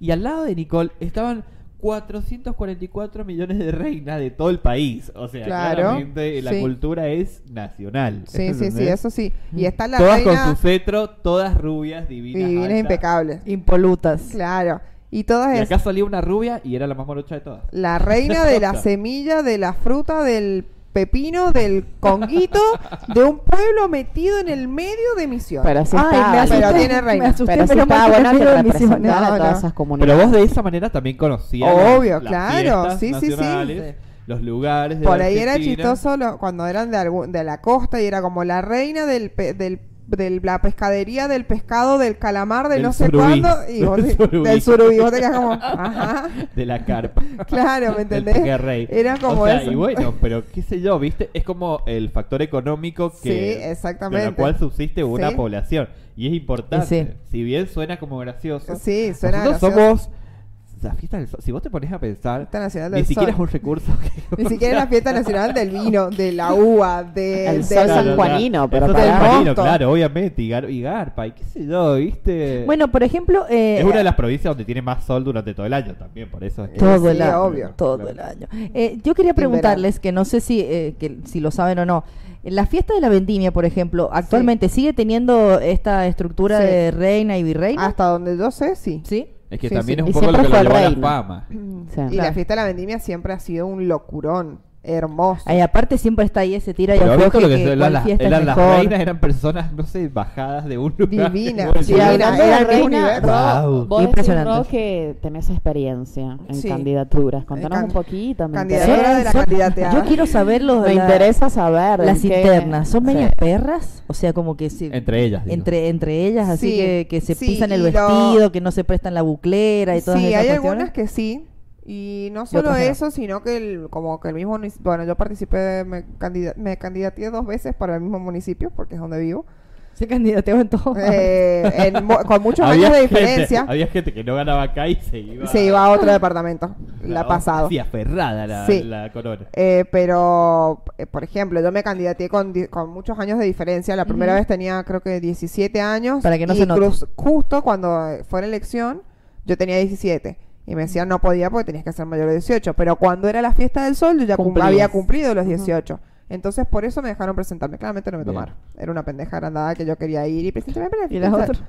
Speaker 4: Y al lado de Nicole estaban 444 millones de reinas de todo el país. O sea,
Speaker 3: Claro,
Speaker 4: claramente la
Speaker 3: sí.
Speaker 4: cultura es nacional.
Speaker 3: Sí, sí, sí,
Speaker 4: ¿entendés?
Speaker 3: eso sí. Y está la
Speaker 4: todas
Speaker 3: reina
Speaker 4: con su cetro, todas rubias, divinas.
Speaker 3: divina
Speaker 4: altas.
Speaker 3: impecable.
Speaker 2: Impolutas.
Speaker 3: Claro. Y todas
Speaker 4: Y
Speaker 3: es
Speaker 4: acá salía una rubia y era la más morocha de todas. [laughs]
Speaker 3: la reina de la semilla, de la fruta, del pepino del conguito de un pueblo metido en el medio de Misiones.
Speaker 1: Pero sí
Speaker 2: Ay,
Speaker 1: está,
Speaker 2: me asusté,
Speaker 1: pero,
Speaker 3: tiene reina.
Speaker 2: Me asusté,
Speaker 1: pero sí
Speaker 2: pero
Speaker 1: está bueno que representar
Speaker 3: No,
Speaker 1: a todas
Speaker 3: no.
Speaker 1: esas
Speaker 4: Pero
Speaker 1: comunidades.
Speaker 4: vos de esa manera también conocías.
Speaker 3: Obvio,
Speaker 4: las- las
Speaker 3: claro,
Speaker 4: fiestas
Speaker 3: sí, sí, sí.
Speaker 4: nacionales, Los lugares. de
Speaker 3: Por
Speaker 4: la
Speaker 3: ahí era
Speaker 4: Argentina.
Speaker 3: chistoso lo- cuando eran de, algún- de la costa y era como la reina del, pe- del, del- la pescadería del pescado del calamar de
Speaker 4: Del
Speaker 3: no sé
Speaker 4: surubí.
Speaker 3: cuándo y vos-
Speaker 4: [laughs] Del surubí.
Speaker 3: del surubí vos te quedas como ajá
Speaker 4: De la carpa.
Speaker 3: [laughs] claro me
Speaker 4: Del
Speaker 3: entendés
Speaker 4: pejerrey.
Speaker 3: era como
Speaker 4: o sea,
Speaker 3: eso
Speaker 4: Y bueno, pero qué sé yo, ¿viste? Es como el factor económico que.
Speaker 3: Sí, exactamente.
Speaker 4: De la cual subsiste una
Speaker 3: Sí.
Speaker 4: población. Y es importante.
Speaker 2: Sí.
Speaker 4: Si bien suena como gracioso.
Speaker 3: sí suena
Speaker 4: Nosotros
Speaker 3: gracioso.
Speaker 4: somos. La fiesta del sol. Si vos te pones a pensar.
Speaker 3: Fiesta Nacional
Speaker 4: ni
Speaker 3: del
Speaker 4: siquiera
Speaker 3: Sol.
Speaker 4: es un recurso. [laughs] que-
Speaker 3: ni siquiera la fiesta nacional del vino de la uva Eh, de,
Speaker 1: El
Speaker 3: de-
Speaker 1: sol Claro, sanjuanino,
Speaker 4: claro.
Speaker 1: pero
Speaker 4: El sol
Speaker 3: para-
Speaker 4: sanjuanino,
Speaker 3: Agosto.
Speaker 4: claro, obviamente. Y, gar- y garpa, y qué sé yo, ¿viste?
Speaker 2: Bueno, por ejemplo, eh,
Speaker 4: es una de las provincias donde tiene más sol durante todo el año también, por eso es que.
Speaker 2: Todo
Speaker 3: Eh, Sí,
Speaker 2: el año.
Speaker 3: obvio.
Speaker 2: Todo el año. Eh, yo quería preguntarles, que no sé si, eh, que, si lo saben o no, la fiesta de la vendimia, por ejemplo, actualmente sigue teniendo esta estructura
Speaker 3: Sí.
Speaker 2: de reina y virreina.
Speaker 3: hasta donde yo sé sí
Speaker 2: ¿Sí?
Speaker 4: Es que
Speaker 3: Sí,
Speaker 4: también
Speaker 3: sí.
Speaker 4: es un
Speaker 1: Y
Speaker 4: poco lo
Speaker 1: siempre
Speaker 4: que lo
Speaker 1: fue
Speaker 4: llevó a la
Speaker 1: reina.
Speaker 4: fama.
Speaker 1: Sí.
Speaker 3: y la fiesta de la vendimia siempre ha sido un locurón hermoso
Speaker 2: Ay, aparte siempre está ahí ese tira y
Speaker 4: Pero
Speaker 2: afloje
Speaker 4: visto lo que
Speaker 2: que
Speaker 4: eran
Speaker 2: cuál
Speaker 4: las,
Speaker 2: fiesta es
Speaker 4: eran las
Speaker 2: mejor.
Speaker 4: reinas, eran personas, no sé, bajadas de un lugar. [laughs]
Speaker 3: Divina,
Speaker 4: Y vos
Speaker 1: Sí,
Speaker 3: Sí,
Speaker 4: decís,
Speaker 1: hablando
Speaker 3: era
Speaker 1: de
Speaker 3: el mismo
Speaker 1: Reina,
Speaker 4: universo.
Speaker 1: Ro,
Speaker 4: Wow.
Speaker 1: vos decís,
Speaker 2: Impresionante.
Speaker 1: Ro, que tenés experiencia en
Speaker 3: Sí.
Speaker 1: candidaturas. Contanos
Speaker 3: can-
Speaker 1: un poquito. Me
Speaker 3: candidatura
Speaker 1: interesa,
Speaker 3: de la
Speaker 2: Son-
Speaker 3: candidateada.
Speaker 2: Yo quiero saber los,
Speaker 1: me
Speaker 2: la-
Speaker 1: interesa saber.
Speaker 2: las
Speaker 1: en qué-
Speaker 2: internas. ¿Son
Speaker 1: Sí.
Speaker 2: medias perras? O sea, como que... se-
Speaker 4: Entre ellas. digo.
Speaker 2: entre, entre ellas, así
Speaker 3: Sí,
Speaker 2: que, que se
Speaker 3: sí,
Speaker 2: pisan el
Speaker 3: y lo-
Speaker 2: vestido, que no se prestan la buclera y todas
Speaker 3: sí,
Speaker 2: esas
Speaker 3: hay
Speaker 2: cuestiones.
Speaker 3: algunas que sí. Y no solo
Speaker 2: otras no.
Speaker 3: eso, sino que el, como que el mismo municipio, bueno, yo participé, me, candida- me candidateé dos veces para el mismo municipio, porque es donde vivo,
Speaker 2: Se candidateó en todo.
Speaker 3: Eh, en mo- con muchos años de diferencia,
Speaker 4: Gente, había gente que no ganaba acá y se iba.
Speaker 3: se iba a otro departamento, la pasado.
Speaker 4: Sí, aferrada la,
Speaker 3: Sí.
Speaker 4: la corona.
Speaker 3: Eh, pero, eh, por ejemplo, yo me candidateé con, di- con muchos años de diferencia. La primera vez tenía, creo que 17 años.
Speaker 2: Para que no
Speaker 3: y
Speaker 2: se note.
Speaker 3: cruz- justo cuando eh, fue la elección, yo tenía 17. Y me decían no podía porque tenías que ser mayor de 18. Pero cuando era la fiesta del sol, yo ya cum-
Speaker 1: Cumplías.
Speaker 3: había cumplido los 18. Entonces, por eso me dejaron presentarme. Claramente no me
Speaker 4: Bien.
Speaker 3: tomaron. Era una pendeja agrandada que yo quería ir y presentarme para la
Speaker 2: Y las
Speaker 3: fiesta del
Speaker 2: otras.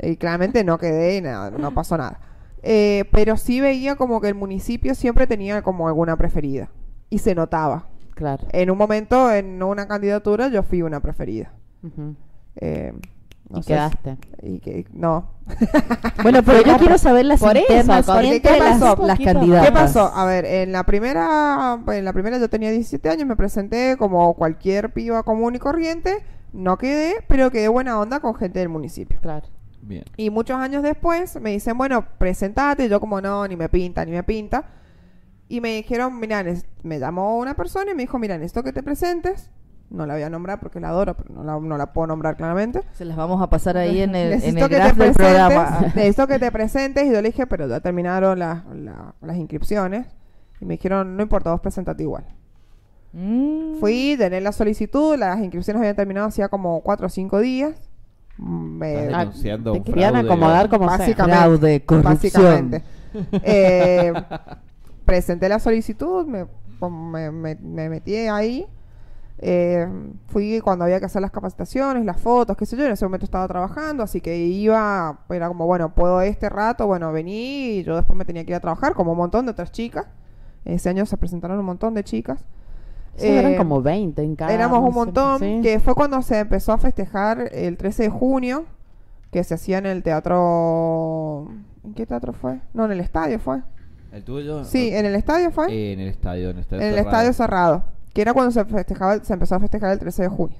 Speaker 3: y claramente no quedé y nada, no pasó nada. Eh, pero sí veía como que el municipio siempre tenía como alguna preferida. Y se notaba.
Speaker 1: Claro.
Speaker 3: En un momento, en una candidatura, yo fui una preferida.
Speaker 1: Ujú.
Speaker 3: Eh, no
Speaker 1: y
Speaker 3: sé
Speaker 1: quedaste.
Speaker 3: si- y que,
Speaker 1: [laughs]
Speaker 3: no.
Speaker 2: Bueno, pero yo quiero saber las
Speaker 1: Por eso,
Speaker 2: internas
Speaker 1: porque
Speaker 2: entre
Speaker 3: ¿qué
Speaker 2: las,
Speaker 3: pasó?
Speaker 2: las
Speaker 1: ¿Qué
Speaker 2: candidatas.
Speaker 3: ¿Qué pasó? A ver, en la primera, en la primera yo tenía 17 años, me presenté como cualquier piba común y corriente. No quedé, pero quedé buena onda con gente del municipio.
Speaker 1: Claro.
Speaker 4: Bien.
Speaker 3: Y muchos años después me dicen, bueno, presentate. Y yo como, no, ni me pinta, ni me pinta. Y me dijeron, mira, nes- me llamó una persona y me dijo, mira, necesito que te presentes. No la voy a nombrar porque la adoro, pero no la, no la puedo nombrar claramente.
Speaker 2: Se las vamos a pasar ahí en el, en
Speaker 3: necesito
Speaker 2: el
Speaker 3: que
Speaker 2: graph
Speaker 3: te
Speaker 2: del programa.
Speaker 3: presentes. [laughs] necesito que te presentes. Y yo le dije, pero ya terminaron las, la- las inscripciones. Y me dijeron, no importa, vos presentate igual.
Speaker 2: Mm.
Speaker 3: Fui, tener la solicitud, las inscripciones habían terminado hacía como cuatro o cinco días. Me,
Speaker 4: Estás denunciando
Speaker 1: te
Speaker 4: un
Speaker 1: querían
Speaker 4: fraude,
Speaker 1: acomodar como sea.
Speaker 3: básicamente.
Speaker 2: Fraude, corrupción. [laughs]
Speaker 3: Básicamente. Eh, presenté la solicitud, me, me, me- me metí ahí. eh, fui cuando había que hacer las capacitaciones, las fotos, qué sé yo. En ese momento estaba trabajando, así que iba, era como, bueno, puedo este rato, bueno, vení. Y yo después me tenía que ir a trabajar, como un montón de otras chicas. Ese año se presentaron un montón de chicas.
Speaker 1: Sí, eran
Speaker 3: Eh,
Speaker 1: como 20 en cada.
Speaker 3: Éramos
Speaker 1: no
Speaker 3: un
Speaker 1: sé,
Speaker 3: montón,
Speaker 1: sí.
Speaker 3: que fue cuando se empezó a festejar el 13 de junio, que se hacía en el teatro... ¿En qué teatro fue? No, en el estadio fue.
Speaker 4: ¿El tuyo?
Speaker 3: Sí, en el estadio fue.
Speaker 4: en el estadio. En el estadio
Speaker 3: en el
Speaker 4: cerrado.
Speaker 3: estadio cerrado, que era cuando se festejaba, se empezó a festejar el 13 de junio.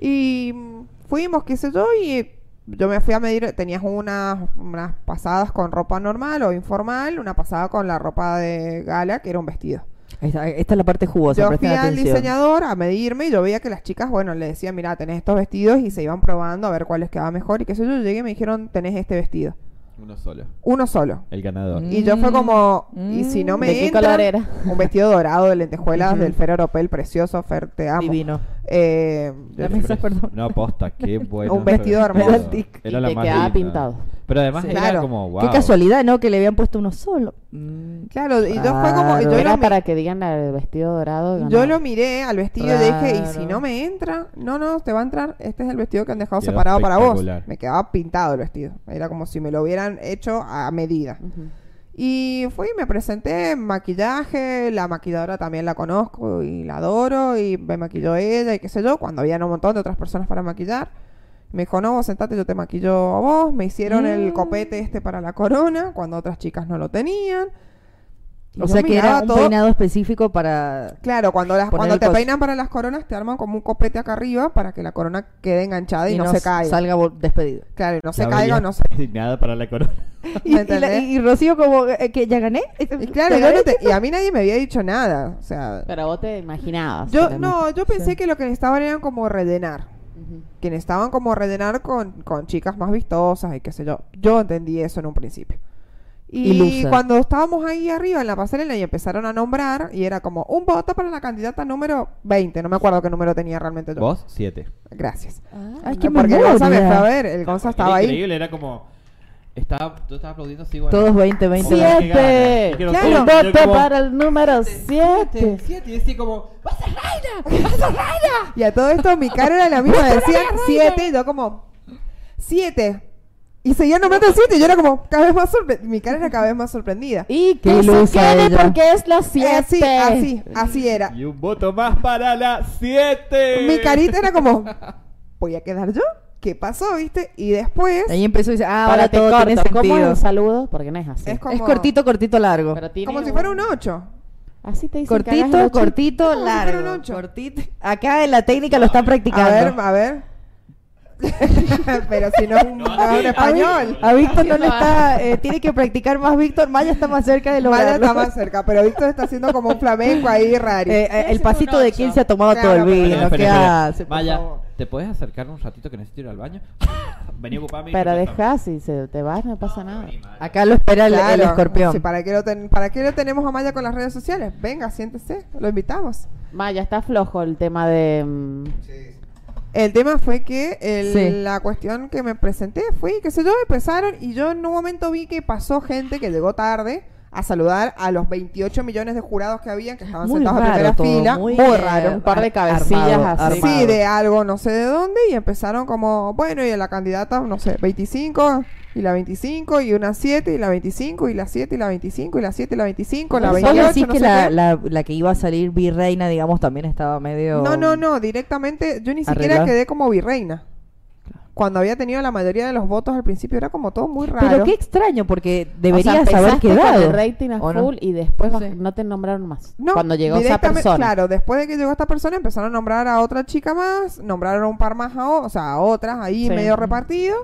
Speaker 3: Y mm, fuimos, qué sé yo, y yo me fui a medir, tenías unas, unas pasadas con ropa normal o informal, una pasada con la ropa de gala, que era un vestido.
Speaker 2: Ahí está, esta es la parte jugosa.
Speaker 3: Yo fui
Speaker 2: presten
Speaker 3: al
Speaker 2: atención.
Speaker 3: diseñador a medirme y yo veía que las chicas, bueno, le decían, mira, tenés estos vestidos y se iban probando a ver cuál les quedaba mejor y qué sé yo. Llegué y me dijeron, tenés este vestido.
Speaker 4: Uno solo.
Speaker 3: Uno solo.
Speaker 4: El ganador.
Speaker 2: Mm.
Speaker 3: Y yo fue como, ¿y si no
Speaker 1: Mm,
Speaker 3: me
Speaker 1: ¿de qué
Speaker 3: entra?
Speaker 1: color era?
Speaker 3: [laughs] Un vestido dorado de lentejuelas
Speaker 2: Ujú.
Speaker 3: del Fer Oropel, precioso, Fer, te amo.
Speaker 2: Divino.
Speaker 3: Eh,
Speaker 6: Mm. [laughs]
Speaker 3: [laughs]
Speaker 2: La mesa,
Speaker 4: Pero-
Speaker 2: perdón.
Speaker 4: No, aposta, qué bueno.
Speaker 3: Un vestido
Speaker 4: pero-
Speaker 3: hermoso.
Speaker 4: Me da tic. Era
Speaker 1: Y
Speaker 4: la
Speaker 1: te
Speaker 4: más
Speaker 1: quedaba
Speaker 4: linda.
Speaker 1: pintado.
Speaker 4: Pero además
Speaker 3: Sí.
Speaker 4: era
Speaker 3: Claro.
Speaker 4: como, Oh, wow.
Speaker 2: Qué casualidad, ¿no? Que le habían puesto uno solo. Mm.
Speaker 3: claro, y yo fue como, yo,
Speaker 1: Pero era
Speaker 3: lo, mi-
Speaker 1: para que digan la del vestido dorado.
Speaker 3: yo
Speaker 1: ganó.
Speaker 3: lo miré al vestido y dije, ¿y si
Speaker 2: Raro.
Speaker 3: no me entra? No, no, te va a entrar. Este es el vestido que han dejado
Speaker 4: Quedó
Speaker 3: separado para vos.
Speaker 4: espectacular.
Speaker 3: Me quedaba pintado el vestido. Era como si me lo hubieran hecho a medida.
Speaker 1: Ujú.
Speaker 3: Y fui, me presenté, maquillaje, la maquilladora también la conozco y la adoro y me maquilló ella y qué sé yo, cuando habían un montón de otras personas para maquillar. Me dijo, no, vos sentate, yo te maquillo a vos. Me hicieron
Speaker 2: Mm.
Speaker 3: el copete este para la corona, cuando otras chicas no lo tenían. Y
Speaker 2: O
Speaker 3: yo
Speaker 2: sea que
Speaker 3: miraba
Speaker 2: era un
Speaker 3: todo-
Speaker 2: peinado específico para...
Speaker 3: Claro, cuando, las,
Speaker 2: Poner
Speaker 3: cuando
Speaker 2: el
Speaker 3: te
Speaker 2: cos-
Speaker 3: peinan para las coronas, te arman como un copete acá arriba para que la corona quede enganchada y, no, se caiga.
Speaker 2: Salga vol- despedido.
Speaker 3: Claro, y no se caiga o no se...
Speaker 4: Nada para la corona.
Speaker 3: ¿Me
Speaker 2: Y, y la-
Speaker 3: entendés?
Speaker 2: y- y Rocío como eh, que ya gané.
Speaker 3: Y claro,
Speaker 2: ¿Ya
Speaker 3: yo
Speaker 2: gané?
Speaker 3: no te- y a mí nadie me había dicho nada. O sea,
Speaker 1: Pero vos te imaginabas.
Speaker 3: yo
Speaker 1: que
Speaker 3: no, yo pensé
Speaker 2: Sí.
Speaker 3: que lo que estaban eran como rellenar.
Speaker 1: Ujú.
Speaker 3: Que estaban como rellenar con, con chicas más vistosas y qué sé yo. Yo entendí eso en un principio. Y
Speaker 2: Ilusa.
Speaker 3: cuando estábamos ahí arriba en la pasarela y empezaron a nombrar, y era como un voto para la candidata número 20. No me acuerdo qué número tenía realmente yo.
Speaker 4: Vos, siete.
Speaker 3: Gracias.
Speaker 2: Ay, qué
Speaker 3: No, porque el Gonza me
Speaker 2: memoria.
Speaker 3: fue a ver, el
Speaker 2: Ah,
Speaker 3: Gonza estaba
Speaker 6: Era
Speaker 3: ahí.
Speaker 6: Increíble, era como. Estaba, tú estabas aplaudiendo así, bueno.
Speaker 2: Todos 20, 20.
Speaker 6: Hola.
Speaker 2: ¿verdad?
Speaker 6: Siete.
Speaker 1: ¡Siete!
Speaker 6: Quiero-
Speaker 1: Un
Speaker 6: Claro.
Speaker 1: voto
Speaker 6: Yo como-
Speaker 1: para el número
Speaker 6: Siete,
Speaker 1: 7.
Speaker 6: siete, y decía como. "Vas a-".
Speaker 3: [laughs] Y a todo esto mi cara era la
Speaker 1: [laughs]
Speaker 3: misma, decían 7, yo como 7. Y seguían nombrando 7, yo era como cada vez más sorprendida, mi cara era cada vez más sorprendida.
Speaker 1: Y
Speaker 2: Qué
Speaker 1: que se
Speaker 2: ilusa
Speaker 1: quede
Speaker 2: ella.
Speaker 1: porque es la 7.
Speaker 3: Así, así, así era.
Speaker 6: Y un voto más para la 7.
Speaker 3: Mi carita era
Speaker 2: [laughs]
Speaker 3: como voy a quedar yo. ¿Qué pasó, viste? Y después
Speaker 2: Ahí empezó y dice, ah, ahora
Speaker 1: Ahora te
Speaker 2: todo tiene
Speaker 1: corto. ¿Cómo es
Speaker 2: sentido.
Speaker 1: el saludo? Porque no es así.
Speaker 3: es como
Speaker 2: Es cortito, cortito, largo.
Speaker 1: Pero tiene
Speaker 3: como si fuera un 8.
Speaker 1: Así te dicen que hagas el
Speaker 2: Cortito,
Speaker 1: ocho.
Speaker 2: cortito,
Speaker 3: No,
Speaker 2: largo.
Speaker 3: pero un ocho.
Speaker 2: Cortito. Acá en la técnica lo
Speaker 3: A
Speaker 2: están
Speaker 3: ver,
Speaker 2: practicando.
Speaker 3: a ver. [laughs] Pero si no es un, no es un
Speaker 2: A Vic-
Speaker 3: español.
Speaker 2: A Víctor no le
Speaker 1: No.
Speaker 2: está, eh, tiene que practicar más Víctor, Maya está más cerca de lograrlo.
Speaker 3: Maya está más cerca, pero Víctor está haciendo como un flamenco ahí raro.
Speaker 2: Eh, eh, el pasito
Speaker 1: un
Speaker 2: de
Speaker 1: ocho.
Speaker 2: quién se ha tomado
Speaker 3: Claro,
Speaker 2: todo el
Speaker 3: pero-
Speaker 2: vino,
Speaker 6: Espera,
Speaker 2: ¿qué
Speaker 6: espera, espera.
Speaker 2: hace? por
Speaker 6: Maya,
Speaker 2: favor?
Speaker 6: ¿te puedes acercar un ratito que necesito ir al
Speaker 4: [laughs]
Speaker 6: baño? Vení a ocuparme. y
Speaker 1: Pero
Speaker 6: yo te
Speaker 1: deja, si se te vas, no pasa nada.
Speaker 2: Acá lo espera el, el
Speaker 3: Claro,
Speaker 2: escorpión.
Speaker 3: sí, ¿para, qué lo ten- ¿Para qué lo tenemos a Maya con las redes sociales? Venga, siéntese, lo invitamos.
Speaker 1: Maya, está flojo el tema de. mm,
Speaker 3: El tema fue que el-
Speaker 2: Sí.
Speaker 3: la cuestión que me presenté fui, qué sé yo, empezaron y yo en un momento vi que pasó gente que llegó tarde a saludar a los 28 millones de jurados que habían que estaban
Speaker 2: Muy
Speaker 3: sentados en
Speaker 2: raro
Speaker 3: primera
Speaker 2: todo,
Speaker 3: fila.
Speaker 2: muy,
Speaker 3: Muy
Speaker 2: eh,
Speaker 3: raro.
Speaker 1: un par de
Speaker 2: ar-
Speaker 1: cabecillas
Speaker 2: armado,
Speaker 1: así.
Speaker 2: armado.
Speaker 3: Sí, de algo no sé de dónde y empezaron como, bueno, y la candidata, no sé, 25 y la 25 y una 7 y la 25 y la 7 y la 25 y la 7 y la 25, la
Speaker 2: Vos
Speaker 3: 28,
Speaker 2: decís
Speaker 3: no
Speaker 2: que
Speaker 3: sé
Speaker 2: la,
Speaker 3: qué.
Speaker 2: la- la que iba a salir virreina, digamos, también estaba medio...
Speaker 3: No, no, no, directamente yo ni siquiera
Speaker 2: Arreglado.
Speaker 3: quedé como virreina. Cuando había tenido la mayoría de los votos al principio era como todo muy raro.
Speaker 2: Pero qué extraño, porque
Speaker 1: o
Speaker 2: deberías
Speaker 1: sea,
Speaker 2: haber
Speaker 1: empezaste
Speaker 2: quedado.
Speaker 1: Con el rating a
Speaker 2: ¿o
Speaker 1: full
Speaker 2: no?
Speaker 1: y después baj-
Speaker 2: Sí.
Speaker 1: no te nombraron más.
Speaker 3: No,
Speaker 1: cuando llegó esa
Speaker 3: directamente-
Speaker 1: persona.
Speaker 3: Claro, después de que llegó esta persona empezaron a nombrar a otra chica más, nombraron un par más a, o, o sea, a otras ahí
Speaker 1: Sí.
Speaker 3: medio repartido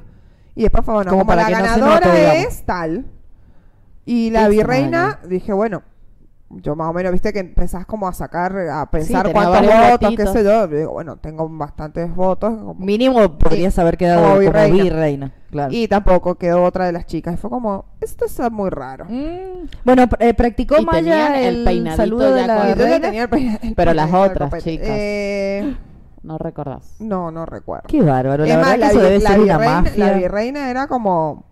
Speaker 3: y después fue bueno,
Speaker 2: Como
Speaker 3: como,
Speaker 2: para
Speaker 3: la
Speaker 2: que no se
Speaker 3: ganadora
Speaker 2: note, digamos.
Speaker 3: es tal y la
Speaker 2: Qué
Speaker 3: virreina
Speaker 2: extraño.
Speaker 3: dije, bueno, yo más o menos, viste que empezás como a sacar, a pensar
Speaker 1: tenía
Speaker 3: cuántos
Speaker 1: varios
Speaker 3: votos, qué
Speaker 1: datitos.
Speaker 3: sé yo. Yo digo, bueno, tengo bastantes votos. como-
Speaker 2: Mínimo podrías haber quedado
Speaker 3: Como
Speaker 2: como virreina.
Speaker 3: virreina.
Speaker 2: claro.
Speaker 3: Y tampoco quedó otra de las chicas. Y fue como, esto está muy raro.
Speaker 2: Mm, Bueno, pr- eh, practicó
Speaker 1: Y
Speaker 2: Maya
Speaker 1: tenían el
Speaker 2: el,
Speaker 1: peinadito
Speaker 2: saludo de
Speaker 1: ya
Speaker 2: la
Speaker 1: con-
Speaker 3: Y yo ya
Speaker 2: reina.
Speaker 3: tenía el pe- el
Speaker 1: Pero
Speaker 3: pe-
Speaker 1: las
Speaker 3: el
Speaker 1: otras
Speaker 3: copete.
Speaker 1: chicas.
Speaker 3: Eh,
Speaker 1: No recordás.
Speaker 3: no, no recuerdo.
Speaker 2: Qué bárbaro, la
Speaker 3: Es más,
Speaker 2: verdad que eso
Speaker 3: vi-
Speaker 2: debe
Speaker 3: la
Speaker 2: ser una
Speaker 3: virreina-
Speaker 2: mafia.
Speaker 3: La virreina era como...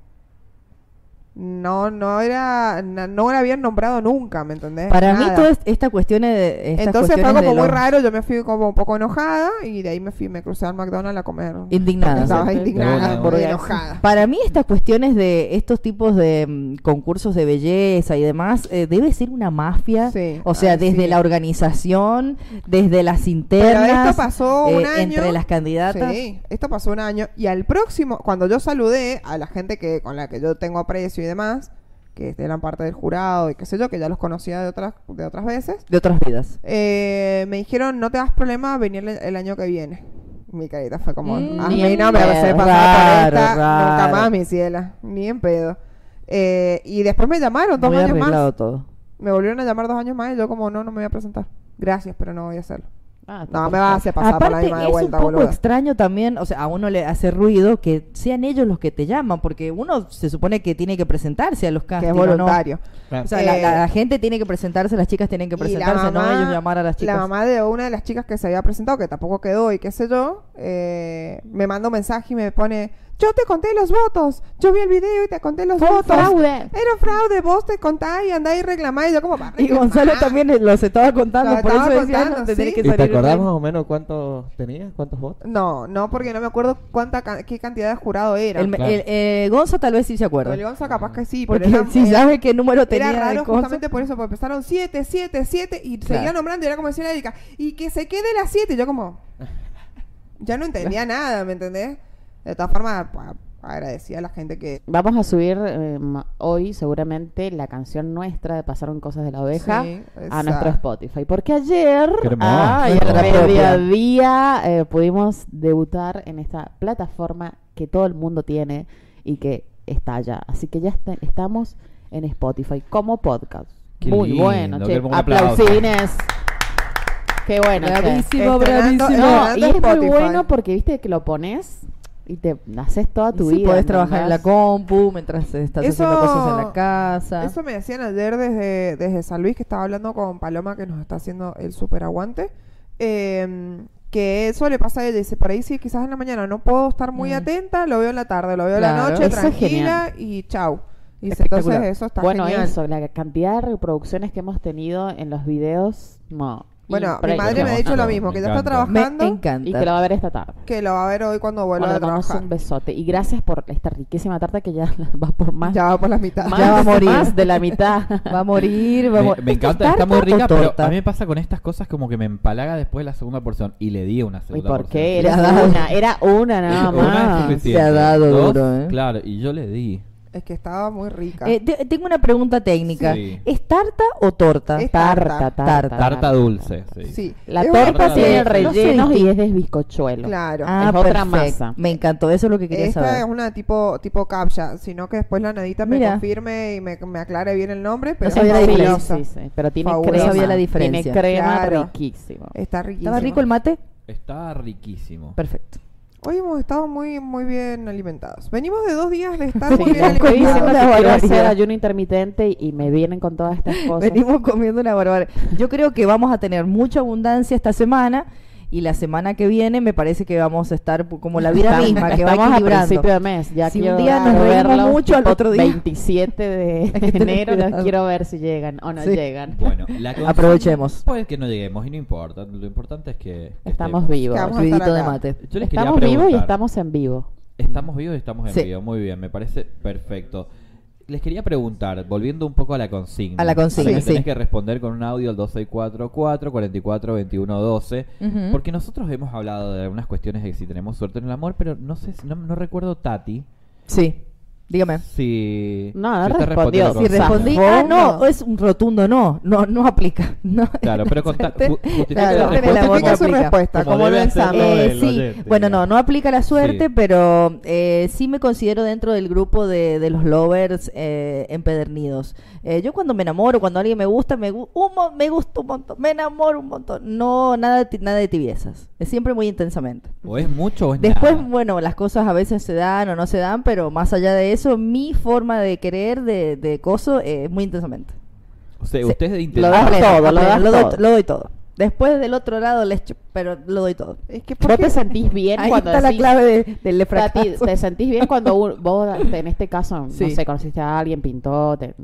Speaker 3: No, no era... na- No, la habían nombrado nunca, ¿me entendés?
Speaker 2: Para mí
Speaker 3: Nada.
Speaker 2: toda est- esta cuestión es de... estas
Speaker 3: Entonces fue
Speaker 2: cuestiones
Speaker 3: como
Speaker 2: de
Speaker 3: muy
Speaker 2: los-
Speaker 3: raro, yo me fui como un poco enojada y de ahí me fui, me crucé al McDonald's a comer.
Speaker 2: Indignada.
Speaker 3: Estaba
Speaker 1: Sí.
Speaker 3: indignada,
Speaker 4: De una,
Speaker 1: de una.
Speaker 3: enojada.
Speaker 2: Para mí estas cuestiones de estos tipos de mm, concursos de belleza y demás, eh, debe ser una mafia.
Speaker 3: Sí,
Speaker 2: o sea,
Speaker 3: ah,
Speaker 2: desde
Speaker 3: sí.
Speaker 2: la organización, desde las
Speaker 3: Pero
Speaker 2: internas,
Speaker 3: esto pasó
Speaker 2: eh,
Speaker 3: un año.
Speaker 2: entre las candidatas.
Speaker 3: Sí, esto pasó un año. Y al próximo, cuando yo saludé a la gente que con la que yo tengo aprecio y demás, que eran parte del jurado y qué sé yo, que ya los conocía de otras, de otras veces,
Speaker 2: De otras vidas.
Speaker 3: eh, me dijeron, no te das problema venir el, el año que viene. Mi carita fue como,
Speaker 2: Mm,
Speaker 3: a
Speaker 2: ni
Speaker 3: mí
Speaker 2: en
Speaker 3: no me
Speaker 2: pedo,
Speaker 3: vas a pasar por
Speaker 2: raro,
Speaker 3: esta nunca
Speaker 2: raro.
Speaker 3: más, mi ciela, ni en pedo. Eh, y después me llamaron dos
Speaker 2: Muy
Speaker 3: años
Speaker 2: arreglado
Speaker 3: más.
Speaker 2: todo.
Speaker 3: Me volvieron a llamar dos años más y yo como, no, no me voy a presentar. Gracias, pero no voy a hacerlo.
Speaker 1: Ah,
Speaker 3: No,
Speaker 1: tampoco.
Speaker 3: me vas a hacer pasar por la
Speaker 2: Aparte,
Speaker 3: misma de
Speaker 2: es un
Speaker 3: vuelta,
Speaker 2: poco
Speaker 3: boludo.
Speaker 2: extraño también, o sea, a uno le hace ruido que sean ellos los que te llaman, porque uno se supone que tiene que presentarse a los
Speaker 3: Que
Speaker 2: castings,
Speaker 3: es
Speaker 2: ¿o no?
Speaker 3: voluntario.
Speaker 2: O sea, la,
Speaker 3: Eh,
Speaker 2: la- la gente tiene que presentarse, las chicas tienen que
Speaker 3: Y la
Speaker 2: presentarse, no
Speaker 3: mamá-
Speaker 2: ellos llamar a las chicas.
Speaker 3: La mamá de una de las chicas que se había presentado, que tampoco quedó y qué sé yo, eh, me manda un mensaje y me pone, yo te conté los votos, yo vi el video y te conté los
Speaker 1: Fue un
Speaker 3: votos.
Speaker 1: fraude.
Speaker 3: Era un fraude, vos te contás y andás y reclamás. Y yo como, "Va,
Speaker 2: Y
Speaker 3: reclamá".
Speaker 2: Gonzalo también los estaba contando,
Speaker 3: Los
Speaker 2: por
Speaker 3: estaba
Speaker 2: eso decía,
Speaker 3: contando,
Speaker 2: no, te tenés
Speaker 3: sí.
Speaker 2: que
Speaker 3: ¿Y
Speaker 7: ¿Y te
Speaker 2: salir del
Speaker 7: acordás
Speaker 2: país.
Speaker 7: más o menos cuántos tenías? ¿Cuántos votos?
Speaker 3: No, no, porque no me acuerdo cuánta ca- qué cantidad de jurado era.
Speaker 2: El,
Speaker 7: Claro.
Speaker 2: el- eh, Gonzo tal vez sí se acuerda.
Speaker 3: El Gonza capaz que sí, pero
Speaker 2: Porque
Speaker 3: era-
Speaker 2: si
Speaker 3: era-
Speaker 2: sabe qué número tenía
Speaker 3: Era
Speaker 2: de
Speaker 3: raro
Speaker 2: cosas.
Speaker 3: justamente por eso, porque empezaron 7, 7, 7 y
Speaker 2: Claro.
Speaker 3: seguía nombrando y era como decía la Erika, y que se quede las 7. Yo como, ya no entendía nada, ¿me entendés? De todas formas, pa- agradecía a la gente que...
Speaker 1: Vamos a subir eh, ma- hoy seguramente la canción nuestra de Pasaron Cosas de la Oveja
Speaker 3: Sí,
Speaker 1: a nuestro
Speaker 3: exacto.
Speaker 1: Spotify. Porque ayer,
Speaker 4: Qué hermoso.
Speaker 1: ay, al
Speaker 2: Nuestra propia.
Speaker 1: mediodía, eh, pudimos debutar en esta plataforma que todo el mundo tiene y que estalla. Así que ya está- estamos en Spotify como podcast.
Speaker 4: Qué
Speaker 1: Muy
Speaker 4: lindo,
Speaker 1: bueno,
Speaker 4: que
Speaker 1: che.
Speaker 4: ponga un aplauso.
Speaker 1: Aplausines. Qué bueno, che.
Speaker 3: Este,
Speaker 2: Bravísimo,
Speaker 3: Estrenando-
Speaker 2: bravísimo.
Speaker 1: No, y es muy
Speaker 3: Spotify.
Speaker 1: bueno porque viste que lo pones y te haces toda
Speaker 2: Y
Speaker 1: tu
Speaker 2: sí,
Speaker 1: vida.
Speaker 2: podés trabajar en la
Speaker 1: ¿entendés?
Speaker 2: compu mientras estás
Speaker 3: Eso-
Speaker 2: haciendo cosas en la casa.
Speaker 3: Eso me decían ayer desde, desde San Luis, que estaba hablando con Paloma, que nos está haciendo el super aguante. eh, que eso le pasa a ella, dice, por ahí sí, quizás en la mañana no puedo estar muy
Speaker 2: Mm.
Speaker 3: atenta, lo veo en la tarde, lo veo en la
Speaker 2: Claro.
Speaker 3: noche,
Speaker 1: Eso es
Speaker 3: tranquila
Speaker 1: genial.
Speaker 3: y chau. Dice,
Speaker 2: Espectacular.
Speaker 3: entonces eso está
Speaker 1: bueno,
Speaker 3: genial.
Speaker 1: eso, la cantidad de reproducciones que hemos tenido en los videos, no.
Speaker 3: Bueno, mi
Speaker 1: impre-
Speaker 3: madre me ha dicho lo
Speaker 4: Claro,
Speaker 3: mismo,
Speaker 4: me
Speaker 3: que ya está
Speaker 4: encanta.
Speaker 2: Me
Speaker 3: trabajando,
Speaker 2: encanta.
Speaker 1: Y que lo va a ver esta tarde.
Speaker 3: que lo va a ver hoy cuando vuelva
Speaker 1: Bueno,
Speaker 3: a
Speaker 1: damos
Speaker 3: trabajar.
Speaker 1: un besote. Y gracias por esta riquísima tarta que ya [laughs] va por más.
Speaker 3: Ya va por la mitad.
Speaker 1: más-
Speaker 2: Ya va a morir.
Speaker 1: más de la
Speaker 3: [laughs]
Speaker 1: mitad.
Speaker 2: Va a morir, va a
Speaker 4: Me,
Speaker 2: morir.
Speaker 4: me encanta,
Speaker 2: ¿Esto
Speaker 4: está
Speaker 2: es
Speaker 4: muy
Speaker 2: tarta
Speaker 4: rica,
Speaker 2: o
Speaker 4: pero
Speaker 2: torta?
Speaker 4: a mí me pasa con estas cosas como que me empalaga después la segunda porción y le di una
Speaker 1: ¿Y
Speaker 4: segunda
Speaker 1: por
Speaker 4: porción.
Speaker 1: qué?
Speaker 2: Le
Speaker 1: Era
Speaker 2: ha dado.
Speaker 1: una, era
Speaker 2: [laughs]
Speaker 1: una nada
Speaker 4: Una es
Speaker 1: más.
Speaker 4: suficiente.
Speaker 2: Se ha dado
Speaker 4: Dos,
Speaker 2: duro, ¿eh?
Speaker 4: Claro, y yo le di.
Speaker 3: Es que estaba muy rica.
Speaker 2: Eh, te- tengo una pregunta técnica.
Speaker 4: Sí.
Speaker 2: ¿Es tarta o torta?
Speaker 3: Es
Speaker 1: Tarta, tarta,
Speaker 3: Tarta.
Speaker 2: Tarta
Speaker 4: Tarta dulce, sí.
Speaker 3: sí.
Speaker 1: La
Speaker 3: Es
Speaker 1: torta
Speaker 4: tarta
Speaker 1: tiene
Speaker 4: de-
Speaker 1: rellenos
Speaker 2: no sé.
Speaker 1: y es de bizcochuelo.
Speaker 3: una- Claro.
Speaker 2: Ah,
Speaker 1: Es otra
Speaker 2: perfecto.
Speaker 1: masa.
Speaker 2: Me encantó, eso es lo que quería
Speaker 3: Esta
Speaker 2: saber.
Speaker 3: es una tipo tipo captcha, sino que después la nadita me
Speaker 2: Mira.
Speaker 3: confirme y me, me aclare bien el nombre, pero
Speaker 1: No
Speaker 2: Pero
Speaker 1: sabía la
Speaker 2: es
Speaker 1: diferencia.
Speaker 3: fabulosa.
Speaker 1: Sí, sí, pero tiene
Speaker 3: Fabulosa.
Speaker 1: crema.
Speaker 2: No sabía la diferencia.
Speaker 1: Tiene crema
Speaker 3: Claro.
Speaker 1: riquísimo.
Speaker 3: Está riquísima.
Speaker 2: ¿Estaba rico el mate?
Speaker 4: Está riquísimo.
Speaker 2: Perfecto.
Speaker 3: Hoy hemos estado muy muy bien alimentados. Venimos de dos días de estar
Speaker 1: Sí, [laughs]
Speaker 3: muy bien
Speaker 1: yo estoy diciendo
Speaker 3: alimentados.
Speaker 2: Una
Speaker 1: que quiero hacer
Speaker 2: barbaridad.
Speaker 1: ayuno intermitente y me vienen con
Speaker 2: [laughs]
Speaker 1: todas estas cosas.
Speaker 2: Venimos comiendo una barbaridad. Yo creo que vamos a tener mucha abundancia esta semana y la semana que viene me parece que vamos a estar pu- como la vida
Speaker 1: Estamos-
Speaker 2: misma, que va
Speaker 1: estamos a
Speaker 2: equilibrando.
Speaker 1: principio de mes. Ya
Speaker 2: Si un
Speaker 1: quiero
Speaker 2: día nos reímos
Speaker 1: verlos,
Speaker 2: mucho, al
Speaker 1: tipo
Speaker 2: otro día.
Speaker 1: 27 de
Speaker 2: [laughs] Hay que tener
Speaker 1: enero, los
Speaker 2: cuidado.
Speaker 1: quiero ver si llegan o no
Speaker 2: Sí.
Speaker 1: llegan. Pues
Speaker 4: Bueno,
Speaker 1: [laughs]
Speaker 4: la cosa-
Speaker 2: Aprovechemos.
Speaker 4: Puede que no lleguemos y no importa. Lo importante es que. que
Speaker 1: Estamos
Speaker 4: estemos.
Speaker 1: vivos.
Speaker 3: Estamos- a estar
Speaker 2: Ruidito de
Speaker 3: acá.
Speaker 2: mate.
Speaker 4: Yo les quería
Speaker 1: Estamos vivos y
Speaker 4: preguntar.
Speaker 1: estamos en vivo.
Speaker 4: Estamos vivos y estamos en
Speaker 2: Sí.
Speaker 4: vivo. Muy bien, me parece perfecto. Les quería preguntar, volviendo un poco a la consigna.
Speaker 2: A la consigna,
Speaker 4: que
Speaker 2: sí.
Speaker 4: Tenés que responder con un audio al 2644 44 21 12.
Speaker 2: Ujú.
Speaker 4: Porque nosotros hemos hablado de algunas cuestiones de que si tenemos suerte en el amor, pero no sé, si- no, no recuerdo Tati.
Speaker 2: Sí, dígame.
Speaker 4: Si.
Speaker 1: No, no
Speaker 4: si usted
Speaker 1: respondió.
Speaker 4: la
Speaker 1: Si
Speaker 2: Si
Speaker 4: consigna.
Speaker 2: respondí,
Speaker 1: Zafó,
Speaker 2: ah, no,
Speaker 1: no.
Speaker 2: es un rotundo no, no, no aplica. [laughs] No.
Speaker 4: Claro, pero
Speaker 2: [laughs]
Speaker 4: con ta- ju- justifica
Speaker 2: Este, Claro,
Speaker 4: la
Speaker 2: en el
Speaker 4: respuesta
Speaker 2: amor no
Speaker 3: Justifica su
Speaker 2: aplica.
Speaker 3: respuesta,
Speaker 4: Como
Speaker 3: como lo
Speaker 4: debe hacerlo
Speaker 3: examen.
Speaker 2: Eh,
Speaker 4: el
Speaker 2: sí,
Speaker 4: oyente,
Speaker 2: bueno, no,
Speaker 4: digamos.
Speaker 2: no aplica la suerte,
Speaker 4: Sí.
Speaker 2: pero eh, sí me considero dentro del grupo de, de los lovers eh, empedernidos. Eh, yo cuando me enamoro, cuando alguien me gusta, me, gu- un mo- me gusta un montón, me enamoro un montón. No, nada, de ti- nada de tibiezas. Es siempre muy intensamente.
Speaker 4: O es mucho o es
Speaker 2: Después,
Speaker 4: nada.
Speaker 2: bueno, las cosas a veces se dan o no se dan, pero más allá de eso, mi forma de querer, de, de coso, eh, es muy intensamente.
Speaker 4: O sea, usted es de
Speaker 1: Lo
Speaker 4: intentar-
Speaker 1: das
Speaker 2: Apenas,
Speaker 1: todo, lo
Speaker 2: apenas,
Speaker 1: das
Speaker 2: doy-
Speaker 1: todo.
Speaker 2: lo doy todo. Después del otro lado, les chup- pero lo doy todo.
Speaker 3: Es que
Speaker 1: ¿Vos
Speaker 3: porque
Speaker 1: te sentís bien
Speaker 2: Ahí
Speaker 1: cuando
Speaker 2: está la
Speaker 1: decís-
Speaker 2: clave de- del
Speaker 1: Tati,
Speaker 2: fracaso.
Speaker 1: ¿te sentís bien
Speaker 2: [laughs]
Speaker 1: cuando un- vos, en este caso, no
Speaker 2: Sí.
Speaker 1: sé, conociste a alguien, pintó, te-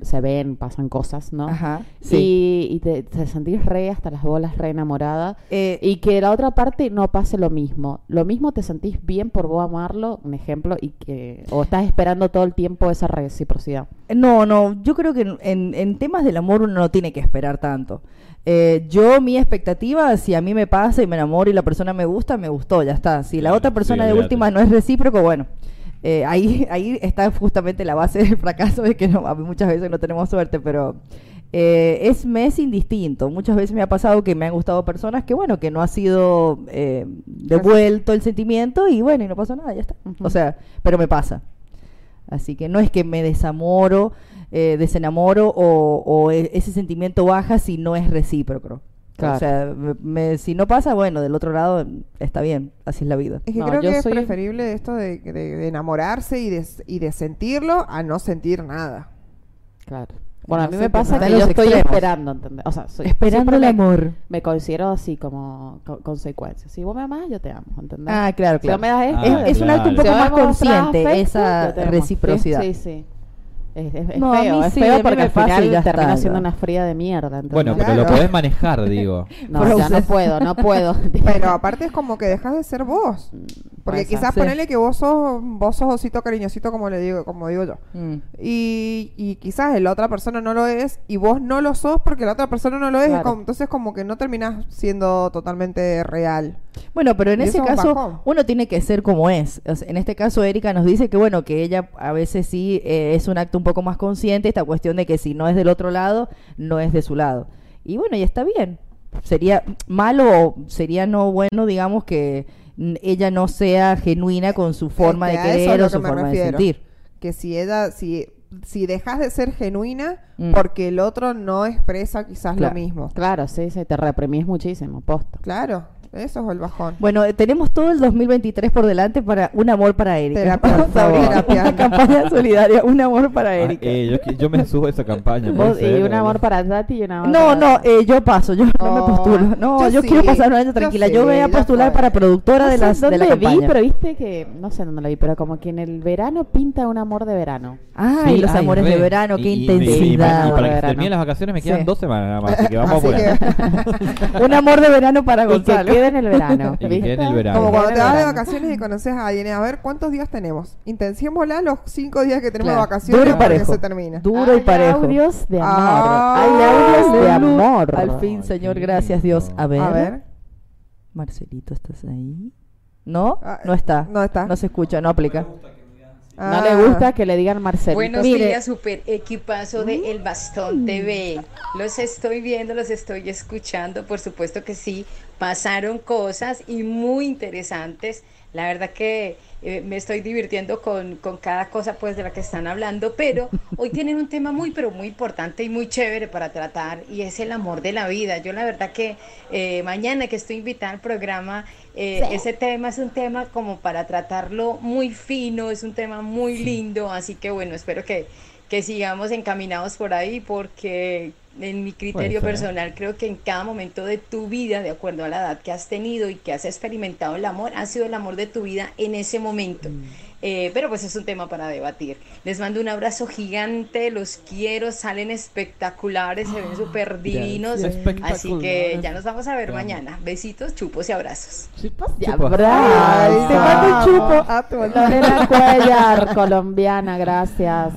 Speaker 1: se ven, pasan cosas, ¿no?
Speaker 2: Ajá. Sí.
Speaker 1: Sí. Y, te, te sentís re hasta las bolas, re enamorada.
Speaker 2: Eh,
Speaker 1: Y que la otra parte no pase lo mismo. Lo mismo te sentís bien por vos amarlo, un ejemplo, y que o estás esperando todo el tiempo esa reciprocidad.
Speaker 2: Eh, no, no, yo creo que en, en- en temas del amor uno no tiene que esperar tanto. Eh, yo, mi expectativa, si a mí me pasa y me enamoro y la persona me gusta, me gustó, ya está. Si la
Speaker 4: Claro,
Speaker 2: otra
Speaker 4: sí,
Speaker 2: persona de
Speaker 4: olvídate.
Speaker 2: última no es recíproco, bueno. eh, ahí, [laughs] ahí está justamente la base del fracaso de que no- a- muchas veces no tenemos suerte, pero eh, es, me es indistinto. Muchas veces me ha pasado que me han gustado personas que, bueno, que no ha sido eh, devuelto el sentimiento y bueno, y no pasó nada, ya está.
Speaker 1: Ujú.
Speaker 2: O sea, pero me pasa. Así que no es que me desamoro, eh, desenamoro o, o e- ese sentimiento baja si no es recíproco.
Speaker 1: Claro.
Speaker 2: O sea, me- me- si no pasa, bueno, del otro lado está bien, así es la vida.
Speaker 3: Es que
Speaker 1: No,
Speaker 3: creo
Speaker 1: yo
Speaker 3: que es
Speaker 1: soy-
Speaker 3: preferible esto de, de- de enamorarse y de, y de sentirlo a no sentir nada.
Speaker 1: Claro. Bueno, a
Speaker 3: No
Speaker 1: mí
Speaker 3: sé
Speaker 1: me
Speaker 3: qué
Speaker 1: pasa
Speaker 3: más.
Speaker 1: que
Speaker 2: De
Speaker 1: yo
Speaker 2: los
Speaker 1: estoy
Speaker 2: extremos.
Speaker 1: esperando, ¿entendés? O sea, soy,
Speaker 2: Esperando
Speaker 1: siempre
Speaker 2: el
Speaker 1: me-
Speaker 2: amor.
Speaker 1: Me, considero así como co- consecuencia. Si vos me amás, yo te amo, ¿entendés?
Speaker 2: Ah, claro,
Speaker 1: Si vos
Speaker 2: claro.
Speaker 1: me das esto,
Speaker 4: Ah,
Speaker 1: yo
Speaker 2: es, es un
Speaker 1: te
Speaker 2: acto
Speaker 1: amo.
Speaker 2: un
Speaker 4: claro.
Speaker 1: Si
Speaker 2: poco
Speaker 1: vos
Speaker 2: más
Speaker 1: me mostrás
Speaker 2: consciente,
Speaker 1: afecto, yo
Speaker 2: esa
Speaker 1: te amo.
Speaker 2: reciprocidad.
Speaker 1: Sí, sí. Es, es- es
Speaker 2: No, a mí
Speaker 1: feo, es
Speaker 2: sí, a
Speaker 1: feo
Speaker 2: mí
Speaker 1: porque
Speaker 2: me
Speaker 1: al
Speaker 2: pasa y
Speaker 1: final
Speaker 2: ya está,
Speaker 1: termina
Speaker 2: ya.
Speaker 1: siendo una fría de mierda. ¿entendés?
Speaker 4: Bueno, pero lo
Speaker 3: Claro.
Speaker 4: podés manejar, digo.
Speaker 1: No, ya no
Speaker 2: Process.
Speaker 1: puedo, no puedo.
Speaker 3: [laughs]
Speaker 1: Mm,
Speaker 3: Pero aparte es como que dejas de ser vos. Porque
Speaker 1: puede ser.
Speaker 3: quizás
Speaker 2: Sí.
Speaker 3: ponele que vos sos, vos sos osito cariñosito, como le digo, como digo yo.
Speaker 2: Mm.
Speaker 3: Y, y quizás la otra persona no lo es y vos no lo sos porque la otra persona no lo es.
Speaker 1: Claro.
Speaker 3: como- entonces como que no terminás siendo totalmente real.
Speaker 2: Bueno, pero en
Speaker 3: Y
Speaker 2: ese
Speaker 3: eso es un
Speaker 2: caso
Speaker 3: bajón.
Speaker 2: uno tiene que ser como es. O sea, en este caso Erika nos dice que bueno, que ella a veces sí eh, es un acto un poco más consciente, esta cuestión de que si no es del otro lado, no es de su lado. Y bueno, y está bien. Sería malo o sería no bueno, digamos, que mm, ella no sea genuina con su forma
Speaker 3: Es que Este, a eso
Speaker 2: de
Speaker 3: es
Speaker 2: querer
Speaker 3: lo
Speaker 2: o
Speaker 3: que
Speaker 2: su
Speaker 3: me
Speaker 2: forma de
Speaker 3: refiero.
Speaker 2: sentir.
Speaker 3: Que si ella, si, si dejas de ser genuina
Speaker 2: Mm.
Speaker 3: porque el otro no expresa quizás
Speaker 1: Claro.
Speaker 3: lo mismo.
Speaker 1: Claro, sí, sí, te reprimís muchísimo, posta.
Speaker 3: Claro, eso es el bajón.
Speaker 2: Bueno, eh, tenemos todo el 2023 por delante para un amor para Erika.
Speaker 3: Terapia,
Speaker 2: Vamos
Speaker 3: por
Speaker 2: a abrir
Speaker 3: favor.
Speaker 4: [laughs]
Speaker 2: una campaña solidaria, un amor para
Speaker 4: Ah,
Speaker 2: Erika.
Speaker 4: eh, yo, qui- yo me subo a esa campaña.
Speaker 1: Vos-
Speaker 4: puede
Speaker 1: y
Speaker 4: ser,
Speaker 1: un
Speaker 4: ¿vale?
Speaker 1: amor para Tati y un amor
Speaker 2: No,
Speaker 1: para-
Speaker 2: no, eh, yo paso, yo no me
Speaker 3: Oh,
Speaker 2: postulo. No,
Speaker 3: yo
Speaker 2: yo, quiero
Speaker 3: sí,
Speaker 2: pasar un año
Speaker 3: yo
Speaker 2: tranquila. Yo,
Speaker 3: sí,
Speaker 2: voy a
Speaker 3: ya
Speaker 2: postular
Speaker 3: fue.
Speaker 2: para productora
Speaker 1: No
Speaker 2: de,
Speaker 1: sé
Speaker 2: las, de la
Speaker 1: dónde vi,
Speaker 2: campaña.
Speaker 1: pero viste que, no sé dónde lo vi, pero como que en el verano pinta un amor de verano.
Speaker 2: Ay,
Speaker 4: Sí,
Speaker 2: los
Speaker 4: ay,
Speaker 2: amores
Speaker 4: re.
Speaker 2: de verano, qué
Speaker 4: Y- y- Y, y
Speaker 2: intensidad.
Speaker 4: para que se
Speaker 1: Verano.
Speaker 4: terminen las vacaciones me quedan
Speaker 2: Sí.
Speaker 4: dos semanas nada más, así que vamos
Speaker 3: Así
Speaker 4: a apurar.
Speaker 2: [laughs] un amor de verano para
Speaker 1: [laughs] Y que
Speaker 2: Gonzalo.
Speaker 1: quede en el verano.
Speaker 4: [laughs] Y que quede en
Speaker 1: ¿viste?
Speaker 4: el verano.
Speaker 3: Como
Speaker 1: Que
Speaker 3: cuando te
Speaker 1: quede en el
Speaker 3: vas de
Speaker 1: verano.
Speaker 3: vacaciones y conoces a alguien, a ver cuántos días tenemos. Intensémosla los cinco días que tenemos de
Speaker 1: Claro.
Speaker 3: vacaciones
Speaker 2: Duro y
Speaker 3: para que
Speaker 2: parejo.
Speaker 3: se termine.
Speaker 2: Duro y
Speaker 1: Hay
Speaker 2: parejo.
Speaker 1: audios de amor.
Speaker 3: Ah,
Speaker 1: Hay audios de amor.
Speaker 2: Al fin,
Speaker 4: Ay,
Speaker 2: Señor,
Speaker 4: qué
Speaker 2: gracias Dios.
Speaker 4: lindo.
Speaker 2: A ver.
Speaker 3: A ver.
Speaker 2: Marcelito, ¿estás ahí? ¿No?
Speaker 3: Ah,
Speaker 2: No está.
Speaker 3: no está. Ah.
Speaker 2: No se escucha, no aplica.
Speaker 1: No le gusta que le digan Marcelito.
Speaker 8: Buenos
Speaker 2: Mire.
Speaker 8: días, super equipazo de El Bastón TV. Los estoy viendo, los estoy escuchando, por supuesto que sí. Pasaron cosas y muy interesantes. La verdad que eh, me estoy divirtiendo con, con cada cosa pues de la que están hablando, pero hoy tienen un tema muy, pero muy importante y muy chévere para tratar y es el amor de la vida. Yo la verdad que eh, mañana que estoy invitada al programa, eh, ese tema es un tema como para tratarlo muy fino, es un tema muy lindo, así que bueno, espero que, que sigamos encaminados por ahí porque en mi criterio
Speaker 4: ser.
Speaker 8: personal creo que en cada momento de tu vida, de acuerdo a la edad que has tenido y que has experimentado el amor, ha sido el amor de tu vida en ese momento.
Speaker 1: Mm.
Speaker 8: Eh, pero pues es un tema para debatir. Les mando un abrazo gigante, los quiero, salen espectaculares,
Speaker 1: [gasps]
Speaker 8: se ven súper divinos. Así que ya nos vamos a ver mañana. Besitos, chupos y abrazos.
Speaker 1: Ya,
Speaker 4: Chupo.
Speaker 1: bravo.
Speaker 3: Ay,
Speaker 1: Te mando un chupo.
Speaker 3: Ah, te mando-
Speaker 1: Lorena [laughs] Cuellar, colombiana, gracias,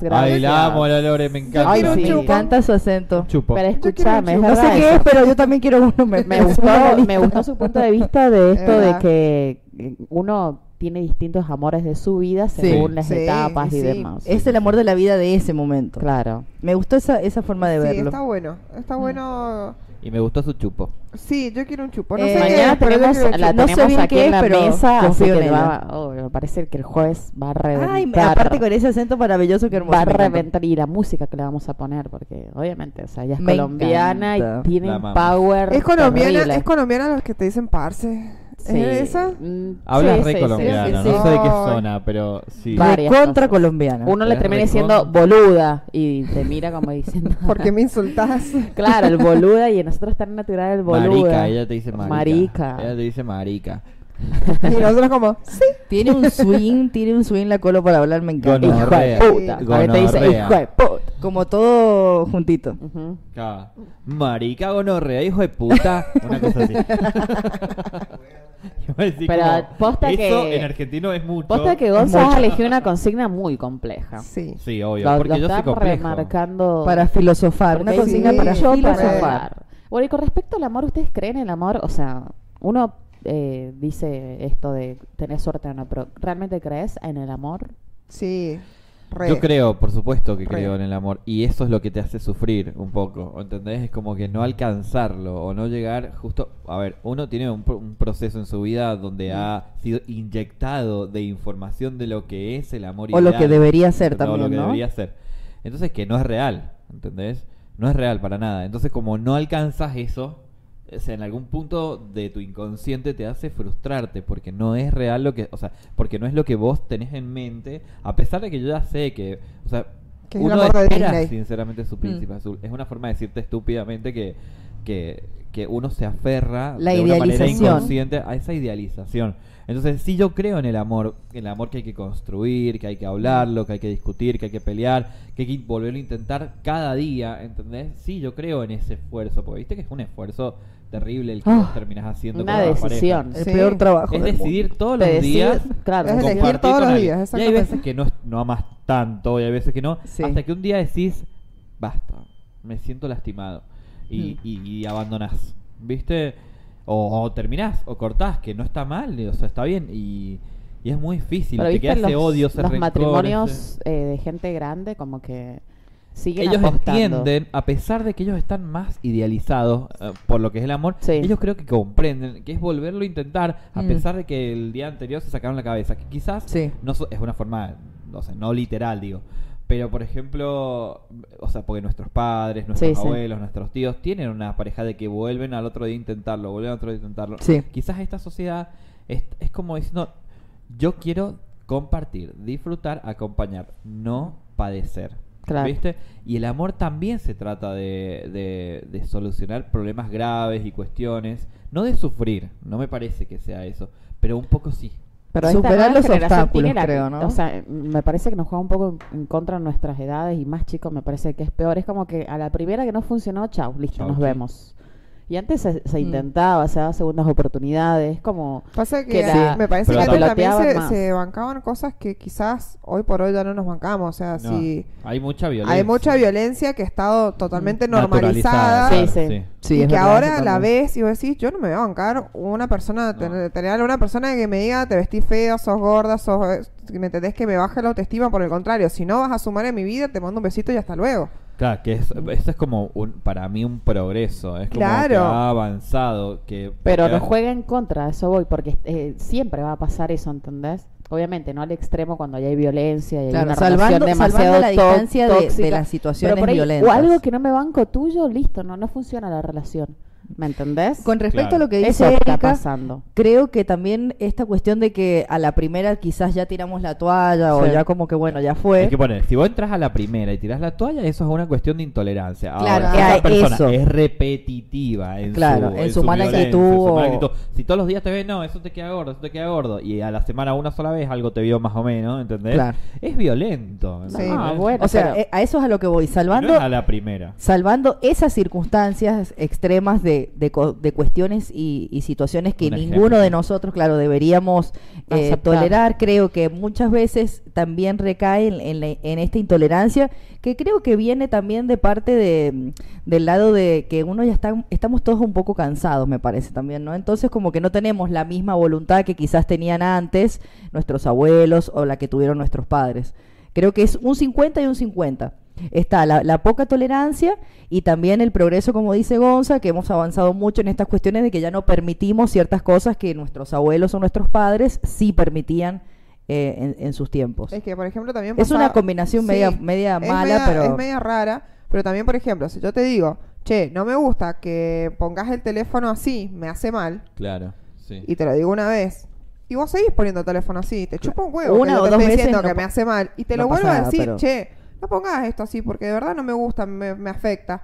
Speaker 4: [laughs]
Speaker 1: gracias.
Speaker 4: Ay, la amo, la Lore, me encanta.
Speaker 1: Ay, sí.
Speaker 2: Me encanta su acento.
Speaker 4: Chupo.
Speaker 1: Pero
Speaker 3: Yo quiero un
Speaker 1: escúchame, es
Speaker 3: chupo.
Speaker 2: No sé
Speaker 1: verdad
Speaker 2: qué
Speaker 1: eso.
Speaker 2: es, pero yo también quiero uno. Me,
Speaker 1: [laughs] me gustó, me gustó su punto de vista de
Speaker 3: Es
Speaker 1: esto de
Speaker 3: verdad.
Speaker 1: que eh, uno tiene distintos amores de su vida según las
Speaker 3: Sí,
Speaker 1: etapas
Speaker 3: sí.
Speaker 1: y demás.
Speaker 2: Es el amor de la vida de ese momento.
Speaker 1: Claro.
Speaker 2: Me gustó esa, esa forma de
Speaker 3: Sí,
Speaker 2: verlo.
Speaker 3: está bueno. Está
Speaker 1: Mm.
Speaker 3: bueno.
Speaker 4: Y me gustó su chupo.
Speaker 3: Sí, yo quiero un chupo. No
Speaker 2: Eh,
Speaker 3: sé
Speaker 1: Mañana
Speaker 3: qué, pero yo
Speaker 1: tenemos,
Speaker 3: quiero un
Speaker 1: la
Speaker 2: No sé
Speaker 1: tenemos
Speaker 2: bien
Speaker 1: aquí
Speaker 2: qué
Speaker 1: en
Speaker 2: es,
Speaker 1: la
Speaker 2: pero
Speaker 1: mesa, así
Speaker 2: confío en
Speaker 1: que
Speaker 2: ella.
Speaker 1: va- oh, me parece que el jueves va a reventar.
Speaker 2: Ay, me- aparte con ese acento maravilloso que hermoso.
Speaker 1: va a
Speaker 2: me encantó.
Speaker 1: reventar y la música que le vamos a poner, porque obviamente, o sea, ella es
Speaker 2: Me
Speaker 1: colombiana
Speaker 2: encanta.
Speaker 1: y tiene
Speaker 4: La
Speaker 1: un
Speaker 4: amamos.
Speaker 1: power.
Speaker 3: chupo. Es colombiana,
Speaker 1: terrible.
Speaker 3: es colombiana los que te dicen parce.
Speaker 1: Sí.
Speaker 3: ¿Es esa?
Speaker 1: Mm,
Speaker 4: Hablas
Speaker 1: sí,
Speaker 4: re
Speaker 1: sí, sí,
Speaker 4: colombiana,
Speaker 1: sí, sí.
Speaker 4: no sé de qué
Speaker 3: Ay.
Speaker 4: zona, Ah, pero sí.
Speaker 1: Va. varias
Speaker 2: Recontra
Speaker 1: cosas.
Speaker 2: colombiana.
Speaker 1: Uno le
Speaker 4: Es
Speaker 1: termina
Speaker 4: re
Speaker 1: diciendo
Speaker 4: con-
Speaker 1: boluda y te mira
Speaker 2: [laughs]
Speaker 1: como diciendo.
Speaker 3: ¿Por qué me insultás?
Speaker 1: [laughs] Claro, el boluda y en nosotros tan natural el boluda.
Speaker 4: Marica, ella te dice marica.
Speaker 1: Marica.
Speaker 4: Ella te dice marica.
Speaker 3: y nosotros como, sí.
Speaker 2: Tiene un swing, tiene un swing la colo para hablar, me encanta.
Speaker 1: Hijo de
Speaker 4: Gonorrea.
Speaker 1: puta. A ver, te dice
Speaker 4: Gonorrea.
Speaker 1: hijo de puta.
Speaker 2: Como todo juntito.
Speaker 1: Ujú.
Speaker 4: Ah, Marica gonorrea, hijo de puta. Una cosa así. Iba a decir
Speaker 1: Pero
Speaker 4: como,
Speaker 1: posta
Speaker 4: eso
Speaker 1: que-
Speaker 4: en argentino es mucho.
Speaker 1: Posta que Gonzalo eligió una consigna muy compleja.
Speaker 3: Sí.
Speaker 4: Sí, obvio.
Speaker 1: Lo,
Speaker 4: porque
Speaker 1: lo
Speaker 4: yo soy
Speaker 1: está
Speaker 4: complejo.
Speaker 1: remarcando.
Speaker 2: Para filosofar. Una
Speaker 1: Porque
Speaker 2: consigna
Speaker 1: sí,
Speaker 2: para
Speaker 1: yo
Speaker 2: filosofar.
Speaker 1: filosofar. Bueno, y con respecto al amor, ¿ustedes creen en el amor? O sea, uno eh, dice esto de tener suerte o no, pero ¿realmente crees en el amor?
Speaker 3: Sí. Re.
Speaker 4: Yo creo, por supuesto que
Speaker 3: Re.
Speaker 4: creo en el amor. Y eso es lo que te hace sufrir un poco. ¿Entendés? Es como que no alcanzarlo o no llegar justo. A ver, uno tiene un, pro- un proceso en su vida donde ha sido inyectado de información de lo que es el amor
Speaker 2: O lo
Speaker 4: ideal,
Speaker 2: que debería ser
Speaker 4: ¿entendés? O lo
Speaker 2: también,
Speaker 4: que
Speaker 2: ¿no?
Speaker 4: debería ser. Entonces, que no es real. ¿Entendés? No es real para nada. Entonces, como no alcanzas eso. O sea, en algún punto de tu inconsciente te hace frustrarte porque no es real lo que, o sea, porque no es lo que vos tenés en mente, a pesar de que yo ya sé que, o sea,
Speaker 3: Que Que es el
Speaker 4: uno
Speaker 3: amor de
Speaker 4: espera,
Speaker 3: Disney. Mm.
Speaker 4: sinceramente, su príncipe azul. Es una forma de decirte estúpidamente que, que, que uno se aferra
Speaker 2: La
Speaker 4: de una manera
Speaker 2: idealización.
Speaker 4: inconsciente a esa idealización. Entonces, sí yo creo en el amor, el amor que hay que construir, que hay que hablarlo, que hay que discutir, que hay que pelear, que hay que volverlo a intentar cada día, ¿entendés? Sí, yo creo en ese esfuerzo, porque viste que es un esfuerzo terrible el que
Speaker 2: Ah,
Speaker 4: vos terminás haciendo
Speaker 1: una
Speaker 4: con la pareja.
Speaker 1: decisión.
Speaker 2: El
Speaker 3: Sí.
Speaker 2: peor trabajo.
Speaker 4: Es
Speaker 2: del mundo.
Speaker 4: decidir todos los
Speaker 1: Te decís-
Speaker 4: días.
Speaker 1: claro.
Speaker 3: Es elegir
Speaker 4: compartir
Speaker 3: todos
Speaker 4: con
Speaker 3: los
Speaker 4: alguien.
Speaker 3: días,
Speaker 4: Y hay
Speaker 3: exactamente.
Speaker 4: veces que no, es- no amas tanto y hay veces que no.
Speaker 2: Sí.
Speaker 4: Hasta que un día decís, basta, me siento lastimado. Y,
Speaker 1: Mm.
Speaker 4: y- y abandonás. ¿Viste? O, o terminás, o cortás, que no está mal, o sea, está bien. Y, y es muy difícil.
Speaker 1: Pero
Speaker 4: te
Speaker 1: viste
Speaker 4: queda ese
Speaker 1: los,
Speaker 4: odio, ese rencor,
Speaker 1: los
Speaker 4: ese-
Speaker 1: matrimonios eh, de gente grande como que siguen
Speaker 4: ellos
Speaker 1: apostando.
Speaker 4: entienden, a pesar de que ellos están más idealizados eh, por lo que es el amor,
Speaker 1: Sí.
Speaker 4: ellos creo que comprenden que es volverlo a intentar, a
Speaker 2: Mm.
Speaker 4: pesar de que el día anterior se sacaron la cabeza. Que quizás
Speaker 2: Sí.
Speaker 4: no so- es una forma, no sé, no literal, digo. Pero, por ejemplo, o sea, porque nuestros padres, nuestros
Speaker 1: Sí, sí.
Speaker 4: abuelos, nuestros tíos tienen una pareja de que vuelven al otro día a intentarlo, vuelven al otro día a intentarlo.
Speaker 2: Sí.
Speaker 4: Quizás esta sociedad es, es como diciendo, yo quiero compartir, disfrutar, acompañar, no padecer.
Speaker 1: Claro.
Speaker 4: ¿Viste? Y el amor también se trata de, de- de solucionar problemas graves y cuestiones, no de sufrir, no me parece que sea eso, pero un poco sí.
Speaker 1: Pero esta
Speaker 2: Superar
Speaker 1: nueva
Speaker 2: los
Speaker 1: generación tiene
Speaker 2: obstáculos, creo, ¿no?
Speaker 1: O sea, me parece que nos juega un poco en, en contra de nuestras edades y más chicos me parece que es peor. Es como que a la primera que no funcionó, chau, listo,
Speaker 4: Chau,
Speaker 1: nos
Speaker 4: sí.
Speaker 1: vemos. Y antes se, se
Speaker 2: Mm.
Speaker 1: intentaba, se daban segundas oportunidades, como...
Speaker 3: Pasa que,
Speaker 1: que la-
Speaker 3: me parece
Speaker 4: pero
Speaker 3: que antes
Speaker 1: la
Speaker 3: también
Speaker 1: peloteaban
Speaker 3: se,
Speaker 1: más.
Speaker 3: se bancaban cosas que quizás hoy por hoy ya no nos bancamos. O sea,
Speaker 4: No,
Speaker 3: si
Speaker 4: Hay mucha violencia.
Speaker 3: hay mucha violencia que ha estado totalmente normalizada.
Speaker 4: Naturalizada,
Speaker 1: Sí,
Speaker 4: claro,
Speaker 1: sí.
Speaker 2: Sí,
Speaker 3: y
Speaker 2: es
Speaker 3: que
Speaker 2: verdad, eso
Speaker 3: ahora la
Speaker 2: también.
Speaker 3: ves y vos decís, yo no me voy a bancar una persona,
Speaker 4: No.
Speaker 3: tener, tener a una persona que me diga, te vestís feo, sos gorda, sos, eh, que me entendés que me baja la autoestima, por el contrario, si no vas a sumar en mi vida, te mando un besito y hasta luego.
Speaker 4: Claro, que es,
Speaker 1: mm.
Speaker 4: esto es como un, para mí un progreso, es como que
Speaker 3: Claro.
Speaker 4: ha avanzado. Que,
Speaker 1: Pero
Speaker 4: que-
Speaker 1: nos juega en contra, a eso voy, porque eh, siempre va a pasar eso, ¿entendés? Obviamente, no al extremo cuando ya hay violencia y hay
Speaker 2: Claro,
Speaker 1: una
Speaker 2: salvando-
Speaker 1: relación demasiado
Speaker 2: salvando la
Speaker 1: tó-
Speaker 2: distancia de- de
Speaker 1: tóxica.
Speaker 2: las situaciones
Speaker 1: Pero por ahí, O
Speaker 2: violentas.
Speaker 1: algo que no me banco tuyo, listo, no, no funciona la relación. ¿Me entendés?
Speaker 2: Con respecto
Speaker 4: Claro.
Speaker 2: a lo que
Speaker 1: Eso
Speaker 2: dice
Speaker 1: está
Speaker 2: Erika,
Speaker 1: pasando.
Speaker 2: creo que también esta cuestión de que a la primera quizás ya tiramos la toalla o
Speaker 1: Sí.
Speaker 2: ya como que bueno, ya fue.
Speaker 4: Es que poner, si vos entras a la primera y tirás la toalla, eso es una cuestión de intolerancia.
Speaker 2: Claro,
Speaker 4: Ahora, si esa
Speaker 2: eh,
Speaker 4: persona
Speaker 2: eso.
Speaker 4: es repetitiva en
Speaker 2: Claro,
Speaker 4: su,
Speaker 2: en su mala
Speaker 4: violencia,
Speaker 2: actitud
Speaker 4: en su mala
Speaker 2: o-
Speaker 4: actitud. Si todos los días te ves, no, eso te queda gordo, eso te queda gordo, y a la semana una sola vez algo te vio más o menos, ¿entendés?
Speaker 2: Claro.
Speaker 4: Es violento.
Speaker 3: Sí.
Speaker 4: ¿entendés?
Speaker 1: Ah, bueno,
Speaker 2: o sea,
Speaker 1: pero-
Speaker 2: eh, a eso es a lo que voy,
Speaker 4: Y
Speaker 2: salvando
Speaker 4: No es a la primera.
Speaker 2: salvando esas circunstancias extremas de, de co- de cuestiones y, y situaciones que
Speaker 4: Un
Speaker 2: ninguno
Speaker 4: ejemplo.
Speaker 2: de nosotros, claro, deberíamos eh,
Speaker 1: Aceptar.
Speaker 2: tolerar, creo que muchas veces también recae en, en la- en esta intolerancia, que creo que viene también de parte de, del lado de que uno ya está, estamos todos un poco cansados, me parece también, ¿no? Entonces como que no tenemos la misma voluntad que quizás tenían antes nuestros abuelos o la que tuvieron nuestros padres. Creo que es un 50 y un 50. Está la, la poca tolerancia y también el progreso, como dice Gonza, que hemos avanzado mucho en estas cuestiones de que ya no permitimos ciertas cosas que nuestros abuelos o nuestros padres sí permitían eh, en, en sus tiempos.
Speaker 3: Es que, por ejemplo, también
Speaker 2: Es una combinación media- media
Speaker 3: es
Speaker 2: mala,
Speaker 3: media-
Speaker 2: pero-
Speaker 3: Es media rara, pero también, por ejemplo, si yo te digo, che, no me gusta que pongas el teléfono así, me hace mal,
Speaker 4: Claro, sí.
Speaker 3: y te lo digo una vez. Y vos seguís poniendo el teléfono así, te chupa un huevo.
Speaker 2: Una
Speaker 3: que yo
Speaker 2: o
Speaker 3: te
Speaker 2: dos
Speaker 3: estoy
Speaker 2: veces
Speaker 3: diciendo
Speaker 2: no
Speaker 3: que
Speaker 2: pa-
Speaker 3: me hace mal. Y te
Speaker 2: no
Speaker 3: lo vuelvo
Speaker 2: pasa
Speaker 3: a
Speaker 2: nada,
Speaker 3: decir,
Speaker 2: pero-
Speaker 3: che, no pongas esto así porque de verdad no me gusta, me, me afecta.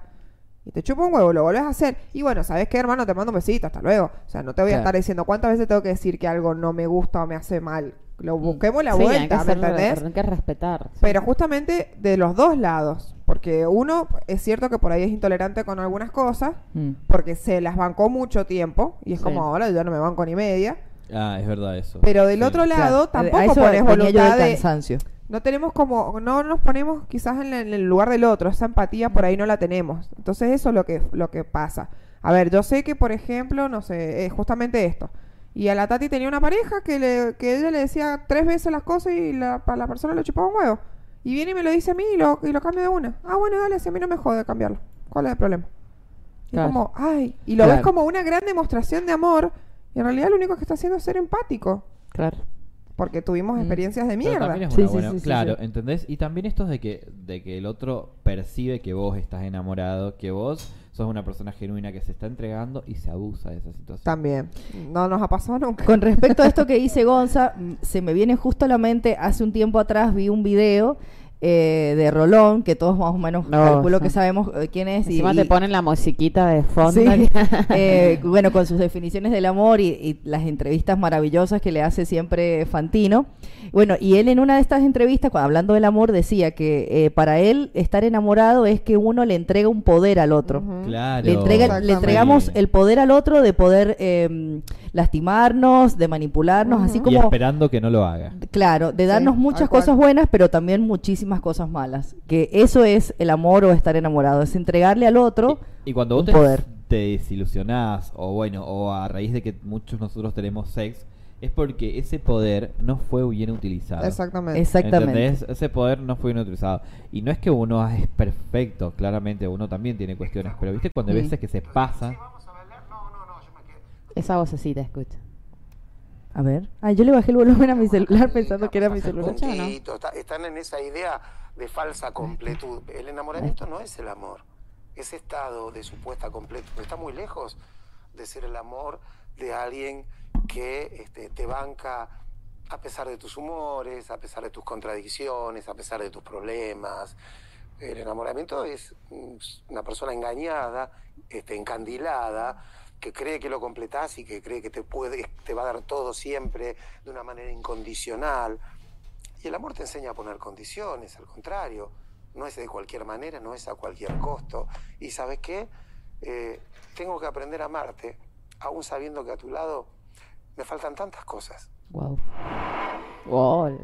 Speaker 3: Y te chupa un huevo, lo volvés a hacer. Y bueno, ¿sabes qué, hermano? Te mando un besito, hasta luego. O sea, no te voy a
Speaker 2: Claro.
Speaker 3: estar diciendo cuántas veces tengo que decir que algo no me gusta o me hace mal. Lo busquemos la
Speaker 1: Mm. Sí, hay que
Speaker 3: vuelta, ¿me
Speaker 1: hacerlo-
Speaker 3: entendés?
Speaker 1: Hay que respetar. sí.
Speaker 3: Pero justamente de los dos lados. Porque uno, es cierto que por ahí es intolerante con algunas cosas,
Speaker 2: Mm.
Speaker 3: porque se las bancó mucho tiempo. Y es
Speaker 1: Sí.
Speaker 3: como ahora yo no me banco ni media.
Speaker 4: Ah, es verdad eso.
Speaker 3: Pero del
Speaker 4: Sí.
Speaker 3: otro lado
Speaker 2: Claro, a- a
Speaker 3: tampoco
Speaker 2: eso
Speaker 3: pones
Speaker 2: venía yo del
Speaker 3: voluntad de...
Speaker 2: cansancio.
Speaker 3: No tenemos como... No nos ponemos quizás en, la- en el lugar del otro. Esa empatía por ahí no la tenemos. Entonces eso es lo que, lo que pasa. A ver, yo sé que, por ejemplo, no sé, eh, justamente esto. Y a la Tati tenía una pareja que, le, que ella le decía tres veces las cosas y la, pa- la persona le chupaba un huevo. Y viene y me lo dice a mí y lo, y lo cambio de una. Ah, bueno, dale, si a mí no me jode cambiarlo. ¿Cuál es el problema? Y
Speaker 1: Claro.
Speaker 3: como, ay, y lo ves
Speaker 2: Claro.
Speaker 3: como una gran demostración de amor. Y en realidad lo único que está haciendo es ser empático.
Speaker 1: Claro.
Speaker 3: Porque tuvimos
Speaker 2: Mm.
Speaker 3: experiencias de
Speaker 4: Pero
Speaker 3: mierda.
Speaker 4: también es
Speaker 1: Sí,
Speaker 4: una
Speaker 1: sí,
Speaker 4: buena-
Speaker 1: sí, sí,
Speaker 4: claro,
Speaker 1: sí.
Speaker 4: ¿entendés? Y también esto de que, de que el otro percibe que vos estás enamorado, que vos sos una persona genuina que se está entregando y se abusa de esa situación.
Speaker 2: [laughs]
Speaker 3: También. No nos ha pasado nunca.
Speaker 2: Con
Speaker 3: [laughs]
Speaker 2: respecto a esto que dice Gonza, mm, se me viene justo a la mente, hace un tiempo atrás vi un video eh, de Rolón, que todos más o menos
Speaker 1: No,
Speaker 2: calculo
Speaker 1: sí.
Speaker 2: que sabemos eh, quién es. y-
Speaker 1: Encima te
Speaker 2: y-
Speaker 1: ponen la musiquita de fondo. [laughs]
Speaker 2: Sí. Eh, bueno, con sus definiciones del amor y, y las entrevistas maravillosas que le hace siempre Fantino. Bueno, y él en una de estas entrevistas, cu- hablando del amor, decía que eh, para él estar enamorado es que uno le entrega un poder al otro.
Speaker 4: Claro.
Speaker 2: Le, entrega- le
Speaker 3: Exactamente.
Speaker 2: entregamos el poder al otro de poder eh, lastimarnos, de manipularnos, así
Speaker 4: Y
Speaker 2: como...
Speaker 4: esperando que no lo haga.
Speaker 2: Claro, de darnos
Speaker 3: tal
Speaker 2: muchas
Speaker 3: cual.
Speaker 2: cosas buenas, pero también muchísimas cosas malas. Que eso es el amor o estar enamorado, es entregarle al otro.
Speaker 4: Y, y cuando vos
Speaker 2: un
Speaker 4: te,
Speaker 2: poder.
Speaker 4: te desilusionás, o bueno, o a raíz de que muchos nosotros tenemos sex, es porque ese poder no fue bien utilizado.
Speaker 3: Exactamente.
Speaker 2: Exactamente.
Speaker 4: ¿Entendés? Ese poder no fue bien utilizado. Y no es que uno es perfecto, claramente, uno también tiene cuestiones, pero viste cuando hay
Speaker 2: Mm.
Speaker 4: veces que se pasa.
Speaker 1: Esa vocecita, escucha.
Speaker 2: A ver. Ah, yo le bajé el volumen a mi [laughs] celular pensando que era mi celular.
Speaker 1: escucha o no?
Speaker 9: Poquito, está- están en esa idea de falsa completud. El enamoramiento no es el amor, es estado de supuesta completud. Está muy lejos de ser el amor de alguien que este, te banca a pesar de tus humores, a pesar de tus contradicciones, a pesar de tus problemas. El enamoramiento es mm, una persona engañada, este, encandilada, que cree que lo completás y que cree que te, puede, te va a dar todo siempre de una manera incondicional. Y el amor te enseña a poner condiciones, al contrario. No es de cualquier manera, no es a cualquier costo. Y sabes qué? Eh, tengo que aprender a amarte, aún sabiendo que a tu lado me faltan tantas cosas.
Speaker 1: Wow. Wow.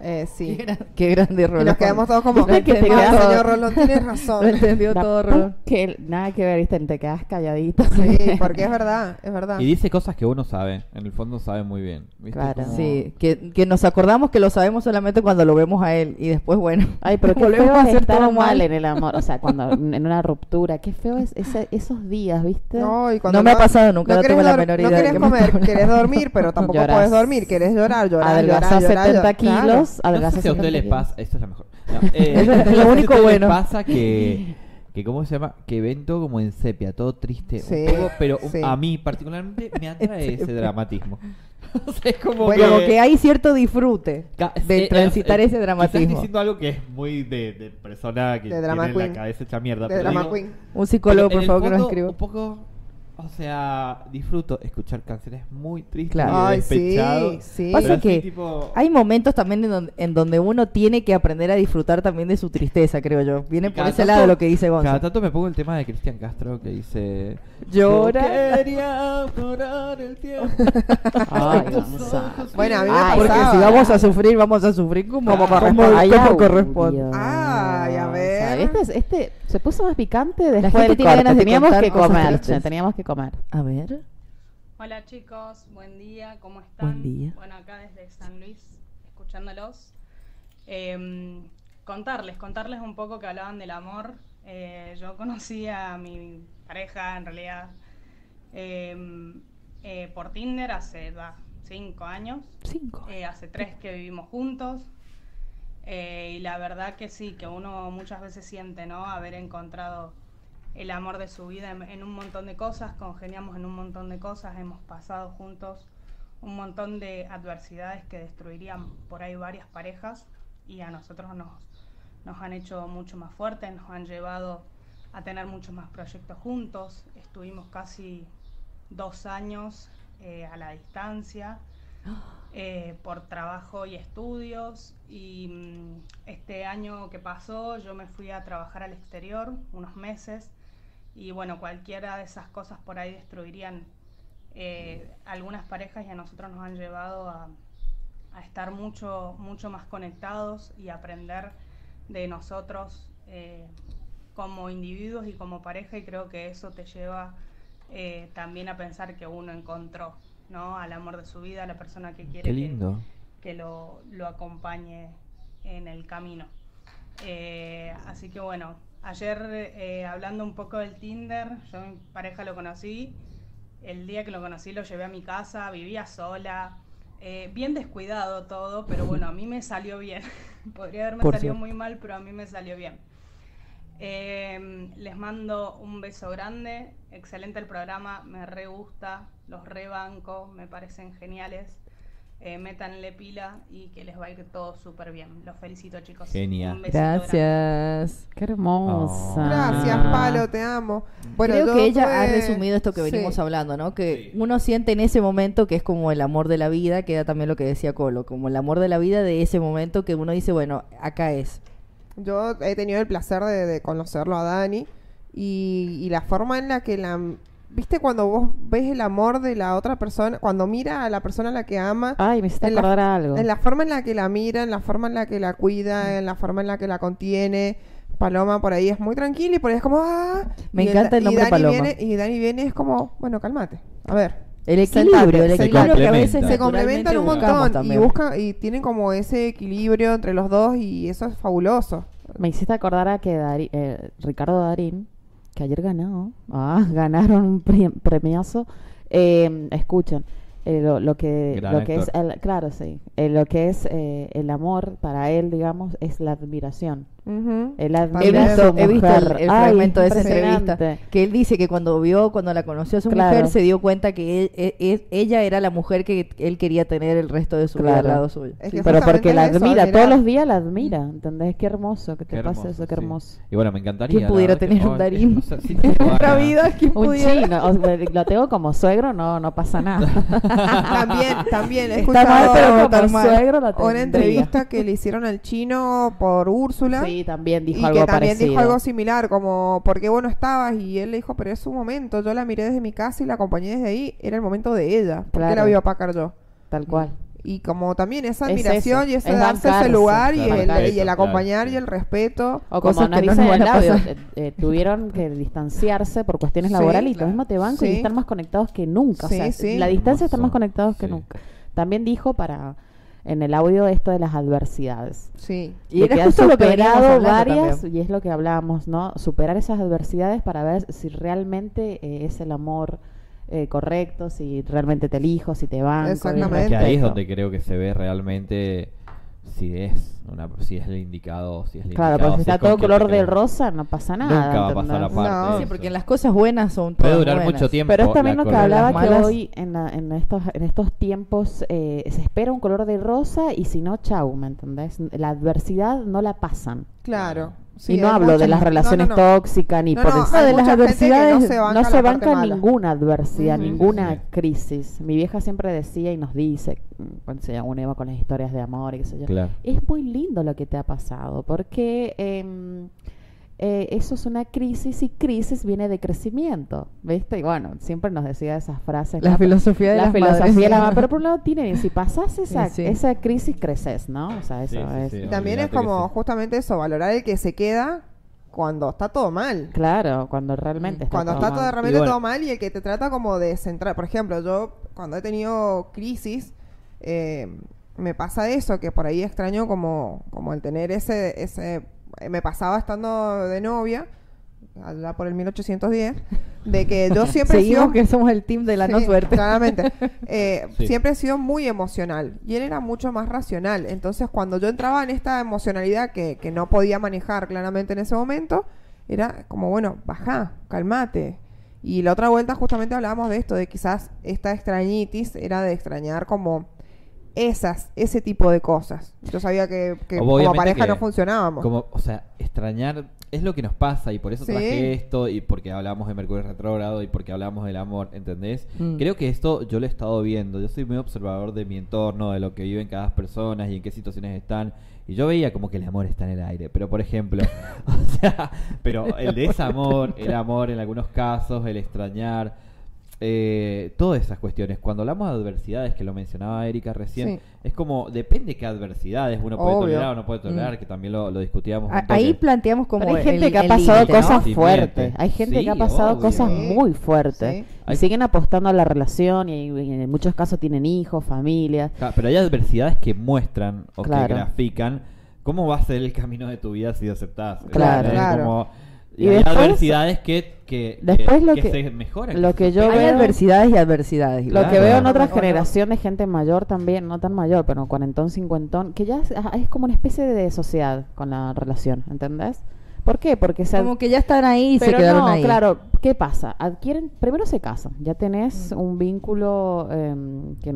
Speaker 3: Eh, sí.
Speaker 2: Qué grande
Speaker 3: Y
Speaker 2: Rolón.
Speaker 3: nos quedamos todos como.
Speaker 1: ¿Viste que te
Speaker 3: "No,
Speaker 1: quedas-
Speaker 3: señor Rolón, tienes
Speaker 1: [laughs]
Speaker 2: Lo
Speaker 3: razón.
Speaker 2: entendió
Speaker 1: La
Speaker 2: todo
Speaker 1: puta
Speaker 2: Rolón.
Speaker 1: Que nada que ver, ¿viste? Te quedas calladito.
Speaker 3: [laughs] sí, porque es verdad, es verdad.
Speaker 4: Y dice cosas que uno sabe, en el fondo sabe muy bien. ¿viste?
Speaker 1: Claro.
Speaker 4: Como-
Speaker 2: Sí, que, que nos acordamos que lo sabemos solamente cuando lo vemos a él y después, bueno,
Speaker 1: Ay,
Speaker 2: [laughs]
Speaker 1: pero qué
Speaker 2: volvemos
Speaker 1: feo
Speaker 2: a
Speaker 1: es
Speaker 2: hacer
Speaker 1: estar
Speaker 2: todo
Speaker 1: mal.
Speaker 2: mal.
Speaker 1: en el amor. O sea, [laughs] cuando en una ruptura. Qué feo es ese- esos días, ¿viste?
Speaker 3: No, y cuando
Speaker 2: No me ha pasado nunca, no
Speaker 3: querés
Speaker 2: tengo la
Speaker 3: dor-
Speaker 2: menor idea
Speaker 3: No
Speaker 2: de
Speaker 3: querés
Speaker 2: qué me
Speaker 3: comer,
Speaker 2: está hablando.
Speaker 3: querés dormir, pero
Speaker 2: [laughs]
Speaker 3: tampoco
Speaker 1: Llorás.
Speaker 3: podés dormir, querés llorar, llorar, llorar,
Speaker 1: Adelgazás
Speaker 3: llorar,
Speaker 1: 70
Speaker 3: llorar. Claro.
Speaker 1: kilos.
Speaker 4: No
Speaker 1: Adelgazás
Speaker 4: sé si a usted
Speaker 1: 70
Speaker 4: les
Speaker 1: kilos.
Speaker 4: pasa, esto es la mejor. No, eh,
Speaker 2: Es lo- es lo
Speaker 4: [laughs] no sé si a
Speaker 2: único
Speaker 4: ustedes les
Speaker 2: bueno.
Speaker 4: pasa que, que, ¿cómo se llama? Que ven todo como en sepia, todo triste,
Speaker 3: Sí,
Speaker 4: un poco, pero
Speaker 3: sí.
Speaker 4: a mí particularmente me atrae ese dramatismo. [laughs] O sea, es como
Speaker 2: Bueno, como que hay cierto disfrute
Speaker 4: Ca-
Speaker 2: de
Speaker 4: eh,
Speaker 2: transitar
Speaker 4: eh,
Speaker 2: ese
Speaker 4: Estás [laughs]
Speaker 2: dramatismo.
Speaker 4: diciendo algo que es muy de, de persona que
Speaker 3: De drama
Speaker 4: tiene
Speaker 3: queen.
Speaker 4: la cabeza hecha mierda.
Speaker 3: De
Speaker 4: pero
Speaker 3: drama
Speaker 4: digo-
Speaker 3: queen.
Speaker 2: Un psicólogo,
Speaker 4: pero
Speaker 2: por
Speaker 4: en
Speaker 2: favor,
Speaker 4: el
Speaker 2: que nos
Speaker 4: fondo,
Speaker 2: escriba.
Speaker 4: Un poco, o sea, disfruto escuchar canciones muy tristes.
Speaker 2: Claro.
Speaker 4: y de
Speaker 3: Ay, sí,
Speaker 4: despechados,
Speaker 3: sí.
Speaker 4: pero
Speaker 2: Pasa
Speaker 4: así
Speaker 2: que
Speaker 4: tipo-
Speaker 2: Hay momentos también en donde, en donde uno tiene que aprender a disfrutar también de su tristeza, creo yo. Viene
Speaker 4: Y
Speaker 2: por
Speaker 4: cada
Speaker 2: ese
Speaker 4: tanto-
Speaker 2: lado lo que dice
Speaker 4: Cada
Speaker 2: Gonzalo.
Speaker 4: tanto me pongo el tema de Cristian Castro que dice...
Speaker 2: Llora.
Speaker 4: "Yo quería parar el tiempo.
Speaker 1: [laughs] Ay,
Speaker 4: Tus
Speaker 1: vamos a-
Speaker 4: ojos".
Speaker 3: Bueno, a mí me
Speaker 1: Ay,
Speaker 2: Ah, Porque
Speaker 3: pasaba. Ah,
Speaker 2: si vamos a sufrir, vamos a sufrir como, como,
Speaker 1: Ay,
Speaker 2: como
Speaker 1: audio.
Speaker 2: corresponde.
Speaker 3: Ay, a ver.
Speaker 1: este, es- este se puso más picante después
Speaker 2: gente
Speaker 1: del
Speaker 2: tiene
Speaker 1: corte.
Speaker 2: ganas de
Speaker 1: teníamos
Speaker 2: contar
Speaker 1: que
Speaker 2: cosas
Speaker 1: comer,
Speaker 2: tristes.
Speaker 1: che, teníamos que comer.
Speaker 2: A ver.
Speaker 10: Hola chicos, buen día, ¿cómo están?
Speaker 2: Buen día.
Speaker 10: Bueno, acá desde San Luis, escuchándolos. Eh, contarles, contarles un poco que hablaban del amor. Eh, yo conocí a mi pareja, en realidad, eh, eh, por Tinder hace va, cinco años.
Speaker 2: Cinco.
Speaker 10: Eh, hace tres que vivimos juntos. Eh, y la verdad que sí, que uno muchas veces siente, ¿no? Haber encontrado el amor de su vida en, en un montón de cosas, congeniamos en un montón de cosas, hemos pasado juntos un montón de adversidades que destruirían por ahí varias parejas y a nosotros nos, nos han hecho mucho más fuertes, nos han llevado a tener muchos más proyectos juntos, estuvimos casi dos años eh, a la distancia eh, por trabajo y estudios. Y mm, este año que pasó yo me fui a trabajar al exterior unos meses y bueno, cualquiera de esas cosas por ahí destruirían eh, algunas parejas y a nosotros nos han llevado a, a estar mucho, mucho más conectados y aprender de nosotros eh, como individuos y como pareja y creo que eso te lleva eh, también a pensar que uno encontró ¿no? al amor de su vida, a la persona que quiere
Speaker 4: Qué
Speaker 10: que-
Speaker 4: lindo.
Speaker 10: que lo, lo acompañe en el camino. Eh, así que bueno, ayer eh, hablando un poco del Tinder, yo a mi pareja lo conocí, el día que lo conocí lo llevé a mi casa, vivía sola, eh, bien descuidado todo, pero bueno, a mí me salió bien. [laughs] Podría haberme
Speaker 2: Por
Speaker 10: salido
Speaker 2: cierto.
Speaker 10: muy mal, pero a mí me salió bien. Eh, les mando un beso grande, excelente el programa, me re gusta, los rebanco, me parecen geniales. eh, métanle pila y que les va a ir todo súper bien. Los felicito, chicos.
Speaker 4: Genia.
Speaker 10: Un besito grande.
Speaker 1: Gracias. Qué hermosa.
Speaker 3: Gracias, Palo, te amo. Bueno,
Speaker 2: Creo
Speaker 3: yo
Speaker 2: que ella ha
Speaker 3: fue-
Speaker 2: resumido esto que
Speaker 3: Sí.
Speaker 2: venimos hablando, ¿no? Que uno siente en ese momento que es como el amor de la vida, que era también lo que decía Colo, como el amor de la vida de ese momento que uno dice, bueno, acá es.
Speaker 3: Yo he tenido el placer de, de conocerlo a Dani y, y la forma en la que la... ¿Viste cuando vos ves el amor de la otra persona? Cuando mira a la persona a la que ama...
Speaker 1: Ay, me hiciste
Speaker 3: en la-
Speaker 1: acordar a algo.
Speaker 3: En la forma en la que la mira, en la forma en la que la
Speaker 2: Mm.
Speaker 3: cuida, en la forma en la que la contiene. Paloma por ahí es muy tranquila y por ahí es como... ¡Ah!
Speaker 2: Me
Speaker 3: Y
Speaker 2: encanta el
Speaker 3: y
Speaker 2: nombre
Speaker 3: Dani
Speaker 2: Paloma.
Speaker 3: Viene, y Dani viene y es como, bueno, cálmate. A ver,
Speaker 2: El equilibrio, el
Speaker 3: Se
Speaker 2: equilibrio que a veces
Speaker 4: complementan.
Speaker 3: se complementan un
Speaker 2: naturalmente buscamos
Speaker 3: montón y
Speaker 2: también.
Speaker 3: buscan y tienen como ese equilibrio entre los dos y eso es fabuloso.
Speaker 1: Me hiciste acordar a que Dari- eh, Ricardo Darín, que ayer ganó, ah, [laughs] ganaron un pre- premiazo. Eh, escuchen, eh, lo, lo que,
Speaker 4: Gran
Speaker 1: lo que es,
Speaker 4: actor.
Speaker 1: el, claro, sí, eh, lo que es eh, el amor para él, digamos, es la admiración.
Speaker 3: Ujú.
Speaker 1: Él
Speaker 2: He
Speaker 1: admira a su
Speaker 2: visto, he visto el,
Speaker 1: mujer.
Speaker 2: el
Speaker 1: Ay,
Speaker 2: fragmento de esa
Speaker 1: impresionante.
Speaker 2: entrevista que él dice que cuando vio, cuando la conoció a su
Speaker 1: Claro.
Speaker 2: mujer, se dio cuenta que él- e- e- ella era la mujer que él quería tener el resto de su vida al
Speaker 1: Claro.
Speaker 2: lado suyo.
Speaker 3: Es que
Speaker 1: Pero
Speaker 3: justamente
Speaker 1: porque la
Speaker 3: eso,
Speaker 1: admira,
Speaker 3: admirar.
Speaker 1: todos los días la admira, ¿entendés? Qué hermoso que te
Speaker 4: Qué
Speaker 1: pase
Speaker 4: hermoso,
Speaker 1: eso, qué
Speaker 4: sí.
Speaker 1: hermoso.
Speaker 4: Y bueno, me encantaría.
Speaker 2: ¿Quién
Speaker 4: la
Speaker 2: pudiera
Speaker 4: verdad que-
Speaker 2: tener un
Speaker 4: Ay,
Speaker 2: Darín?
Speaker 4: no sé, sí,
Speaker 2: [laughs]
Speaker 1: [laughs]
Speaker 4: tengo
Speaker 3: Otra
Speaker 4: ganas.
Speaker 3: vida, ¿quién
Speaker 1: Un
Speaker 3: pudiera?
Speaker 1: chino, o sea, lo tengo como suegro, no, no
Speaker 2: [laughs]
Speaker 1: pasa nada. [laughs]
Speaker 3: También, también. He
Speaker 1: Está mal,
Speaker 3: escuchado
Speaker 1: pero como suegro la
Speaker 3: una
Speaker 1: tendría.
Speaker 3: entrevista que le hicieron al chino por Úrsula.
Speaker 1: Sí, también dijo
Speaker 3: y
Speaker 1: algo
Speaker 3: que también
Speaker 1: parecido.
Speaker 3: dijo algo similar, como, ¿por qué vos no estabas? Y él le dijo, pero es un momento, yo la miré desde mi casa y la acompañé desde ahí, era el momento de ella, ¿por qué la
Speaker 1: Claro.
Speaker 3: voy a opacar yo?
Speaker 1: Tal cual.
Speaker 3: Y como también esa
Speaker 1: Es
Speaker 3: admiración
Speaker 1: eso,
Speaker 3: y ese
Speaker 1: es
Speaker 3: darse ese
Speaker 1: bancarse,
Speaker 3: lugar y,
Speaker 4: claro,
Speaker 3: el,
Speaker 4: bancarse,
Speaker 3: y el
Speaker 4: claro,
Speaker 3: acompañar
Speaker 4: sí.
Speaker 3: y el respeto.
Speaker 1: O
Speaker 3: cosas
Speaker 1: como nos
Speaker 3: que no
Speaker 1: dicen
Speaker 3: nos
Speaker 1: en el
Speaker 3: van a
Speaker 1: audio,
Speaker 3: pasar.
Speaker 1: eh, eh, tuvieron que distanciarse por cuestiones
Speaker 3: Sí,
Speaker 1: laborales y
Speaker 3: claro.
Speaker 1: los mismos te banco y
Speaker 3: Sí.
Speaker 1: están más conectados que nunca.
Speaker 3: Sí,
Speaker 1: o sea,
Speaker 3: sí.
Speaker 1: la distancia están más
Speaker 4: Hermoso,
Speaker 1: conectados que
Speaker 4: sí.
Speaker 1: nunca. También dijo para en el audio esto de las adversidades.
Speaker 3: Sí.
Speaker 2: Y
Speaker 1: de
Speaker 2: era
Speaker 1: que han
Speaker 2: justo lo que veníamos
Speaker 1: superado
Speaker 2: hablando
Speaker 1: varias
Speaker 2: también.
Speaker 1: y es lo que hablábamos, ¿no? Superar esas adversidades para ver si realmente eh, es el amor eh, correcto, si realmente te elijo, si te banco. y
Speaker 3: Exactamente.
Speaker 4: Que ahí es
Speaker 1: respeto.
Speaker 4: donde creo que se ve realmente si es una, si es el indicado, si es el
Speaker 1: Claro,
Speaker 4: indicado,
Speaker 1: pero si
Speaker 4: si es
Speaker 1: está
Speaker 4: con
Speaker 1: todo
Speaker 4: quien te
Speaker 1: color de
Speaker 4: crees.
Speaker 1: rosa, no pasa nada.
Speaker 4: Nunca va a pasar
Speaker 1: ¿entendés?
Speaker 4: la parte.
Speaker 3: No.
Speaker 4: de
Speaker 2: Sí,
Speaker 4: eso.
Speaker 2: porque las cosas buenas son
Speaker 4: Puede
Speaker 2: todas
Speaker 4: durar
Speaker 2: buenas.
Speaker 4: mucho tiempo.
Speaker 1: Pero es
Speaker 4: la
Speaker 1: también lo que
Speaker 4: cordura.
Speaker 1: hablaba
Speaker 2: las
Speaker 1: que
Speaker 2: malas.
Speaker 1: hoy en, la- en estos, en estos tiempos eh, se espera un color de rosa y si no, chau, ¿me entendés? La adversidad no la pasan.
Speaker 3: Claro.
Speaker 1: y no hablo de las relaciones
Speaker 3: todas
Speaker 1: tóxicas ni
Speaker 3: No,
Speaker 1: por
Speaker 3: no,
Speaker 1: el-
Speaker 3: hay
Speaker 1: de las
Speaker 3: mucha gente que no
Speaker 1: adversidades.
Speaker 3: se banca
Speaker 1: no
Speaker 3: la
Speaker 1: se
Speaker 3: parte
Speaker 1: banca
Speaker 3: mala.
Speaker 1: ninguna adversidad,
Speaker 3: Ujú.
Speaker 1: ninguna
Speaker 4: Sí.
Speaker 1: crisis. Mi vieja siempre decía y nos dice, mm, cuando se uno iba con las historias de amor y qué sé yo,
Speaker 4: Claro.
Speaker 1: es muy lindo lo que te ha pasado, porque em, eh, eso es una crisis y crisis viene de crecimiento, ¿viste? Y bueno, siempre nos decía esas frases.
Speaker 2: La
Speaker 1: ¿no?
Speaker 2: filosofía de
Speaker 1: la
Speaker 2: las
Speaker 1: filosofía
Speaker 2: madres.
Speaker 1: de la madre, pero por un
Speaker 4: [laughs]
Speaker 1: lado tiene bien,
Speaker 3: [laughs]
Speaker 1: si pasás esa,
Speaker 2: sí.
Speaker 1: esa crisis creces, ¿no? O sea, eso
Speaker 4: Sí, sí,
Speaker 1: es...
Speaker 4: sí,
Speaker 3: Y también es
Speaker 4: olvídate que
Speaker 3: como
Speaker 4: sí.
Speaker 3: justamente eso, valorar el que se queda cuando está todo mal.
Speaker 1: Claro, cuando realmente está
Speaker 3: cuando
Speaker 1: todo
Speaker 3: está
Speaker 1: mal.
Speaker 3: todo, realmente
Speaker 4: Y bueno.
Speaker 3: todo mal y el que te trata como de centrar. Por ejemplo, yo cuando he tenido crisis, eh, me pasa eso, que por ahí extraño como, como el tener ese, ese... eh, Me pasaba estando de novia, allá por el 1810, de
Speaker 1: Eh,
Speaker 3: que
Speaker 4: [laughs]
Speaker 2: [laughs]
Speaker 3: yo siempre he sido-
Speaker 2: Seguimos que somos el team de la no
Speaker 3: Sí,
Speaker 2: suerte. [laughs]
Speaker 3: Claramente. Eh,
Speaker 4: Sí.
Speaker 3: Siempre he sido muy emocional y él era mucho más racional. Entonces, cuando yo entraba en esta emocionalidad que, que no podía manejar claramente en ese momento, era como, bueno, baja, calmate. Y la otra vuelta justamente hablábamos de esto, de quizás esta extrañitis era de extrañar como esas, ese tipo de cosas. Yo sabía que, que como
Speaker 4: Obviamente
Speaker 3: pareja
Speaker 4: que-
Speaker 3: no funcionábamos.
Speaker 4: Como, o sea, extrañar es lo que nos pasa y por eso
Speaker 3: Sí.
Speaker 4: traje esto y porque hablamos de Mercurio retrógrado y porque hablamos del amor, ¿entendés?
Speaker 2: Mm.
Speaker 4: Creo que esto yo lo he estado viendo, yo soy muy observador de mi entorno, de lo que viven cada persona y en qué situaciones están. Y yo veía como que el amor está en el aire, pero por ejemplo, [laughs] o sea, pero el desamor, el amor en algunos casos, el extrañar, eh, todas esas cuestiones. Cuando hablamos de adversidades, que lo mencionaba Erika recién,
Speaker 3: Sí.
Speaker 4: es como, depende qué adversidades uno puede
Speaker 3: Obvio.
Speaker 4: tolerar o no puede tolerar, que también lo, lo discutíamos.
Speaker 2: A-
Speaker 4: un toque.
Speaker 2: Ahí planteamos como
Speaker 1: Pero hay gente
Speaker 2: el-
Speaker 1: que ha
Speaker 2: el
Speaker 1: pasado
Speaker 2: límite, ¿no?
Speaker 1: cosas
Speaker 4: Sí,
Speaker 1: fuertes.
Speaker 4: miente.
Speaker 1: Hay gente que ha
Speaker 4: Sí,
Speaker 1: pasado
Speaker 4: obvio.
Speaker 1: cosas muy fuertes.
Speaker 3: Sí.
Speaker 1: Y
Speaker 4: Hay-
Speaker 1: siguen apostando a la relación y, y en muchos casos tienen hijos, familias.
Speaker 4: Ca- Pero hay adversidades que muestran o que
Speaker 1: Claro.
Speaker 4: grafican cómo va a ser el camino de tu vida si aceptás.
Speaker 1: Claro.
Speaker 4: Es
Speaker 3: Claro.
Speaker 4: como- y,
Speaker 1: Y
Speaker 4: hay
Speaker 1: después-
Speaker 4: adversidades que, que,
Speaker 1: después
Speaker 4: que-
Speaker 1: lo
Speaker 4: Eh, que
Speaker 1: que-
Speaker 4: se mejoran.
Speaker 1: lo que yo
Speaker 2: Hay
Speaker 1: veo-
Speaker 2: adversidades y adversidades.
Speaker 1: Lo
Speaker 4: Claro.
Speaker 1: que veo en otras
Speaker 3: O no.
Speaker 1: generaciones, gente mayor también, no tan mayor, pero cuarentón, cincuentón, que ya es, ah, es como una especie de sociedad con la relación, ¿entendés? ¿Por qué? Porque se,
Speaker 2: Como que ya están ahí y se
Speaker 1: Pero
Speaker 2: quedaron
Speaker 1: no,
Speaker 2: ahí.
Speaker 1: claro, ¿qué pasa? Adquieren, primero se casan, ya tenés un vínculo eh, que,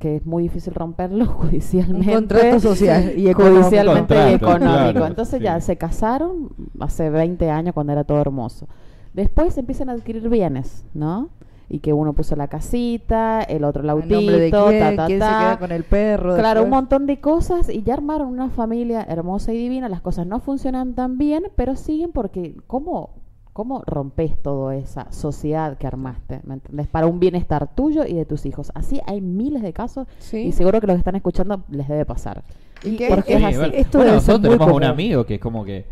Speaker 1: que es muy difícil romperlo [laughs] judicialmente.
Speaker 2: Un contrato
Speaker 1: [laughs]
Speaker 2: social y económico.
Speaker 1: Judicialmente y
Speaker 2: Contrato,
Speaker 1: económico.
Speaker 2: claro,
Speaker 1: Entonces
Speaker 2: sí.
Speaker 1: ya se casaron hace 20 años cuando era todo hermoso. Después empiezan a adquirir bienes, ¿no? Y que uno puso la casita, el otro el autito,
Speaker 2: nombre de
Speaker 1: ta,
Speaker 2: quién,
Speaker 1: ta,
Speaker 2: quién se
Speaker 1: ta.
Speaker 2: queda con el perro.
Speaker 1: Claro, un
Speaker 2: después.
Speaker 1: montón de cosas y ya armaron una familia hermosa y divina. Las cosas no funcionan tan bien, pero siguen porque ¿cómo, cómo rompes toda esa sociedad que armaste? ¿Me entendés? Para un bienestar tuyo y de tus hijos. Así hay miles de casos y seguro que los que están escuchando les debe pasar.
Speaker 3: ¿Y
Speaker 4: que-
Speaker 1: Porque es
Speaker 4: Sí,
Speaker 1: así.
Speaker 4: bueno. Bueno, nosotros tenemos a un amigo que es como que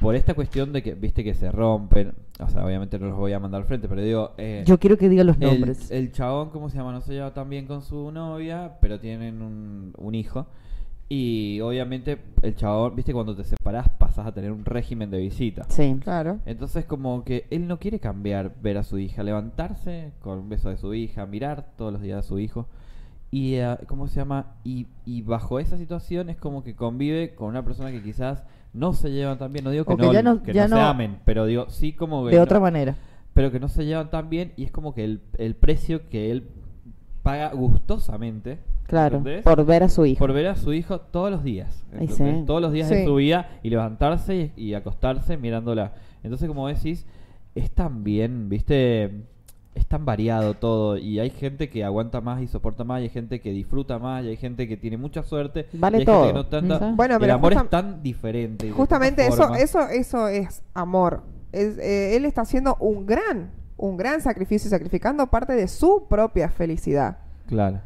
Speaker 4: por esta cuestión de que viste que se rompen, o sea, obviamente no los voy a mandar al frente, pero digo, eh,
Speaker 2: Yo quiero que diga los
Speaker 4: el-
Speaker 2: nombres.
Speaker 4: El, chabón, ¿cómo se llama? No se lleva tan bien con su novia, pero tienen un, un hijo. Y obviamente el chabón, viste, cuando te separás pasas a tener un régimen de visita.
Speaker 1: Sí.
Speaker 3: Claro.
Speaker 4: Entonces como que él no quiere cambiar, ver a su hija, levantarse con un beso de su hija, mirar todos los días a su hijo. Y, eh, ¿cómo se llama? Y, y bajo esa situación es como que convive con una persona que quizás no se llevan tan bien. No digo que,
Speaker 2: O que
Speaker 4: no,
Speaker 2: ya no-
Speaker 4: que
Speaker 2: ya
Speaker 4: no se
Speaker 2: no-
Speaker 4: amen, pero digo, sí como que...
Speaker 2: De
Speaker 4: no-
Speaker 2: otra manera.
Speaker 4: Pero que no se llevan tan bien y es como que el, el precio que él paga gustosamente.
Speaker 1: Claro,
Speaker 4: ¿entendés?
Speaker 1: por ver a su hijo.
Speaker 4: Por ver a su hijo todos los días.
Speaker 1: Ay,
Speaker 4: ¿entendés?
Speaker 1: sí.
Speaker 4: Todos los días
Speaker 1: Sí.
Speaker 4: de su vida y levantarse y, y acostarse mirándola. Entonces, como decís, es tan bien, ¿viste? Es tan variado todo y hay gente que aguanta más y soporta más, y hay gente que disfruta más, y hay gente que tiene mucha suerte.
Speaker 1: Vale
Speaker 4: y hay gente
Speaker 1: todo.
Speaker 4: que no tanta-
Speaker 1: Ujú.
Speaker 3: Bueno,
Speaker 4: el
Speaker 3: pero
Speaker 4: amor
Speaker 3: justam-
Speaker 4: es tan diferente. y de
Speaker 3: Justamente
Speaker 4: tantas
Speaker 3: eso,
Speaker 4: formas.
Speaker 3: eso, eso es amor. Es, eh, él está haciendo un gran, un gran sacrificio, sacrificando parte de su propia felicidad.
Speaker 4: Claro.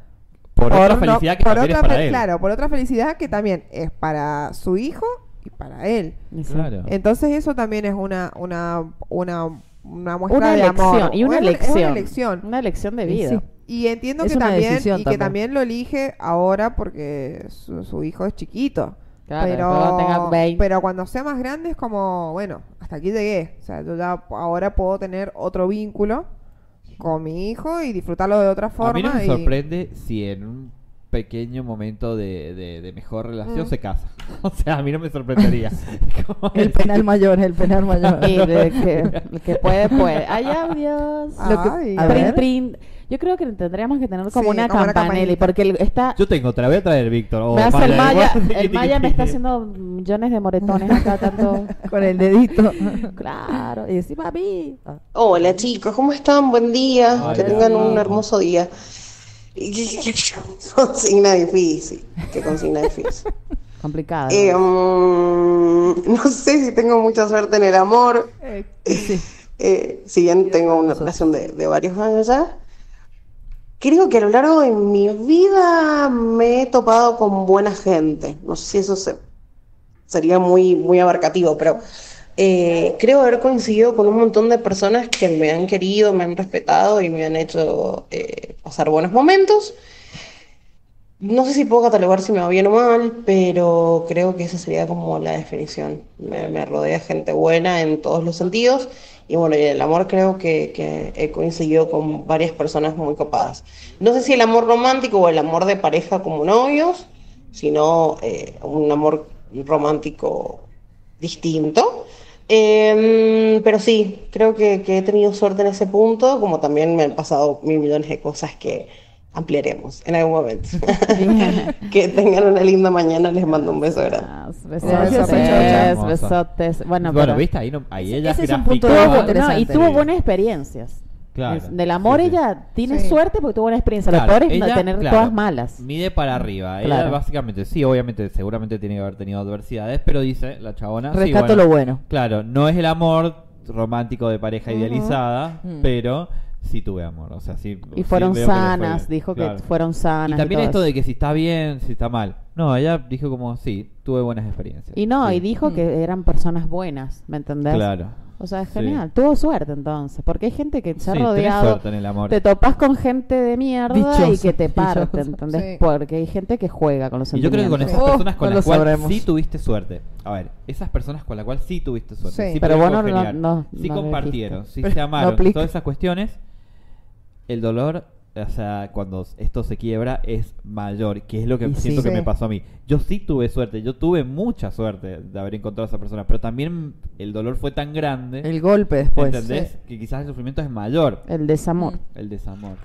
Speaker 4: Por, otra
Speaker 3: no-
Speaker 4: felicidad que
Speaker 3: por
Speaker 4: también es
Speaker 3: otra
Speaker 4: para
Speaker 3: fe-
Speaker 4: él.
Speaker 3: Claro, por otra felicidad que también es para su hijo y para él.
Speaker 4: Claro.
Speaker 3: Entonces eso también es una, una, una, una muestra
Speaker 1: Una
Speaker 3: de
Speaker 1: elección,
Speaker 3: amor.
Speaker 1: y una
Speaker 3: Es es
Speaker 1: elección.
Speaker 3: una elección.
Speaker 1: Una elección de vida. sí.
Speaker 3: Y entiendo
Speaker 1: Es
Speaker 3: que
Speaker 1: una
Speaker 3: también, y
Speaker 1: decisión
Speaker 3: que
Speaker 1: también.
Speaker 3: también lo elige ahora porque su, su hijo es chiquito.
Speaker 1: Claro,
Speaker 3: pero,
Speaker 1: después cuando tenga 20.
Speaker 3: pero cuando sea más grande es como, bueno, hasta aquí llegué. O sea, yo ya p- ahora puedo tener otro vínculo con mi hijo y disfrutarlo de otra forma.
Speaker 4: A mí no me
Speaker 3: y-
Speaker 4: sorprende si en un pequeño momento de, de- de mejor relación
Speaker 3: Mm.
Speaker 4: se casa. [laughs] O sea, a mí no me
Speaker 1: [laughs]
Speaker 4: sorprendería. Como
Speaker 2: [laughs] El
Speaker 4: decir,
Speaker 2: penal mayor, el penal mayor.
Speaker 1: Y de que,
Speaker 2: [laughs]
Speaker 1: el que puede, puede. Eh, pues, Ay, adiós.
Speaker 2: Lo que- Ay. a
Speaker 1: Prin,
Speaker 2: ver.
Speaker 1: prin. Yo creo que tendríamos que tener como
Speaker 3: Sí,
Speaker 1: una
Speaker 3: como una
Speaker 1: campanelli,
Speaker 4: [laughs]
Speaker 3: campanita.
Speaker 1: porque el- está...
Speaker 4: Yo tengo otra, voy a traer Víctor. o
Speaker 1: me hace el
Speaker 4: Maya, [laughs]
Speaker 1: Maya,
Speaker 4: igual.
Speaker 1: el Maya me está haciendo millones de moretones acá, tanto...
Speaker 2: Con el dedito.
Speaker 1: [laughs] Claro, y decís, mí
Speaker 11: Hola chicos, ¿cómo están? Buen día,
Speaker 4: Hola.
Speaker 11: que tengan un hermoso día. [laughs] Consigna difícil, qué consigna difícil.
Speaker 1: Complicado.
Speaker 11: Eh, mm, no sé si tengo mucha suerte en el amor, [laughs] eh, si bien tengo una relación de, de varios años ya. Creo que a lo largo de mi vida me he topado con buena gente. No sé si eso se- sería muy, muy abarcativo, pero eh, creo haber coincidido con un montón de personas que me han querido, me han respetado y me han hecho eh, pasar buenos momentos. No sé si puedo catalogar si me va bien o mal, pero creo que esa sería como la definición. Me, me rodea gente buena en todos los sentidos. Y bueno, y en el amor creo que, que he coincidido con varias personas muy copadas. No sé si el amor romántico o el amor de pareja como novios, sino eh, un amor romántico distinto. Em, pero sí, creo que, que he tenido suerte en ese punto, como también me han pasado mil millones de cosas que ampliaremos en algún momento. [laughs] que tengan una linda mañana, les mando un beso grande.
Speaker 1: Besotes,
Speaker 4: Besotes.
Speaker 1: besotes. Bueno,
Speaker 4: bueno,
Speaker 1: pero-
Speaker 4: viste, ahí, no, ahí
Speaker 1: Ese-
Speaker 4: ella
Speaker 1: ese es un
Speaker 4: graficó-
Speaker 1: punto de vista
Speaker 4: Ah,
Speaker 1: interesante. No, y tuvo
Speaker 4: Sí.
Speaker 1: buenas experiencias.
Speaker 4: Claro.
Speaker 1: Es- Del amor
Speaker 4: Sí, sí.
Speaker 1: ella tiene
Speaker 3: Sí.
Speaker 1: suerte porque tuvo buena experiencia.
Speaker 4: Claro,
Speaker 1: Lo peor es no
Speaker 4: ella,
Speaker 1: tener
Speaker 4: claro,
Speaker 1: todas malas.
Speaker 4: Mide para arriba. Ella
Speaker 1: Claro.
Speaker 4: básicamente, sí, obviamente, seguramente tiene que haber tenido adversidades, pero dice la chabona. sí,
Speaker 2: Rescato lo bueno.
Speaker 4: Claro, no es el amor romántico de pareja
Speaker 3: Ujú.
Speaker 4: idealizada,
Speaker 2: Mm.
Speaker 4: pero sí tuve amor. O sea, sí.
Speaker 1: Y fueron sanas, dijo que fueron
Speaker 4: Y
Speaker 1: sanas. y
Speaker 4: también
Speaker 1: todo
Speaker 4: esto
Speaker 1: eso.
Speaker 4: de que si está bien, si está mal. No, ella dijo como, sí, tuve buenas experiencias.
Speaker 1: Y no,
Speaker 4: Sí.
Speaker 1: y dijo
Speaker 2: Mm.
Speaker 1: que eran personas buenas, ¿me entendés?
Speaker 4: Claro.
Speaker 1: O sea, es
Speaker 4: Sí.
Speaker 1: genial. Tuvo suerte entonces, porque hay gente que se ha
Speaker 4: Sí, tenés
Speaker 1: rodeado,
Speaker 4: suerte en el amor.
Speaker 1: te topás con gente de mierda
Speaker 2: Dichosa,
Speaker 1: y que te parte,
Speaker 2: dichosa.
Speaker 1: ¿entendés?
Speaker 3: Sí.
Speaker 1: Porque hay gente que juega con los
Speaker 4: Y yo creo que con
Speaker 1: sentimientos.
Speaker 4: esas
Speaker 2: Oh,
Speaker 4: personas con
Speaker 2: no
Speaker 4: las
Speaker 2: lo
Speaker 4: cuales
Speaker 2: sabremos.
Speaker 4: sí tuviste suerte. A ver, esas personas con las cuales sí tuviste suerte.
Speaker 3: Sí.
Speaker 4: Sí,
Speaker 1: Pero
Speaker 4: pudieron
Speaker 1: vos no-
Speaker 4: congeniar,
Speaker 1: no- no-
Speaker 4: sí
Speaker 1: no lo
Speaker 4: compartieron, sí
Speaker 2: Pero
Speaker 4: se
Speaker 2: no
Speaker 4: amaron.
Speaker 2: aplica.
Speaker 4: todas esas cuestiones, el dolor, o sea, cuando esto se quiebra es mayor, que es lo que
Speaker 2: Y sí.
Speaker 4: siento que
Speaker 3: Sí.
Speaker 4: me pasó a mí. Yo sí tuve suerte, yo tuve mucha suerte de haber encontrado a esa persona, pero también el dolor fue tan grande,
Speaker 2: El golpe después.
Speaker 4: ¿entendés? Que quizás el sufrimiento es mayor,
Speaker 2: Mm.
Speaker 1: El desamor.
Speaker 4: el desamor.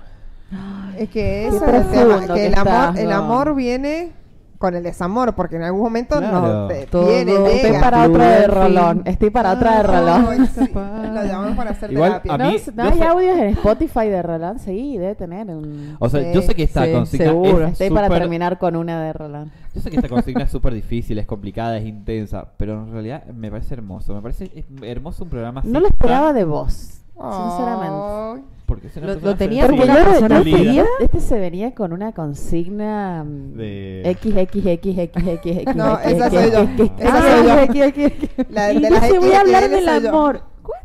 Speaker 3: Es que
Speaker 1: Qué
Speaker 3: eso es el tema,
Speaker 1: profundo
Speaker 3: que
Speaker 1: que
Speaker 3: el amor,
Speaker 1: estás,
Speaker 3: el
Speaker 1: no.
Speaker 3: amor viene con el desamor, porque en algún momento
Speaker 4: Claro.
Speaker 3: no te-
Speaker 2: Todo-
Speaker 3: viene,
Speaker 1: Estoy
Speaker 3: llega.
Speaker 1: para otra de
Speaker 2: Fluye,
Speaker 1: rolón.
Speaker 2: sí.
Speaker 1: Estoy para otra de rolón.
Speaker 3: Ay, sí, Lo llamamos para hacer
Speaker 4: Igual,
Speaker 3: terapia.
Speaker 4: a
Speaker 1: No,
Speaker 4: mí-
Speaker 1: s- no
Speaker 4: yo
Speaker 1: hay
Speaker 4: sé-
Speaker 1: audios en Spotify de Roland, sí, debe tener un...
Speaker 4: O sea, yo
Speaker 3: Sí,
Speaker 4: sé que esta
Speaker 1: Sí,
Speaker 4: consigna
Speaker 1: seguro,
Speaker 4: es
Speaker 1: estoy para
Speaker 4: súper-
Speaker 1: terminar con una de Roland.
Speaker 4: Yo sé que esta
Speaker 1: [laughs]
Speaker 4: consigna es súper difícil, es complicada, es intensa, pero en realidad me parece hermoso. Me parece eh, hermoso un programa así.
Speaker 1: No lo esperaba
Speaker 4: tan-
Speaker 1: de vos,
Speaker 3: Oh.
Speaker 1: sinceramente.
Speaker 3: Ay.
Speaker 4: Porque es una
Speaker 2: Lo- lo
Speaker 4: persona
Speaker 2: tenía
Speaker 4: sensible.
Speaker 2: como una
Speaker 1: Porque yo,
Speaker 2: persona
Speaker 1: yo
Speaker 4: Líder.
Speaker 1: tenía- este se venía con una consigna mm,
Speaker 4: De-
Speaker 1: XXXXXX.
Speaker 3: No,
Speaker 1: X,
Speaker 3: esa
Speaker 1: X,
Speaker 3: soy yo.
Speaker 1: X, X,
Speaker 3: Esa
Speaker 1: X,
Speaker 3: soy yo.
Speaker 1: X, X, X.
Speaker 3: La
Speaker 1: Y
Speaker 3: de
Speaker 1: yo
Speaker 3: las
Speaker 1: se voy a hablar
Speaker 3: XXL
Speaker 1: del
Speaker 3: soy yo.
Speaker 1: amor. ¿What?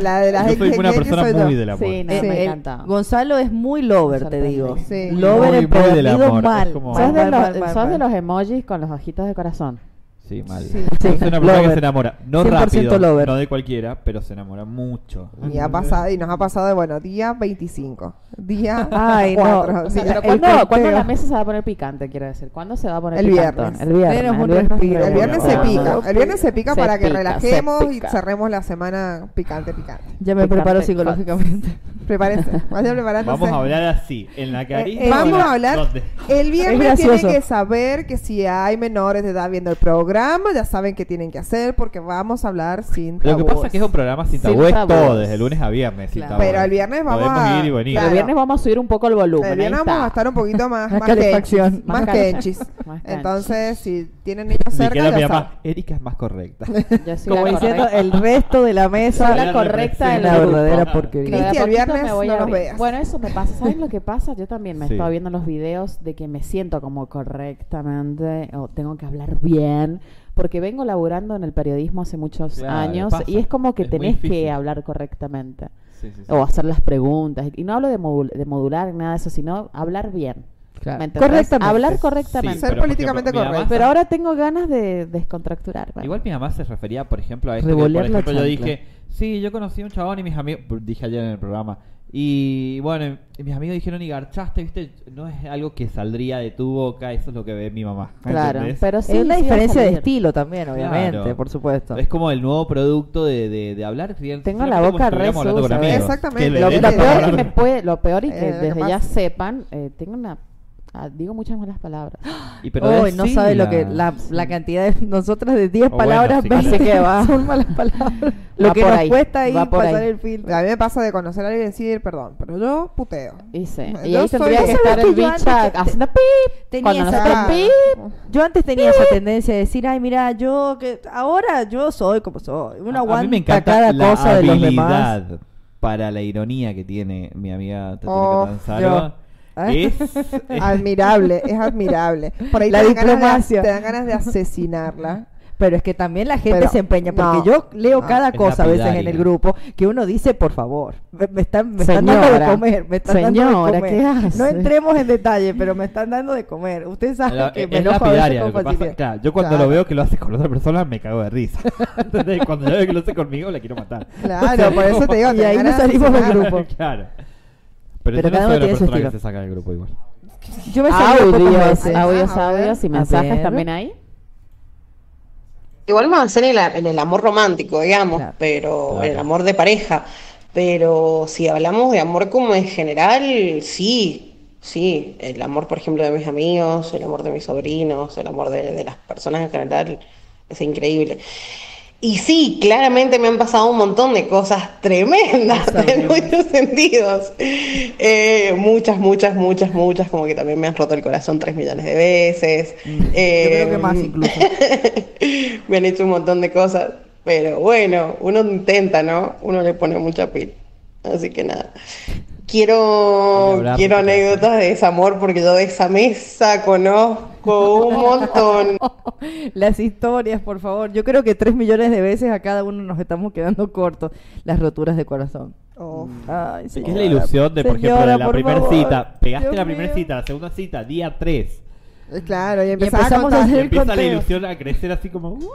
Speaker 3: La de las
Speaker 4: Yo soy una
Speaker 3: XXX
Speaker 4: persona
Speaker 3: soy yo.
Speaker 4: muy del amor.
Speaker 1: Sí, no,
Speaker 2: Eh,
Speaker 1: me
Speaker 2: el-
Speaker 1: encanta.
Speaker 2: Gonzalo es muy lover,
Speaker 1: Gonzalo
Speaker 2: te digo.
Speaker 1: también.
Speaker 3: Sí.
Speaker 2: Lover
Speaker 4: Muy, muy del
Speaker 2: empedernido
Speaker 4: amor, es
Speaker 2: mal.
Speaker 4: como-
Speaker 2: mal,
Speaker 1: Sos de
Speaker 2: mal,
Speaker 1: los-
Speaker 2: mal, mal,
Speaker 1: sos de
Speaker 2: mal.
Speaker 1: los emojis con los ojitos de corazón.
Speaker 4: Sí, mal.
Speaker 3: Sí.
Speaker 4: Es una persona que
Speaker 2: Lover.
Speaker 4: se enamora. No
Speaker 2: 100%
Speaker 4: rápido,
Speaker 2: lover.
Speaker 4: no de cualquiera, pero se enamora mucho.
Speaker 3: Y ha pasado, y nos ha pasado de bueno, día 25, día
Speaker 2: Ay, no.
Speaker 3: 4.
Speaker 1: O sea,
Speaker 3: día
Speaker 1: pero
Speaker 3: el
Speaker 1: ¿cuándo, cuándo
Speaker 3: conteo.
Speaker 1: la mesa se va a poner picante? Quiero decir, ¿cuándo se va a poner
Speaker 3: El
Speaker 1: picante?
Speaker 3: viernes.
Speaker 1: El viernes.
Speaker 2: Denos un
Speaker 1: viernes
Speaker 2: respiro.
Speaker 3: El viernes se
Speaker 1: Ah,
Speaker 3: pica,
Speaker 1: no.
Speaker 3: el viernes se pica
Speaker 1: Se
Speaker 3: para que
Speaker 1: pica, se
Speaker 3: relajemos y
Speaker 1: pica.
Speaker 3: cerremos la semana picante, picante.
Speaker 2: Ya me
Speaker 1: Picante
Speaker 2: preparo
Speaker 1: Fox.
Speaker 2: psicológicamente.
Speaker 3: [laughs] Prepárense, vayan preparándose.
Speaker 6: Vamos a hablar así, en la carita.
Speaker 2: eh,
Speaker 6: o
Speaker 3: Vamos
Speaker 6: en
Speaker 3: a hablar.
Speaker 6: ¿Dónde?
Speaker 3: El viernes
Speaker 2: Es
Speaker 3: tienen
Speaker 2: gracioso.
Speaker 3: que saber que si hay menores de edad viendo el programa, ya saben qué tienen que hacer porque vamos a hablar sin
Speaker 4: Lo que
Speaker 3: tabúes.
Speaker 4: pasa es que es un programa sin
Speaker 1: Sin
Speaker 4: tabú, es todo,
Speaker 1: tabúes.
Speaker 4: desde lunes a viernes. sin
Speaker 1: Claro.
Speaker 4: tabúes.
Speaker 3: Pero el viernes vamos
Speaker 4: Podemos
Speaker 3: a-
Speaker 4: ir y venir.
Speaker 1: El
Speaker 3: Claro.
Speaker 1: viernes vamos a subir un poco el volumen.
Speaker 3: El viernes
Speaker 1: ahí
Speaker 3: vamos a
Speaker 1: está.
Speaker 3: estar un poquito más,
Speaker 2: Más
Speaker 3: más
Speaker 2: calefacción.
Speaker 3: kenchis,
Speaker 1: Más
Speaker 3: Más
Speaker 1: canchis.
Speaker 3: kenchis.
Speaker 1: Más canchis.
Speaker 3: Entonces, si tienen niños
Speaker 4: Ni
Speaker 3: cerca,
Speaker 4: queda mi
Speaker 3: ya
Speaker 4: mamá,
Speaker 3: saben.
Speaker 4: Erika es más correcta.
Speaker 1: [laughs] Yo soy
Speaker 2: Como
Speaker 1: la
Speaker 2: diciendo,
Speaker 1: correcta.
Speaker 2: el resto de la mesa.
Speaker 1: Soy la correcta del
Speaker 2: la
Speaker 1: grupo.
Speaker 2: verdadera porquería.
Speaker 1: Pero de a
Speaker 3: Cristi, el
Speaker 1: poquito
Speaker 3: viernes
Speaker 1: me voy
Speaker 3: no
Speaker 1: a
Speaker 3: nos
Speaker 1: abrir.
Speaker 3: veas.
Speaker 1: Bueno, eso me pasa. ¿Saben lo que pasa? Yo también me
Speaker 4: Sí.
Speaker 1: estaba viendo los videos de que me siento como correctamente o tengo que hablar bien. Porque vengo laburando en el periodismo hace muchos
Speaker 4: Claro,
Speaker 1: años
Speaker 4: pasa.
Speaker 1: y es como que
Speaker 4: Es muy
Speaker 1: tenés
Speaker 4: difícil.
Speaker 1: que hablar correctamente
Speaker 4: Sí, sí, sí.
Speaker 1: o hacer las preguntas. Y no hablo de, modul- de modular ni nada de eso, sino hablar bien.
Speaker 2: Claro.
Speaker 1: ¿Me entendés?
Speaker 2: Correctamente.
Speaker 1: Hablar
Speaker 4: Sí,
Speaker 1: correctamente.
Speaker 3: Ser
Speaker 4: pero, por
Speaker 3: políticamente
Speaker 4: mi mamá-
Speaker 3: correcto.
Speaker 1: Pero ahora tengo ganas de descontracturarme.
Speaker 4: Igual mi mamá se refería, por ejemplo, a esto. que,
Speaker 2: Revolear
Speaker 4: por
Speaker 2: la
Speaker 4: ejemplo, yo
Speaker 2: chancla.
Speaker 4: dije, sí, yo conocí a un chabón y mis amigos, dije ayer en el programa, y bueno, y mis amigos dijeron, y garchaste, viste, no es algo que saldría de tu boca, eso es lo que ve mi mamá.
Speaker 1: Claro,
Speaker 4: ¿entendés?
Speaker 1: pero sí,
Speaker 2: es una
Speaker 1: sí va a
Speaker 2: diferencia de
Speaker 1: salir.
Speaker 2: estilo también, obviamente,
Speaker 4: Claro.
Speaker 2: por supuesto.
Speaker 4: Es como el nuevo producto de, de, de hablar. bien-
Speaker 1: Tengo
Speaker 4: simplemente
Speaker 1: la
Speaker 4: como
Speaker 1: boca
Speaker 4: si estuviéramos
Speaker 1: re
Speaker 4: hablando con
Speaker 1: sucia,
Speaker 4: amigos.
Speaker 3: Exactamente.
Speaker 4: Que le
Speaker 1: Lo,
Speaker 4: den
Speaker 1: lo
Speaker 4: la
Speaker 1: peor
Speaker 4: palabra.
Speaker 1: que me puede, lo peor y que
Speaker 3: Eh, lo que
Speaker 1: desde ya
Speaker 3: pasa.
Speaker 1: sepan, eh, tengo una ah, digo muchas malas palabras.
Speaker 4: [gasps] Y pero
Speaker 2: Pero no sabe lo
Speaker 4: decila.
Speaker 2: que la, la cantidad de nosotras de 10
Speaker 4: O Oh, bueno,
Speaker 2: palabras,
Speaker 4: sí,
Speaker 2: 20
Speaker 4: claro.
Speaker 2: que va. [laughs] son malas palabras. Lo
Speaker 1: Va
Speaker 2: que
Speaker 1: por
Speaker 2: nos
Speaker 1: ahí,
Speaker 2: cuesta ahí
Speaker 1: va por
Speaker 2: pasar
Speaker 1: ahí.
Speaker 2: el filtro.
Speaker 3: A mí me pasa de conocer a alguien y decir, perdón, pero yo puteo. [laughs]
Speaker 1: Y, sí,
Speaker 3: Yo
Speaker 1: y ahí
Speaker 3: soy-
Speaker 1: tendría que
Speaker 3: ¿Vos
Speaker 1: estar
Speaker 2: sabés
Speaker 1: el
Speaker 2: que yo
Speaker 1: bicha
Speaker 2: antes te-
Speaker 1: haciendo pip.
Speaker 2: tenía
Speaker 1: cuando
Speaker 2: esa-
Speaker 1: nosotros pip.
Speaker 2: Yo antes tenía esa tendencia de decir, ay, mira, yo que ahora yo soy como
Speaker 4: A- a
Speaker 2: soy. Uno
Speaker 4: mí me
Speaker 2: aguanta
Speaker 4: encanta
Speaker 2: cada
Speaker 4: la
Speaker 2: cosa de los demás.
Speaker 4: habilidad para la ironía que tiene mi amiga Tatiana
Speaker 3: Oh,
Speaker 4: Catanzaro. Es,
Speaker 2: [laughs]
Speaker 4: es-
Speaker 3: eh, [laughs] Admirable, es admirable. Por ahí
Speaker 2: La
Speaker 3: te, dan ganas de,
Speaker 2: diplomacia.
Speaker 3: te dan ganas de asesinarla.
Speaker 2: Pero es que también la gente
Speaker 3: Pero,
Speaker 2: se empeña, porque
Speaker 3: no,
Speaker 2: yo leo
Speaker 3: no.
Speaker 2: cada
Speaker 4: Es
Speaker 2: cosa a veces en
Speaker 4: lapidaria.
Speaker 2: el grupo que uno dice, por favor, me, me están, me están dando
Speaker 1: Señora,
Speaker 2: de comer, me están dando
Speaker 1: señora,
Speaker 2: de comer.
Speaker 1: ¿qué hace?
Speaker 2: No entremos en detalle, pero me están dando de comer. Usted
Speaker 4: [laughs]
Speaker 2: sabe
Speaker 4: la-
Speaker 2: [laughs] que
Speaker 4: e, es
Speaker 2: me enojo a veces
Speaker 4: lapidaria.
Speaker 2: con
Speaker 4: lo que pasa-
Speaker 2: facilidad.
Speaker 4: claro, yo cuando
Speaker 3: Claro.
Speaker 4: lo veo que lo hace con otra persona me cago de risa. [laughs] Entonces, cuando yo veo que lo hace conmigo, la quiero matar. [laughs]
Speaker 3: Claro, por eso te digo.
Speaker 2: [laughs] Y
Speaker 3: te dan
Speaker 2: ahí nos
Speaker 3: ganas de
Speaker 2: salimos del
Speaker 3: asesinarla.
Speaker 2: grupo.
Speaker 4: claro. Pero,
Speaker 2: Pero
Speaker 4: yo no
Speaker 2: cada
Speaker 4: soy
Speaker 2: uno
Speaker 4: una
Speaker 2: tiene su
Speaker 4: persona que
Speaker 2: estilo.
Speaker 4: se saca del grupo igual.
Speaker 2: Yo me salí un poco
Speaker 1: Audios,
Speaker 2: veces.
Speaker 1: audios,
Speaker 3: Ah, a ver.
Speaker 1: audios y
Speaker 2: A
Speaker 1: mensajes
Speaker 2: ver.
Speaker 1: también ahí.
Speaker 11: Igual más en el, en el amor romántico, digamos,
Speaker 2: Claro.
Speaker 11: pero en el
Speaker 4: Claro.
Speaker 11: amor de pareja. Pero si hablamos de amor como en general, sí, sí. El amor, por ejemplo, de mis amigos, el amor de mis sobrinos, el amor de, de las personas en general es increíble. Y sí, claramente me han pasado un montón de cosas tremendas en muchos [laughs] sentidos. Eh, muchas, muchas, muchas, muchas, como que también me han roto el corazón tres millones de veces.
Speaker 2: Mm, Yo
Speaker 11: Eh,
Speaker 2: creo que más incluso.
Speaker 11: [laughs] me han hecho un montón de cosas, pero bueno, uno intenta, ¿no? Uno le pone mucha pila. Así que nada.
Speaker 4: Un
Speaker 11: Quiero,
Speaker 4: abrazo,
Speaker 11: quiero
Speaker 4: Tatiana.
Speaker 11: anécdotas de desamor porque yo de esa mesa conozco un montón.
Speaker 2: [laughs] Las historias, por favor. Yo creo que tres millones de veces a cada uno nos estamos quedando cortos las roturas de corazón.
Speaker 3: Oh.
Speaker 2: Ay,
Speaker 4: Es que es
Speaker 2: señora.
Speaker 4: la ilusión de, por ejemplo,
Speaker 2: Señora,
Speaker 4: de la
Speaker 2: por
Speaker 4: primera
Speaker 2: favor.
Speaker 4: cita. Pegaste
Speaker 2: Dios
Speaker 4: la primera
Speaker 2: mío.
Speaker 4: cita, la segunda cita, día 3.
Speaker 3: Claro, y,
Speaker 2: Y
Speaker 3: empezás
Speaker 2: empezamos a
Speaker 3: contar.
Speaker 2: hacer el
Speaker 4: Empieza la
Speaker 2: conteo.
Speaker 4: ilusión a crecer así como... "Uh".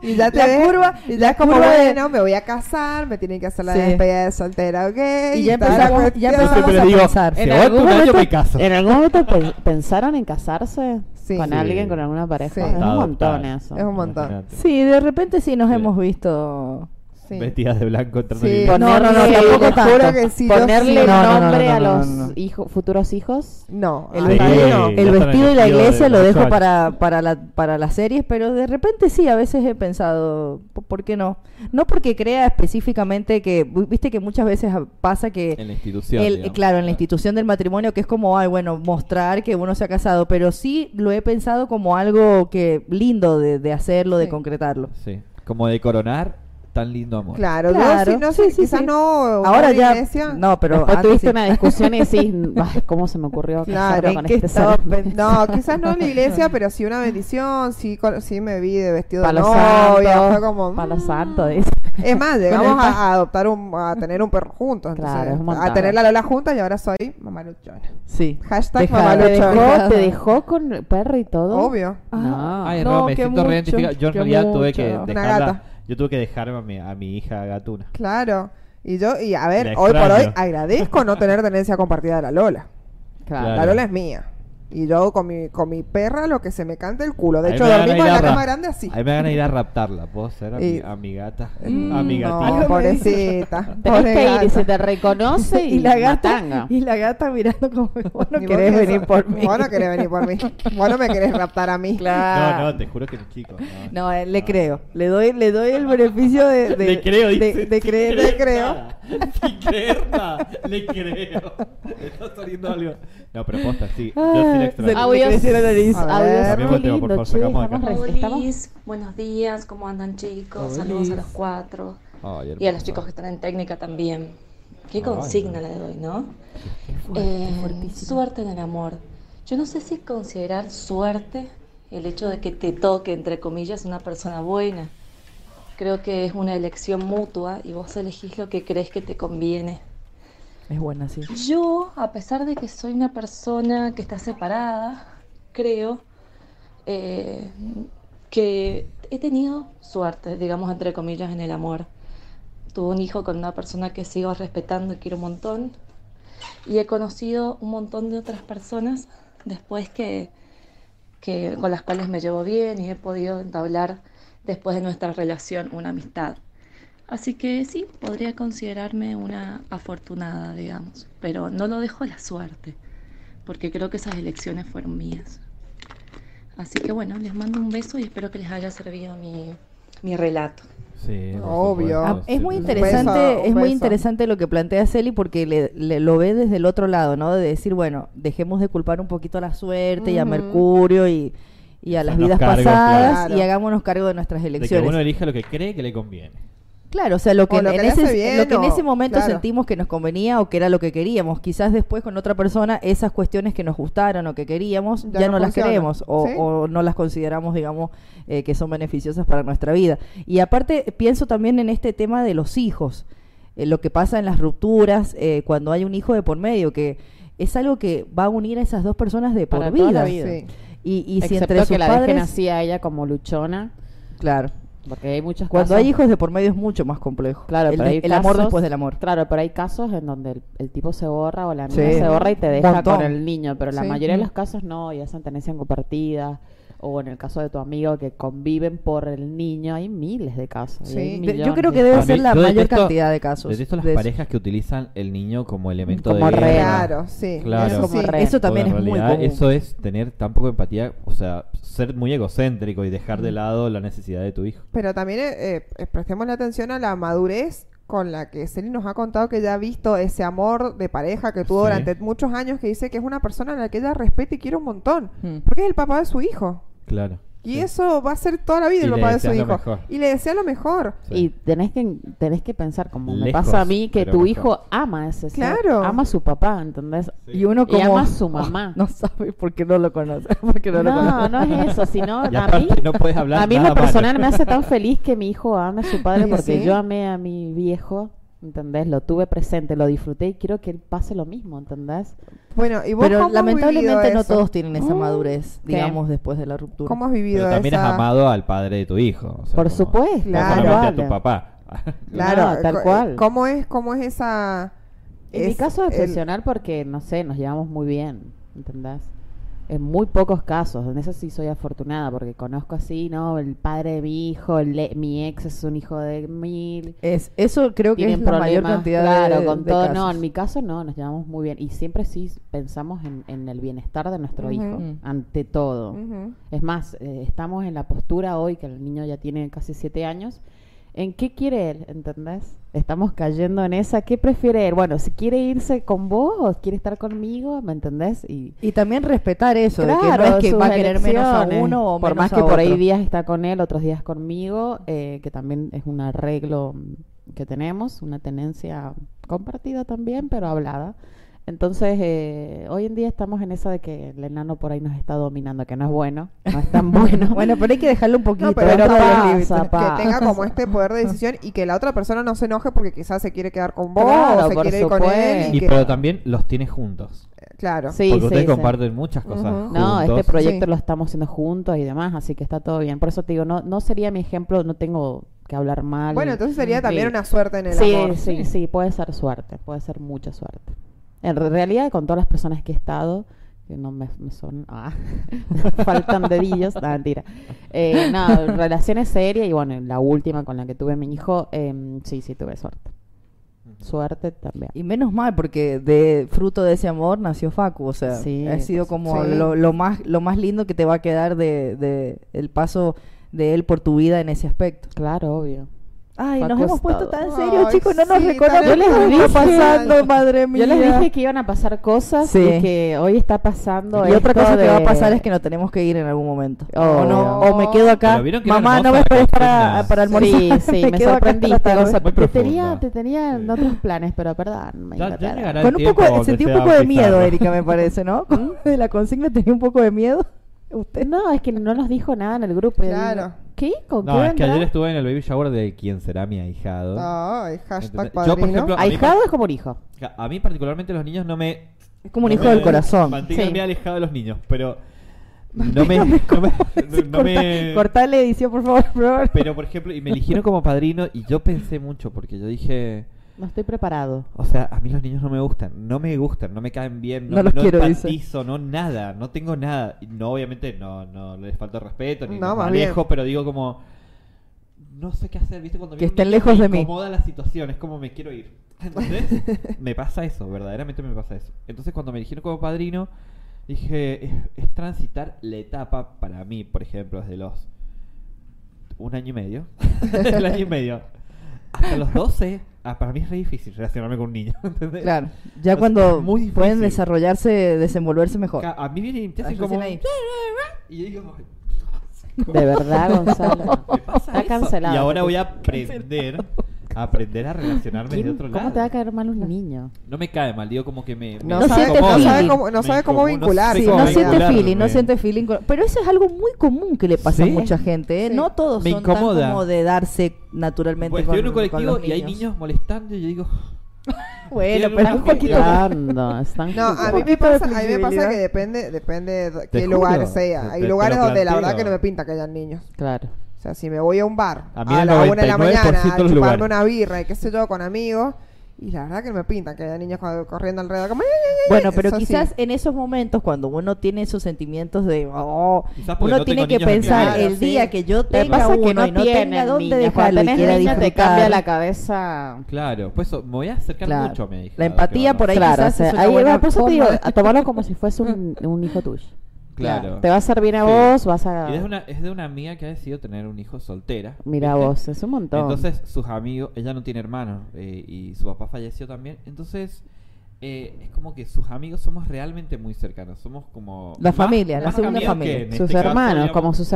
Speaker 3: Y ya te
Speaker 2: La
Speaker 3: ves-
Speaker 2: curva-
Speaker 3: y ya es como,
Speaker 2: curva de-
Speaker 3: bueno, me voy a casar, me tienen que hacer la
Speaker 2: Sí.
Speaker 3: despedida de soltera, ok.
Speaker 2: Y ya
Speaker 3: toda la
Speaker 2: empezamos- ya
Speaker 3: cuestión.
Speaker 4: Yo
Speaker 2: empezamos
Speaker 4: siempre
Speaker 2: a
Speaker 4: digo,
Speaker 2: pensar.
Speaker 4: "Se
Speaker 2: En
Speaker 4: aguanta
Speaker 1: algún
Speaker 4: un año
Speaker 1: momento-
Speaker 4: me caso.
Speaker 1: ¿En algún momento pe- pensaron en casarse
Speaker 3: Sí.
Speaker 1: con
Speaker 3: Sí.
Speaker 1: alguien, con alguna pareja?
Speaker 3: Sí.
Speaker 1: Es un
Speaker 4: Adoptar.
Speaker 1: montón eso.
Speaker 3: Es un montón.
Speaker 4: Imagínate.
Speaker 2: Sí, de repente sí nos
Speaker 4: Sí.
Speaker 2: hemos visto
Speaker 3: Sí. Sí.
Speaker 6: vestidas de blanco entrando
Speaker 3: Sí.
Speaker 6: en
Speaker 3: No,
Speaker 6: el-
Speaker 3: no, no,
Speaker 1: Ponerle-
Speaker 3: te juro
Speaker 1: Tampoco
Speaker 3: que
Speaker 1: tanto.
Speaker 3: sí, yo sí.
Speaker 1: Ponerle
Speaker 2: No, no, no,
Speaker 1: nombre
Speaker 2: no,
Speaker 1: a
Speaker 6: no,
Speaker 1: los
Speaker 6: no, no.
Speaker 1: hijo- futuros hijos.
Speaker 3: No,
Speaker 2: El,
Speaker 3: hasta ahí no.
Speaker 2: vestido,
Speaker 6: ya
Speaker 2: el
Speaker 6: está en el
Speaker 2: vestido y la
Speaker 6: vestido de
Speaker 2: iglesia lo
Speaker 6: los
Speaker 2: dejo
Speaker 6: ocho
Speaker 2: para, para, la- para las series, pero de repente sí, a veces he pensado, "Po- ¿por qué no? No porque crea específicamente que, vi- viste que muchas veces ah, pasa que...
Speaker 6: en la institución.
Speaker 2: el-
Speaker 6: digamos.
Speaker 2: claro, en la institución del matrimonio, que es como, ay, bueno, mostrar que uno se ha casado, pero sí lo he pensado como algo que lindo de, de hacerlo, de
Speaker 3: Sí.
Speaker 2: concretarlo.
Speaker 6: Sí. Como de coronar tan lindo amor.
Speaker 3: Claro,
Speaker 2: Claro,
Speaker 3: yo sí, no sé,
Speaker 2: sí, sí,
Speaker 3: quizás
Speaker 2: sí.
Speaker 3: no.
Speaker 2: Ahora
Speaker 3: una
Speaker 2: ya...
Speaker 3: iglesia.
Speaker 2: No, pero...
Speaker 1: Después
Speaker 2: antes
Speaker 1: tuviste
Speaker 2: sí.
Speaker 1: una discusión y
Speaker 2: [laughs]
Speaker 1: decís, [laughs] "Ay, ¿cómo se me ocurrió
Speaker 3: Claro,
Speaker 1: casarme
Speaker 3: ¿en
Speaker 1: con
Speaker 3: qué
Speaker 1: este
Speaker 3: estaba
Speaker 1: ser?"
Speaker 3: pen-
Speaker 1: [laughs]
Speaker 3: no, quizás no en la iglesia, pero sí una bendición, sí, con- sí me vi de vestido de
Speaker 1: Palo
Speaker 3: novia, fue
Speaker 1: santo,
Speaker 3: como...
Speaker 1: palo
Speaker 3: mm.
Speaker 1: santo, dice.
Speaker 3: Es más, llegamos
Speaker 1: Con el
Speaker 3: a,
Speaker 1: pa-
Speaker 3: a adoptar un, a tener un perro juntos, entonces,
Speaker 1: Claro, es un montón.
Speaker 3: a tener la Lola juntas y ahora soy mamaluchona.
Speaker 2: Sí.
Speaker 3: Hashtag
Speaker 2: Dejada.
Speaker 1: Te
Speaker 3: mamaluchona.
Speaker 1: dejó, te dejó con perro y todo.
Speaker 3: Obvio.
Speaker 4: Ah,
Speaker 1: No.
Speaker 6: Ay,
Speaker 2: Ah, No,
Speaker 6: no, me
Speaker 2: qué
Speaker 6: siento
Speaker 2: mucho,
Speaker 6: reidentificado. Yo en
Speaker 2: qué
Speaker 6: realidad tuve que
Speaker 2: mucho.
Speaker 3: Una
Speaker 6: dejarla.
Speaker 3: gata.
Speaker 6: Yo tuve que dejarme a mi, a mi hija gatuna.
Speaker 3: Claro. Y yo, y a ver,
Speaker 6: La
Speaker 3: hoy por hoy
Speaker 6: extraño.
Speaker 3: agradezco no tener tenencia compartida de la Lola.
Speaker 1: Claro.
Speaker 3: La Lola es mía. Y yo con mi, con mi perra lo que se me canta el culo. De
Speaker 6: Ahí
Speaker 3: hecho,
Speaker 6: me van a
Speaker 3: dormimos
Speaker 6: ir
Speaker 3: en
Speaker 6: a
Speaker 3: la
Speaker 6: ra-
Speaker 3: cama grande así.
Speaker 6: Ahí me van a ir a raptarla. Puedo ser a,
Speaker 3: Y-
Speaker 6: mi, a mi gata.
Speaker 3: Mm,
Speaker 6: a mi gatita. [laughs]
Speaker 3: No, pobrecita.
Speaker 1: Tenés
Speaker 3: pobre
Speaker 1: que ir y
Speaker 3: gata.
Speaker 1: se
Speaker 3: [laughs]
Speaker 1: te reconoce y,
Speaker 2: y la gata
Speaker 1: matanga.
Speaker 2: y la gata mirando como vos no [laughs]
Speaker 3: Y vos
Speaker 2: querés
Speaker 3: querés-
Speaker 2: venir por mí
Speaker 3: Vos no querés venir por mí. Vos no me querés raptar a mí.
Speaker 6: No,
Speaker 2: claro
Speaker 6: no, te juro que no, chico. [laughs] [laughs] No.
Speaker 2: no, eh, le creo le doy le doy el beneficio de, de
Speaker 6: [laughs] le creo, dice.
Speaker 2: de, de creer
Speaker 6: [laughs]
Speaker 3: le creo.
Speaker 6: nada. Sin creer nada. Le creo. [laughs] Me está saliendo algo. No, pero posta, sí. Yo sí la
Speaker 2: Ah, se
Speaker 6: extraño.
Speaker 2: le- le
Speaker 1: Audios,
Speaker 2: creció la nariz.
Speaker 3: A ver.
Speaker 1: audios,
Speaker 6: Cambiamos
Speaker 1: qué
Speaker 6: de tema, por
Speaker 1: lindo,
Speaker 6: favor,
Speaker 1: che,
Speaker 6: sacamos acá.
Speaker 1: estamos, re- estamos
Speaker 12: Olis, buenos días, ¿cómo andan chicos? Saludos a los cuatro
Speaker 6: Ay,
Speaker 12: y a
Speaker 6: hermoso.
Speaker 12: los chicos que están en técnica también. Qué
Speaker 6: Ay, no.
Speaker 12: consigna la de hoy, ¿no? Eh, suerte en el amor. Yo no sé si considerar suerte el hecho de que te toque, entre comillas, una persona buena. Creo que es una elección mutua y vos elegís lo que crees que te conviene.
Speaker 2: es buena sí
Speaker 12: Yo, a pesar de que soy una persona que está separada, creo eh, que he tenido suerte, digamos, entre comillas, en el amor. Tuve un hijo con una persona que sigo respetando y quiero un montón. Y he conocido un montón de otras personas después que, que con las cuales me llevo bien y he podido entablar después de nuestra relación una amistad. Así que sí, podría considerarme una afortunada, digamos, pero no lo dejo a la suerte, porque creo que esas elecciones fueron mías. Así que bueno, les mando un beso y espero que les haya servido mi, mi relato.
Speaker 6: Sí, por
Speaker 3: Obvio.
Speaker 2: Ah,
Speaker 6: supuesto,
Speaker 2: es muy
Speaker 6: sí, sí, sí.
Speaker 2: interesante,
Speaker 3: beso, un
Speaker 2: es muy
Speaker 3: beso.
Speaker 2: interesante lo que plantea Celi porque le, le- lo ve desde el otro lado, ¿no? De decir, bueno, dejemos de culpar un poquito a la suerte y a
Speaker 3: Ujú.
Speaker 2: Mercurio y, y a las
Speaker 6: Hacernos
Speaker 2: vidas
Speaker 6: cargo,
Speaker 2: pasadas
Speaker 3: claro.
Speaker 2: y hagámonos cargo de nuestras
Speaker 6: De que
Speaker 2: elecciones.
Speaker 6: uno elija lo que cree que le conviene.
Speaker 2: Claro, o sea, lo que,
Speaker 3: O lo
Speaker 2: en,
Speaker 3: que le
Speaker 2: ese,
Speaker 3: hace bien,
Speaker 2: lo que en
Speaker 3: o-
Speaker 2: ese momento
Speaker 3: claro.
Speaker 2: sentimos que nos convenía o que era lo que queríamos. Quizás después con otra persona esas cuestiones que nos gustaron o que queríamos ya,
Speaker 3: Ya
Speaker 2: no,
Speaker 3: no
Speaker 2: las
Speaker 3: funcionan,
Speaker 2: queremos o,
Speaker 3: ¿sí?
Speaker 2: o no las consideramos, digamos, eh, que son beneficiosas para nuestra vida. Y aparte pienso también en este tema de los hijos, eh, lo que pasa en las rupturas eh, cuando hay un hijo de por medio, que es algo que va a unir a esas dos personas de por
Speaker 1: Para
Speaker 2: vida.
Speaker 1: toda la vida.
Speaker 3: Sí.
Speaker 2: Y, y si
Speaker 1: Excepto
Speaker 2: entre sus
Speaker 1: que la dejen
Speaker 2: padres,
Speaker 1: así a ella como luchona,
Speaker 2: claro,
Speaker 1: porque hay muchas
Speaker 2: cuando
Speaker 1: casos-
Speaker 2: hay hijos de por medio es mucho más complejo.
Speaker 1: Claro,
Speaker 2: el,
Speaker 1: pero hay
Speaker 2: el amor
Speaker 1: casos-
Speaker 2: después del amor.
Speaker 1: Claro, pero hay casos en donde el, el tipo se borra o la
Speaker 2: Sí.
Speaker 1: niña se borra y te deja
Speaker 2: Montón. Mm.
Speaker 1: con el niño, pero la
Speaker 3: Sí.
Speaker 1: mayoría de los casos no, y hacen tenencia compartida. O en el caso de tu amigo que conviven por el niño, hay miles de casos. y
Speaker 3: Sí. De-
Speaker 1: hay
Speaker 2: De- yo
Speaker 1: millones.
Speaker 2: creo que debe
Speaker 6: Para
Speaker 2: ser
Speaker 6: mí,
Speaker 2: la
Speaker 6: yo
Speaker 2: mayor
Speaker 6: detesto-
Speaker 2: cantidad de casos.
Speaker 6: Detesto las
Speaker 2: de-
Speaker 6: parejas que utilizan el niño como elemento
Speaker 1: Como
Speaker 6: de
Speaker 1: rehén.
Speaker 6: guerra.
Speaker 3: Claro, sí.
Speaker 6: Claro.
Speaker 3: eso
Speaker 1: Como
Speaker 3: sí.
Speaker 1: re-
Speaker 2: Eso también es
Speaker 6: Porque en
Speaker 2: muy
Speaker 6: realidad
Speaker 2: común.
Speaker 6: Eso es tener tan poco empatía, o sea, ser muy egocéntrico y dejar de lado la necesidad de tu hijo.
Speaker 3: Pero también eh, eh, prestemos la atención a la madurez con la que Celi nos ha contado que ya ha visto ese amor de pareja que tuvo
Speaker 6: Sí.
Speaker 3: durante muchos años, que dice que es una persona a la que ella respeta y quiere un montón,
Speaker 1: Hmm.
Speaker 2: Mm.
Speaker 3: porque es el papá de su hijo.
Speaker 6: Claro.
Speaker 3: Y
Speaker 6: Sí.
Speaker 3: eso va a ser toda la vida
Speaker 6: Y
Speaker 3: el
Speaker 6: le
Speaker 3: papá de su
Speaker 6: deseas lo
Speaker 3: hijo.
Speaker 6: mejor.
Speaker 3: Y le desea lo mejor.
Speaker 6: Sí.
Speaker 1: Y tenés que, tenés que pensar, como me
Speaker 6: Lejos,
Speaker 1: pasa a mí, que
Speaker 6: pero
Speaker 1: tu
Speaker 6: mejor.
Speaker 1: hijo ama a ese ser,
Speaker 3: Claro.
Speaker 1: ama a su papá, ¿entendés?
Speaker 2: Y uno
Speaker 1: Y
Speaker 2: como "Oh,
Speaker 1: ama a
Speaker 2: [laughs]
Speaker 1: su mamá.
Speaker 2: no sabe por qué no lo conoce, [laughs] porque no, lo
Speaker 1: No,
Speaker 2: conoce.
Speaker 1: no es eso, sino
Speaker 6: [laughs] Y
Speaker 1: a mí,
Speaker 6: aparte no puedes hablar
Speaker 1: a mí en
Speaker 6: nada
Speaker 1: lo personal
Speaker 6: malo.
Speaker 1: me
Speaker 6: [laughs]
Speaker 1: hace tan feliz que mi hijo ame a
Speaker 2: [laughs]
Speaker 1: su padre
Speaker 3: Sí,
Speaker 1: porque
Speaker 3: sí.
Speaker 1: yo amé a mi viejo, ¿entendés? Lo tuve presente, lo disfruté y quiero que él pase lo mismo, ¿entendés?
Speaker 3: Bueno, y vos
Speaker 2: Pero
Speaker 3: cómo has
Speaker 2: lamentablemente
Speaker 3: vivido
Speaker 2: no
Speaker 3: eso? Uh,
Speaker 2: todos tienen esa
Speaker 1: Mm.
Speaker 2: madurez, digamos, después de la ruptura.
Speaker 3: ¿Cómo has vivido
Speaker 6: Pero también
Speaker 3: esa-
Speaker 6: has amado al padre de tu hijo. o sea,
Speaker 1: Por
Speaker 6: como-
Speaker 1: supuesto.
Speaker 6: no
Speaker 3: Claro.
Speaker 6: solamente a
Speaker 1: Vale.
Speaker 6: tu papá.
Speaker 3: Claro,
Speaker 1: No, tal
Speaker 3: co- eh,
Speaker 1: cual.
Speaker 3: ¿Cómo es, cómo es esa...?
Speaker 1: En mi
Speaker 3: es
Speaker 1: caso
Speaker 3: el-
Speaker 1: excepcional porque, no sé, nos llevamos muy bien, ¿entendés? en muy pocos casos, en eso sí soy afortunada, porque conozco así, ¿no? El padre de mi hijo, el le- mi ex es un hijo de mil.
Speaker 2: Es, eso creo que es
Speaker 1: tienen
Speaker 2: la mayor
Speaker 1: problemas,
Speaker 2: cantidad de-
Speaker 1: Claro, con
Speaker 2: de
Speaker 1: todo. No,
Speaker 2: casos.
Speaker 1: en mi caso no, nos llevamos muy bien. Y siempre sí pensamos en, en el bienestar de nuestro
Speaker 2: Ujú.
Speaker 1: hijo, ante todo.
Speaker 2: Ujú.
Speaker 1: Es más, eh, estamos en la postura hoy, que el niño ya tiene casi siete años. ¿En qué quiere él? ¿Entendés? Estamos cayendo en esa. ¿Qué prefiere él? Bueno, si quiere irse con vos o quiere estar conmigo, ¿me entendés? Y
Speaker 2: Y también respetar eso, de
Speaker 1: Claro,
Speaker 2: que no es que
Speaker 1: sus
Speaker 2: va a querer menos a
Speaker 1: elecciones.
Speaker 2: uno o
Speaker 1: Por
Speaker 2: menos
Speaker 1: más que
Speaker 2: a
Speaker 1: por ahí
Speaker 2: otro.
Speaker 1: días está con él, otros días conmigo, eh, que también es un arreglo mm, que tenemos, una tenencia compartida también, pero hablada. Entonces, eh, hoy en día estamos en esa de que el enano por ahí nos está dominando, que no es bueno, no es
Speaker 2: [laughs]
Speaker 1: tan bueno.
Speaker 2: Bueno, pero hay que dejarlo un poquito.
Speaker 1: No,
Speaker 3: pero
Speaker 1: pero
Speaker 3: dentro de los
Speaker 1: pasa,
Speaker 3: límites,
Speaker 1: pasa.
Speaker 3: que tenga como este poder de
Speaker 1: [laughs]
Speaker 3: decisión y que la otra persona no se enoje porque quizás se quiere quedar con vos
Speaker 1: Claro,
Speaker 3: o se
Speaker 1: por
Speaker 3: quiere ir con él.
Speaker 1: supuesto.
Speaker 3: y
Speaker 4: Y
Speaker 3: que-
Speaker 4: pero también los tiene juntos.
Speaker 3: claro.
Speaker 1: Sí,
Speaker 4: porque
Speaker 1: sí,
Speaker 4: ustedes
Speaker 1: sí.
Speaker 4: comparten muchas cosas.
Speaker 3: Ujú.
Speaker 1: No, este
Speaker 4: juntos.
Speaker 1: proyecto
Speaker 3: Sí.
Speaker 1: lo estamos haciendo juntos y demás, así que está todo bien. Por eso te digo, no, no sería mi ejemplo, no tengo que hablar mal.
Speaker 3: Bueno,
Speaker 1: y-
Speaker 3: entonces sería
Speaker 1: Sí.
Speaker 3: también una suerte en el
Speaker 1: sí,
Speaker 3: amor.
Speaker 1: Sí, sí, puede ser suerte, puede ser mucha suerte. En re- realidad, con todas las personas que he estado, que no me, me son. ah, [laughs] faltan dedillos, no, mentira. Eh, no, relaciones serias y bueno, la última con la que tuve mi hijo, em, sí, sí, tuve suerte. Suerte también.
Speaker 2: Y menos mal, porque de fruto de ese amor nació Facu, o sea,
Speaker 1: Sí,
Speaker 2: ha sido como
Speaker 3: sí.
Speaker 2: lo, lo más lo más lindo que te va a quedar de, de el paso de él por tu vida en ese aspecto.
Speaker 1: Claro, obvio.
Speaker 2: Ay,
Speaker 1: Facu
Speaker 2: nos hemos
Speaker 1: es todo.
Speaker 2: puesto tan serios,
Speaker 3: Ay,
Speaker 2: chicos, no nos
Speaker 3: sí,
Speaker 2: reconocemos
Speaker 3: tan
Speaker 2: lo que está
Speaker 1: dije.
Speaker 2: pasando, madre mía.
Speaker 1: Yo les dije que iban a pasar cosas
Speaker 2: Sí.
Speaker 1: y que hoy está pasando.
Speaker 2: y otra
Speaker 1: esto
Speaker 2: cosa que va a
Speaker 1: de- Oh,
Speaker 2: pasar es que nos tenemos que ir en algún momento. o,
Speaker 1: Obvio.
Speaker 2: no, o me quedo acá.
Speaker 4: Pero vieron que
Speaker 2: Mamá,
Speaker 4: hermosa
Speaker 2: no me
Speaker 4: la
Speaker 2: esperes para,
Speaker 4: consigna.
Speaker 2: para almorzar. [laughs]
Speaker 1: Sí, [laughs] sí,
Speaker 2: quedo acá
Speaker 1: me,
Speaker 2: hasta la
Speaker 1: sorprendiste,
Speaker 2: tarde.
Speaker 1: Gonza.
Speaker 4: Muy
Speaker 1: Te
Speaker 4: profunda.
Speaker 1: tenía, te tenía en
Speaker 4: Sí.
Speaker 1: otros planes, pero perdón.
Speaker 4: Ya-
Speaker 1: me
Speaker 4: ya
Speaker 1: ignoraron.
Speaker 4: llegará.
Speaker 2: Con un
Speaker 4: tiempo,
Speaker 2: poco,
Speaker 4: aunque
Speaker 2: sentí un
Speaker 4: sea
Speaker 2: poco de miedo,
Speaker 4: bizarro.
Speaker 2: Erika,
Speaker 1: [laughs]
Speaker 2: me parece, ¿no? De la consigna tenía un poco de miedo. [laughs] Usted.
Speaker 1: ¿Mm? No, es que no nos dijo nada en el grupo. y yo
Speaker 3: Claro.
Speaker 1: digo, ¿Qué? ¿Con
Speaker 4: No,
Speaker 1: qué
Speaker 4: es que
Speaker 1: vendrá?
Speaker 4: ayer estuve en el baby shower de quien será mi ahijado.
Speaker 3: Ay, hashtag
Speaker 4: ¿Entendés? Yo, por
Speaker 3: padrino.
Speaker 4: ejemplo, a mí,
Speaker 1: Ahijado es como un hijo.
Speaker 4: par- [laughs] a mí particularmente los niños no me...
Speaker 2: Es como un
Speaker 4: no
Speaker 2: hijo
Speaker 4: me-
Speaker 2: del corazón.
Speaker 4: Mantengo
Speaker 1: Sí.
Speaker 4: me alejado de los niños,
Speaker 2: [laughs]
Speaker 4: pero... No me... No me, no
Speaker 1: [laughs]
Speaker 4: me-
Speaker 2: Cortar la edición, por favor, por favor.
Speaker 4: Pero, por ejemplo, y me eligieron como padrino y yo pensé mucho porque yo dije...
Speaker 1: No estoy preparado.
Speaker 4: O sea, a mí los niños no me gustan, no me gustan, no me caen bien, no,
Speaker 2: No los
Speaker 4: no
Speaker 2: quiero, dice.
Speaker 4: empatizo, no nada, no tengo nada. Y No, obviamente no, no les falta respeto, ni
Speaker 3: No,
Speaker 4: no,
Speaker 3: más
Speaker 4: alejo, pero digo como no sé qué hacer, viste cuando
Speaker 2: Que
Speaker 4: viene un
Speaker 2: estén
Speaker 4: niño
Speaker 2: lejos
Speaker 4: me
Speaker 2: de mí.
Speaker 4: incomoda la situación, es como me quiero ir. [laughs]
Speaker 2: [laughs]
Speaker 4: ¿Entendés? me pasa eso, verdaderamente me pasa eso. Entonces cuando me eligieron como padrino, dije, es, es transitar la etapa para mí, por ejemplo, desde los un año y medio. [laughs] desde el año y medio. Hasta los 12, ah, para mí es re difícil relacionarme con un niño. [laughs] ¿entendés?
Speaker 2: Claro, ya
Speaker 4: O sea,
Speaker 2: cuando
Speaker 4: es muy difícil.
Speaker 2: pueden desarrollarse, desenvolverse mejor.
Speaker 4: Ca- A mí viene y te hacen
Speaker 2: Recién
Speaker 4: como.
Speaker 2: ahí.
Speaker 4: Y yo digo, "Ay, [laughs]
Speaker 1: De verdad, Gonzalo.
Speaker 4: ¿qué pasa
Speaker 1: Está
Speaker 4: eso?".
Speaker 1: cancelado.
Speaker 4: Y ahora voy a aprender, a aprender a relacionarme
Speaker 1: ¿Quién-
Speaker 4: de otro
Speaker 1: ¿Cómo
Speaker 4: lado.
Speaker 1: te va a caer mal un niño?
Speaker 4: No me cae mal, digo como que me.
Speaker 3: No
Speaker 4: me
Speaker 3: sabe-
Speaker 4: incomoda.
Speaker 2: no sabe
Speaker 3: cómo- no
Speaker 4: Me
Speaker 3: sabe
Speaker 4: incomoda,
Speaker 3: cómo
Speaker 4: no
Speaker 3: vincularse.
Speaker 4: sé
Speaker 3: Sí,
Speaker 4: cómo
Speaker 2: no siente
Speaker 4: vincularme.
Speaker 2: feeling, no siente feeling. con- Pero eso es algo muy común que le pasa
Speaker 4: Sí.
Speaker 2: a mucha gente. ¿eh?
Speaker 3: Sí.
Speaker 2: No todos
Speaker 4: Me
Speaker 2: son
Speaker 4: incomoda.
Speaker 2: tan como de darse naturalmente
Speaker 4: Bueno,
Speaker 2: con,
Speaker 4: Pues estoy en un
Speaker 2: con
Speaker 4: colectivo
Speaker 2: los
Speaker 4: y hay niños molestando y yo digo.
Speaker 2: Bueno,
Speaker 4: Tienen
Speaker 2: pero
Speaker 4: una
Speaker 2: un poquito
Speaker 4: [laughs]
Speaker 2: más.
Speaker 1: Jugando, están
Speaker 3: No, a
Speaker 1: jugando.
Speaker 3: mí, me
Speaker 2: poquito de
Speaker 3: pasa, a mí me pasa
Speaker 2: flexibilidad.
Speaker 3: que depende, depende de
Speaker 4: Te
Speaker 3: qué lugar
Speaker 4: juro,
Speaker 3: sea.
Speaker 4: te-
Speaker 3: Hay
Speaker 4: te
Speaker 3: lugares
Speaker 4: lo
Speaker 3: donde la verdad
Speaker 4: planteo.
Speaker 3: que no me pinta que hayan niños.
Speaker 1: Claro.
Speaker 3: O sea, si me voy a un bar
Speaker 4: A
Speaker 3: a,
Speaker 4: mí el
Speaker 3: la una de la mañana a
Speaker 4: 99% de los
Speaker 3: chuparme
Speaker 4: lugares.
Speaker 3: una birra y qué sé yo con amigos, y la verdad que no me pinta que haya niños co- corriendo alrededor como... "Ay, ay, ay, ay".
Speaker 2: [laughs] Bueno, pero
Speaker 3: Eso sí.
Speaker 2: quizás en esos momentos cuando uno tiene esos sentimientos de oh,
Speaker 4: Quizás porque
Speaker 2: uno
Speaker 4: no
Speaker 2: tiene
Speaker 4: tengo
Speaker 2: que
Speaker 4: niños en mi
Speaker 2: pensar
Speaker 3: vida.
Speaker 2: el día
Speaker 3: Sí.
Speaker 2: que yo
Speaker 1: Lo que
Speaker 2: tenga
Speaker 1: pasa es
Speaker 2: uno
Speaker 1: que no,
Speaker 2: y no tenga
Speaker 1: tienen
Speaker 2: dónde
Speaker 1: niños.
Speaker 2: dejarlo
Speaker 1: Cuando
Speaker 2: y
Speaker 1: tenés
Speaker 2: quiera
Speaker 1: niños te cambia
Speaker 2: disfrutar.
Speaker 1: la cabeza.
Speaker 4: Claro, pues eso, me voy a acercar
Speaker 2: Claro.
Speaker 4: mucho a mi hija.
Speaker 2: La empatía por ahí
Speaker 1: Claro, o
Speaker 2: quizás
Speaker 1: sea,
Speaker 2: es una
Speaker 1: ahí
Speaker 2: buena
Speaker 1: va, por eso te
Speaker 2: forma
Speaker 1: digo,
Speaker 2: de-
Speaker 1: a tomarlo como si fuese un, un hijo tuyo.
Speaker 4: Claro.
Speaker 1: Te va a servir a
Speaker 4: Sí.
Speaker 1: vos, vas a...
Speaker 4: Y es, una, es de una amiga que ha decidido tener un hijo soltera.
Speaker 1: Mira
Speaker 4: ¿viste?
Speaker 1: vos, es un montón.
Speaker 4: Entonces, sus amigos, ella no tiene hermanos eh, y su papá falleció también. Entonces, eh, es como que sus amigos somos realmente muy cercanos. Somos como.
Speaker 2: La familia, la segunda
Speaker 4: amigos
Speaker 2: familia.
Speaker 4: que en este
Speaker 1: Sus
Speaker 4: caso,
Speaker 1: hermanos,
Speaker 4: digamos,
Speaker 1: como sus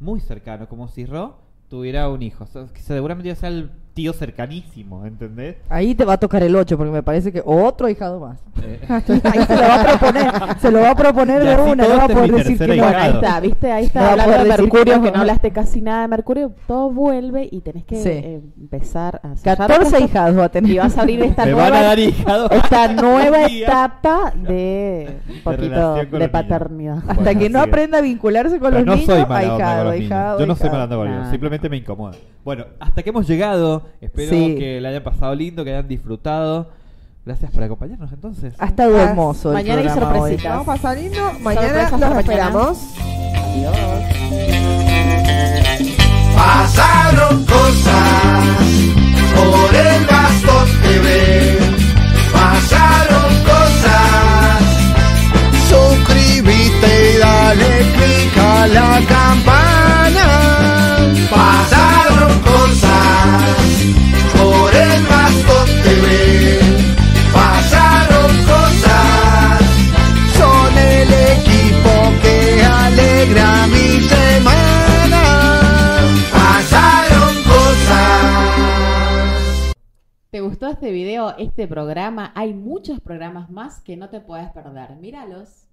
Speaker 4: Muy cercanos, como si Ro tuviera un hijo. O sea, que seguramente ya sea el tío cercanísimo, ¿entendés?
Speaker 2: Ahí te va a tocar el 8 porque me parece que otro hijado más.
Speaker 4: Eh,
Speaker 2: [laughs] Ahí se lo va a proponer, se lo va a proponer
Speaker 4: Ya,
Speaker 2: de
Speaker 4: si
Speaker 2: una,
Speaker 4: todo
Speaker 2: no va a
Speaker 4: este es mi
Speaker 2: poder decir
Speaker 4: tercer
Speaker 2: que no.
Speaker 1: Bueno, ahí
Speaker 4: Claro.
Speaker 1: está, viste, ahí está
Speaker 2: No va a
Speaker 1: hablando de
Speaker 2: poder decir que
Speaker 1: Mercurio,
Speaker 2: no. [laughs]
Speaker 1: que no hablaste casi nada de Mercurio, todo vuelve y tenés que
Speaker 2: Sí.
Speaker 1: eh, empezar a sellar
Speaker 2: 14
Speaker 1: cosas
Speaker 2: hijados va a tener.
Speaker 1: y vas a abrir
Speaker 4: [laughs]
Speaker 1: esta
Speaker 4: me
Speaker 1: nueva
Speaker 4: van a dar hijado.
Speaker 1: esta nueva
Speaker 4: [laughs] Un día.
Speaker 1: etapa de un poquito
Speaker 4: relación
Speaker 1: de,
Speaker 4: con los niños.
Speaker 1: paternidad.
Speaker 2: Hasta
Speaker 4: Bueno,
Speaker 2: que
Speaker 4: así
Speaker 2: no
Speaker 4: que-
Speaker 2: aprenda a vincularse con
Speaker 4: Pero no
Speaker 2: los niños,
Speaker 4: soy mala onda
Speaker 2: ahijado,
Speaker 4: con los niños.
Speaker 2: ahijado,
Speaker 4: Yo no soy
Speaker 2: ahijado.
Speaker 4: mala onda con ellos,
Speaker 1: No,
Speaker 4: simplemente me incomoda. Bueno, hasta que hemos llegado. Espero
Speaker 2: Sí.
Speaker 4: que la hayan pasado lindo, que hayan disfrutado.
Speaker 6: Gracias por acompañarnos entonces.
Speaker 2: Ha estado hermoso. El
Speaker 1: Mañana hay
Speaker 2: programa hoy.
Speaker 1: sorpresitas.
Speaker 3: Vamos a pasar lindo. Mañana
Speaker 1: Sorpresas
Speaker 3: los
Speaker 1: para mañana.
Speaker 3: esperamos.
Speaker 5: Pasaron cosas por el Bastón TV. Pasaron cosas. Suscríbete y dale click a la campana. Pasaron cosas por el Bastón TV. Pasaron cosas. Son el equipo que alegra mi semana. Pasaron cosas.
Speaker 1: ¿Te gustó este video, este programa? Hay muchos programas más que no te puedes perder. Míralos.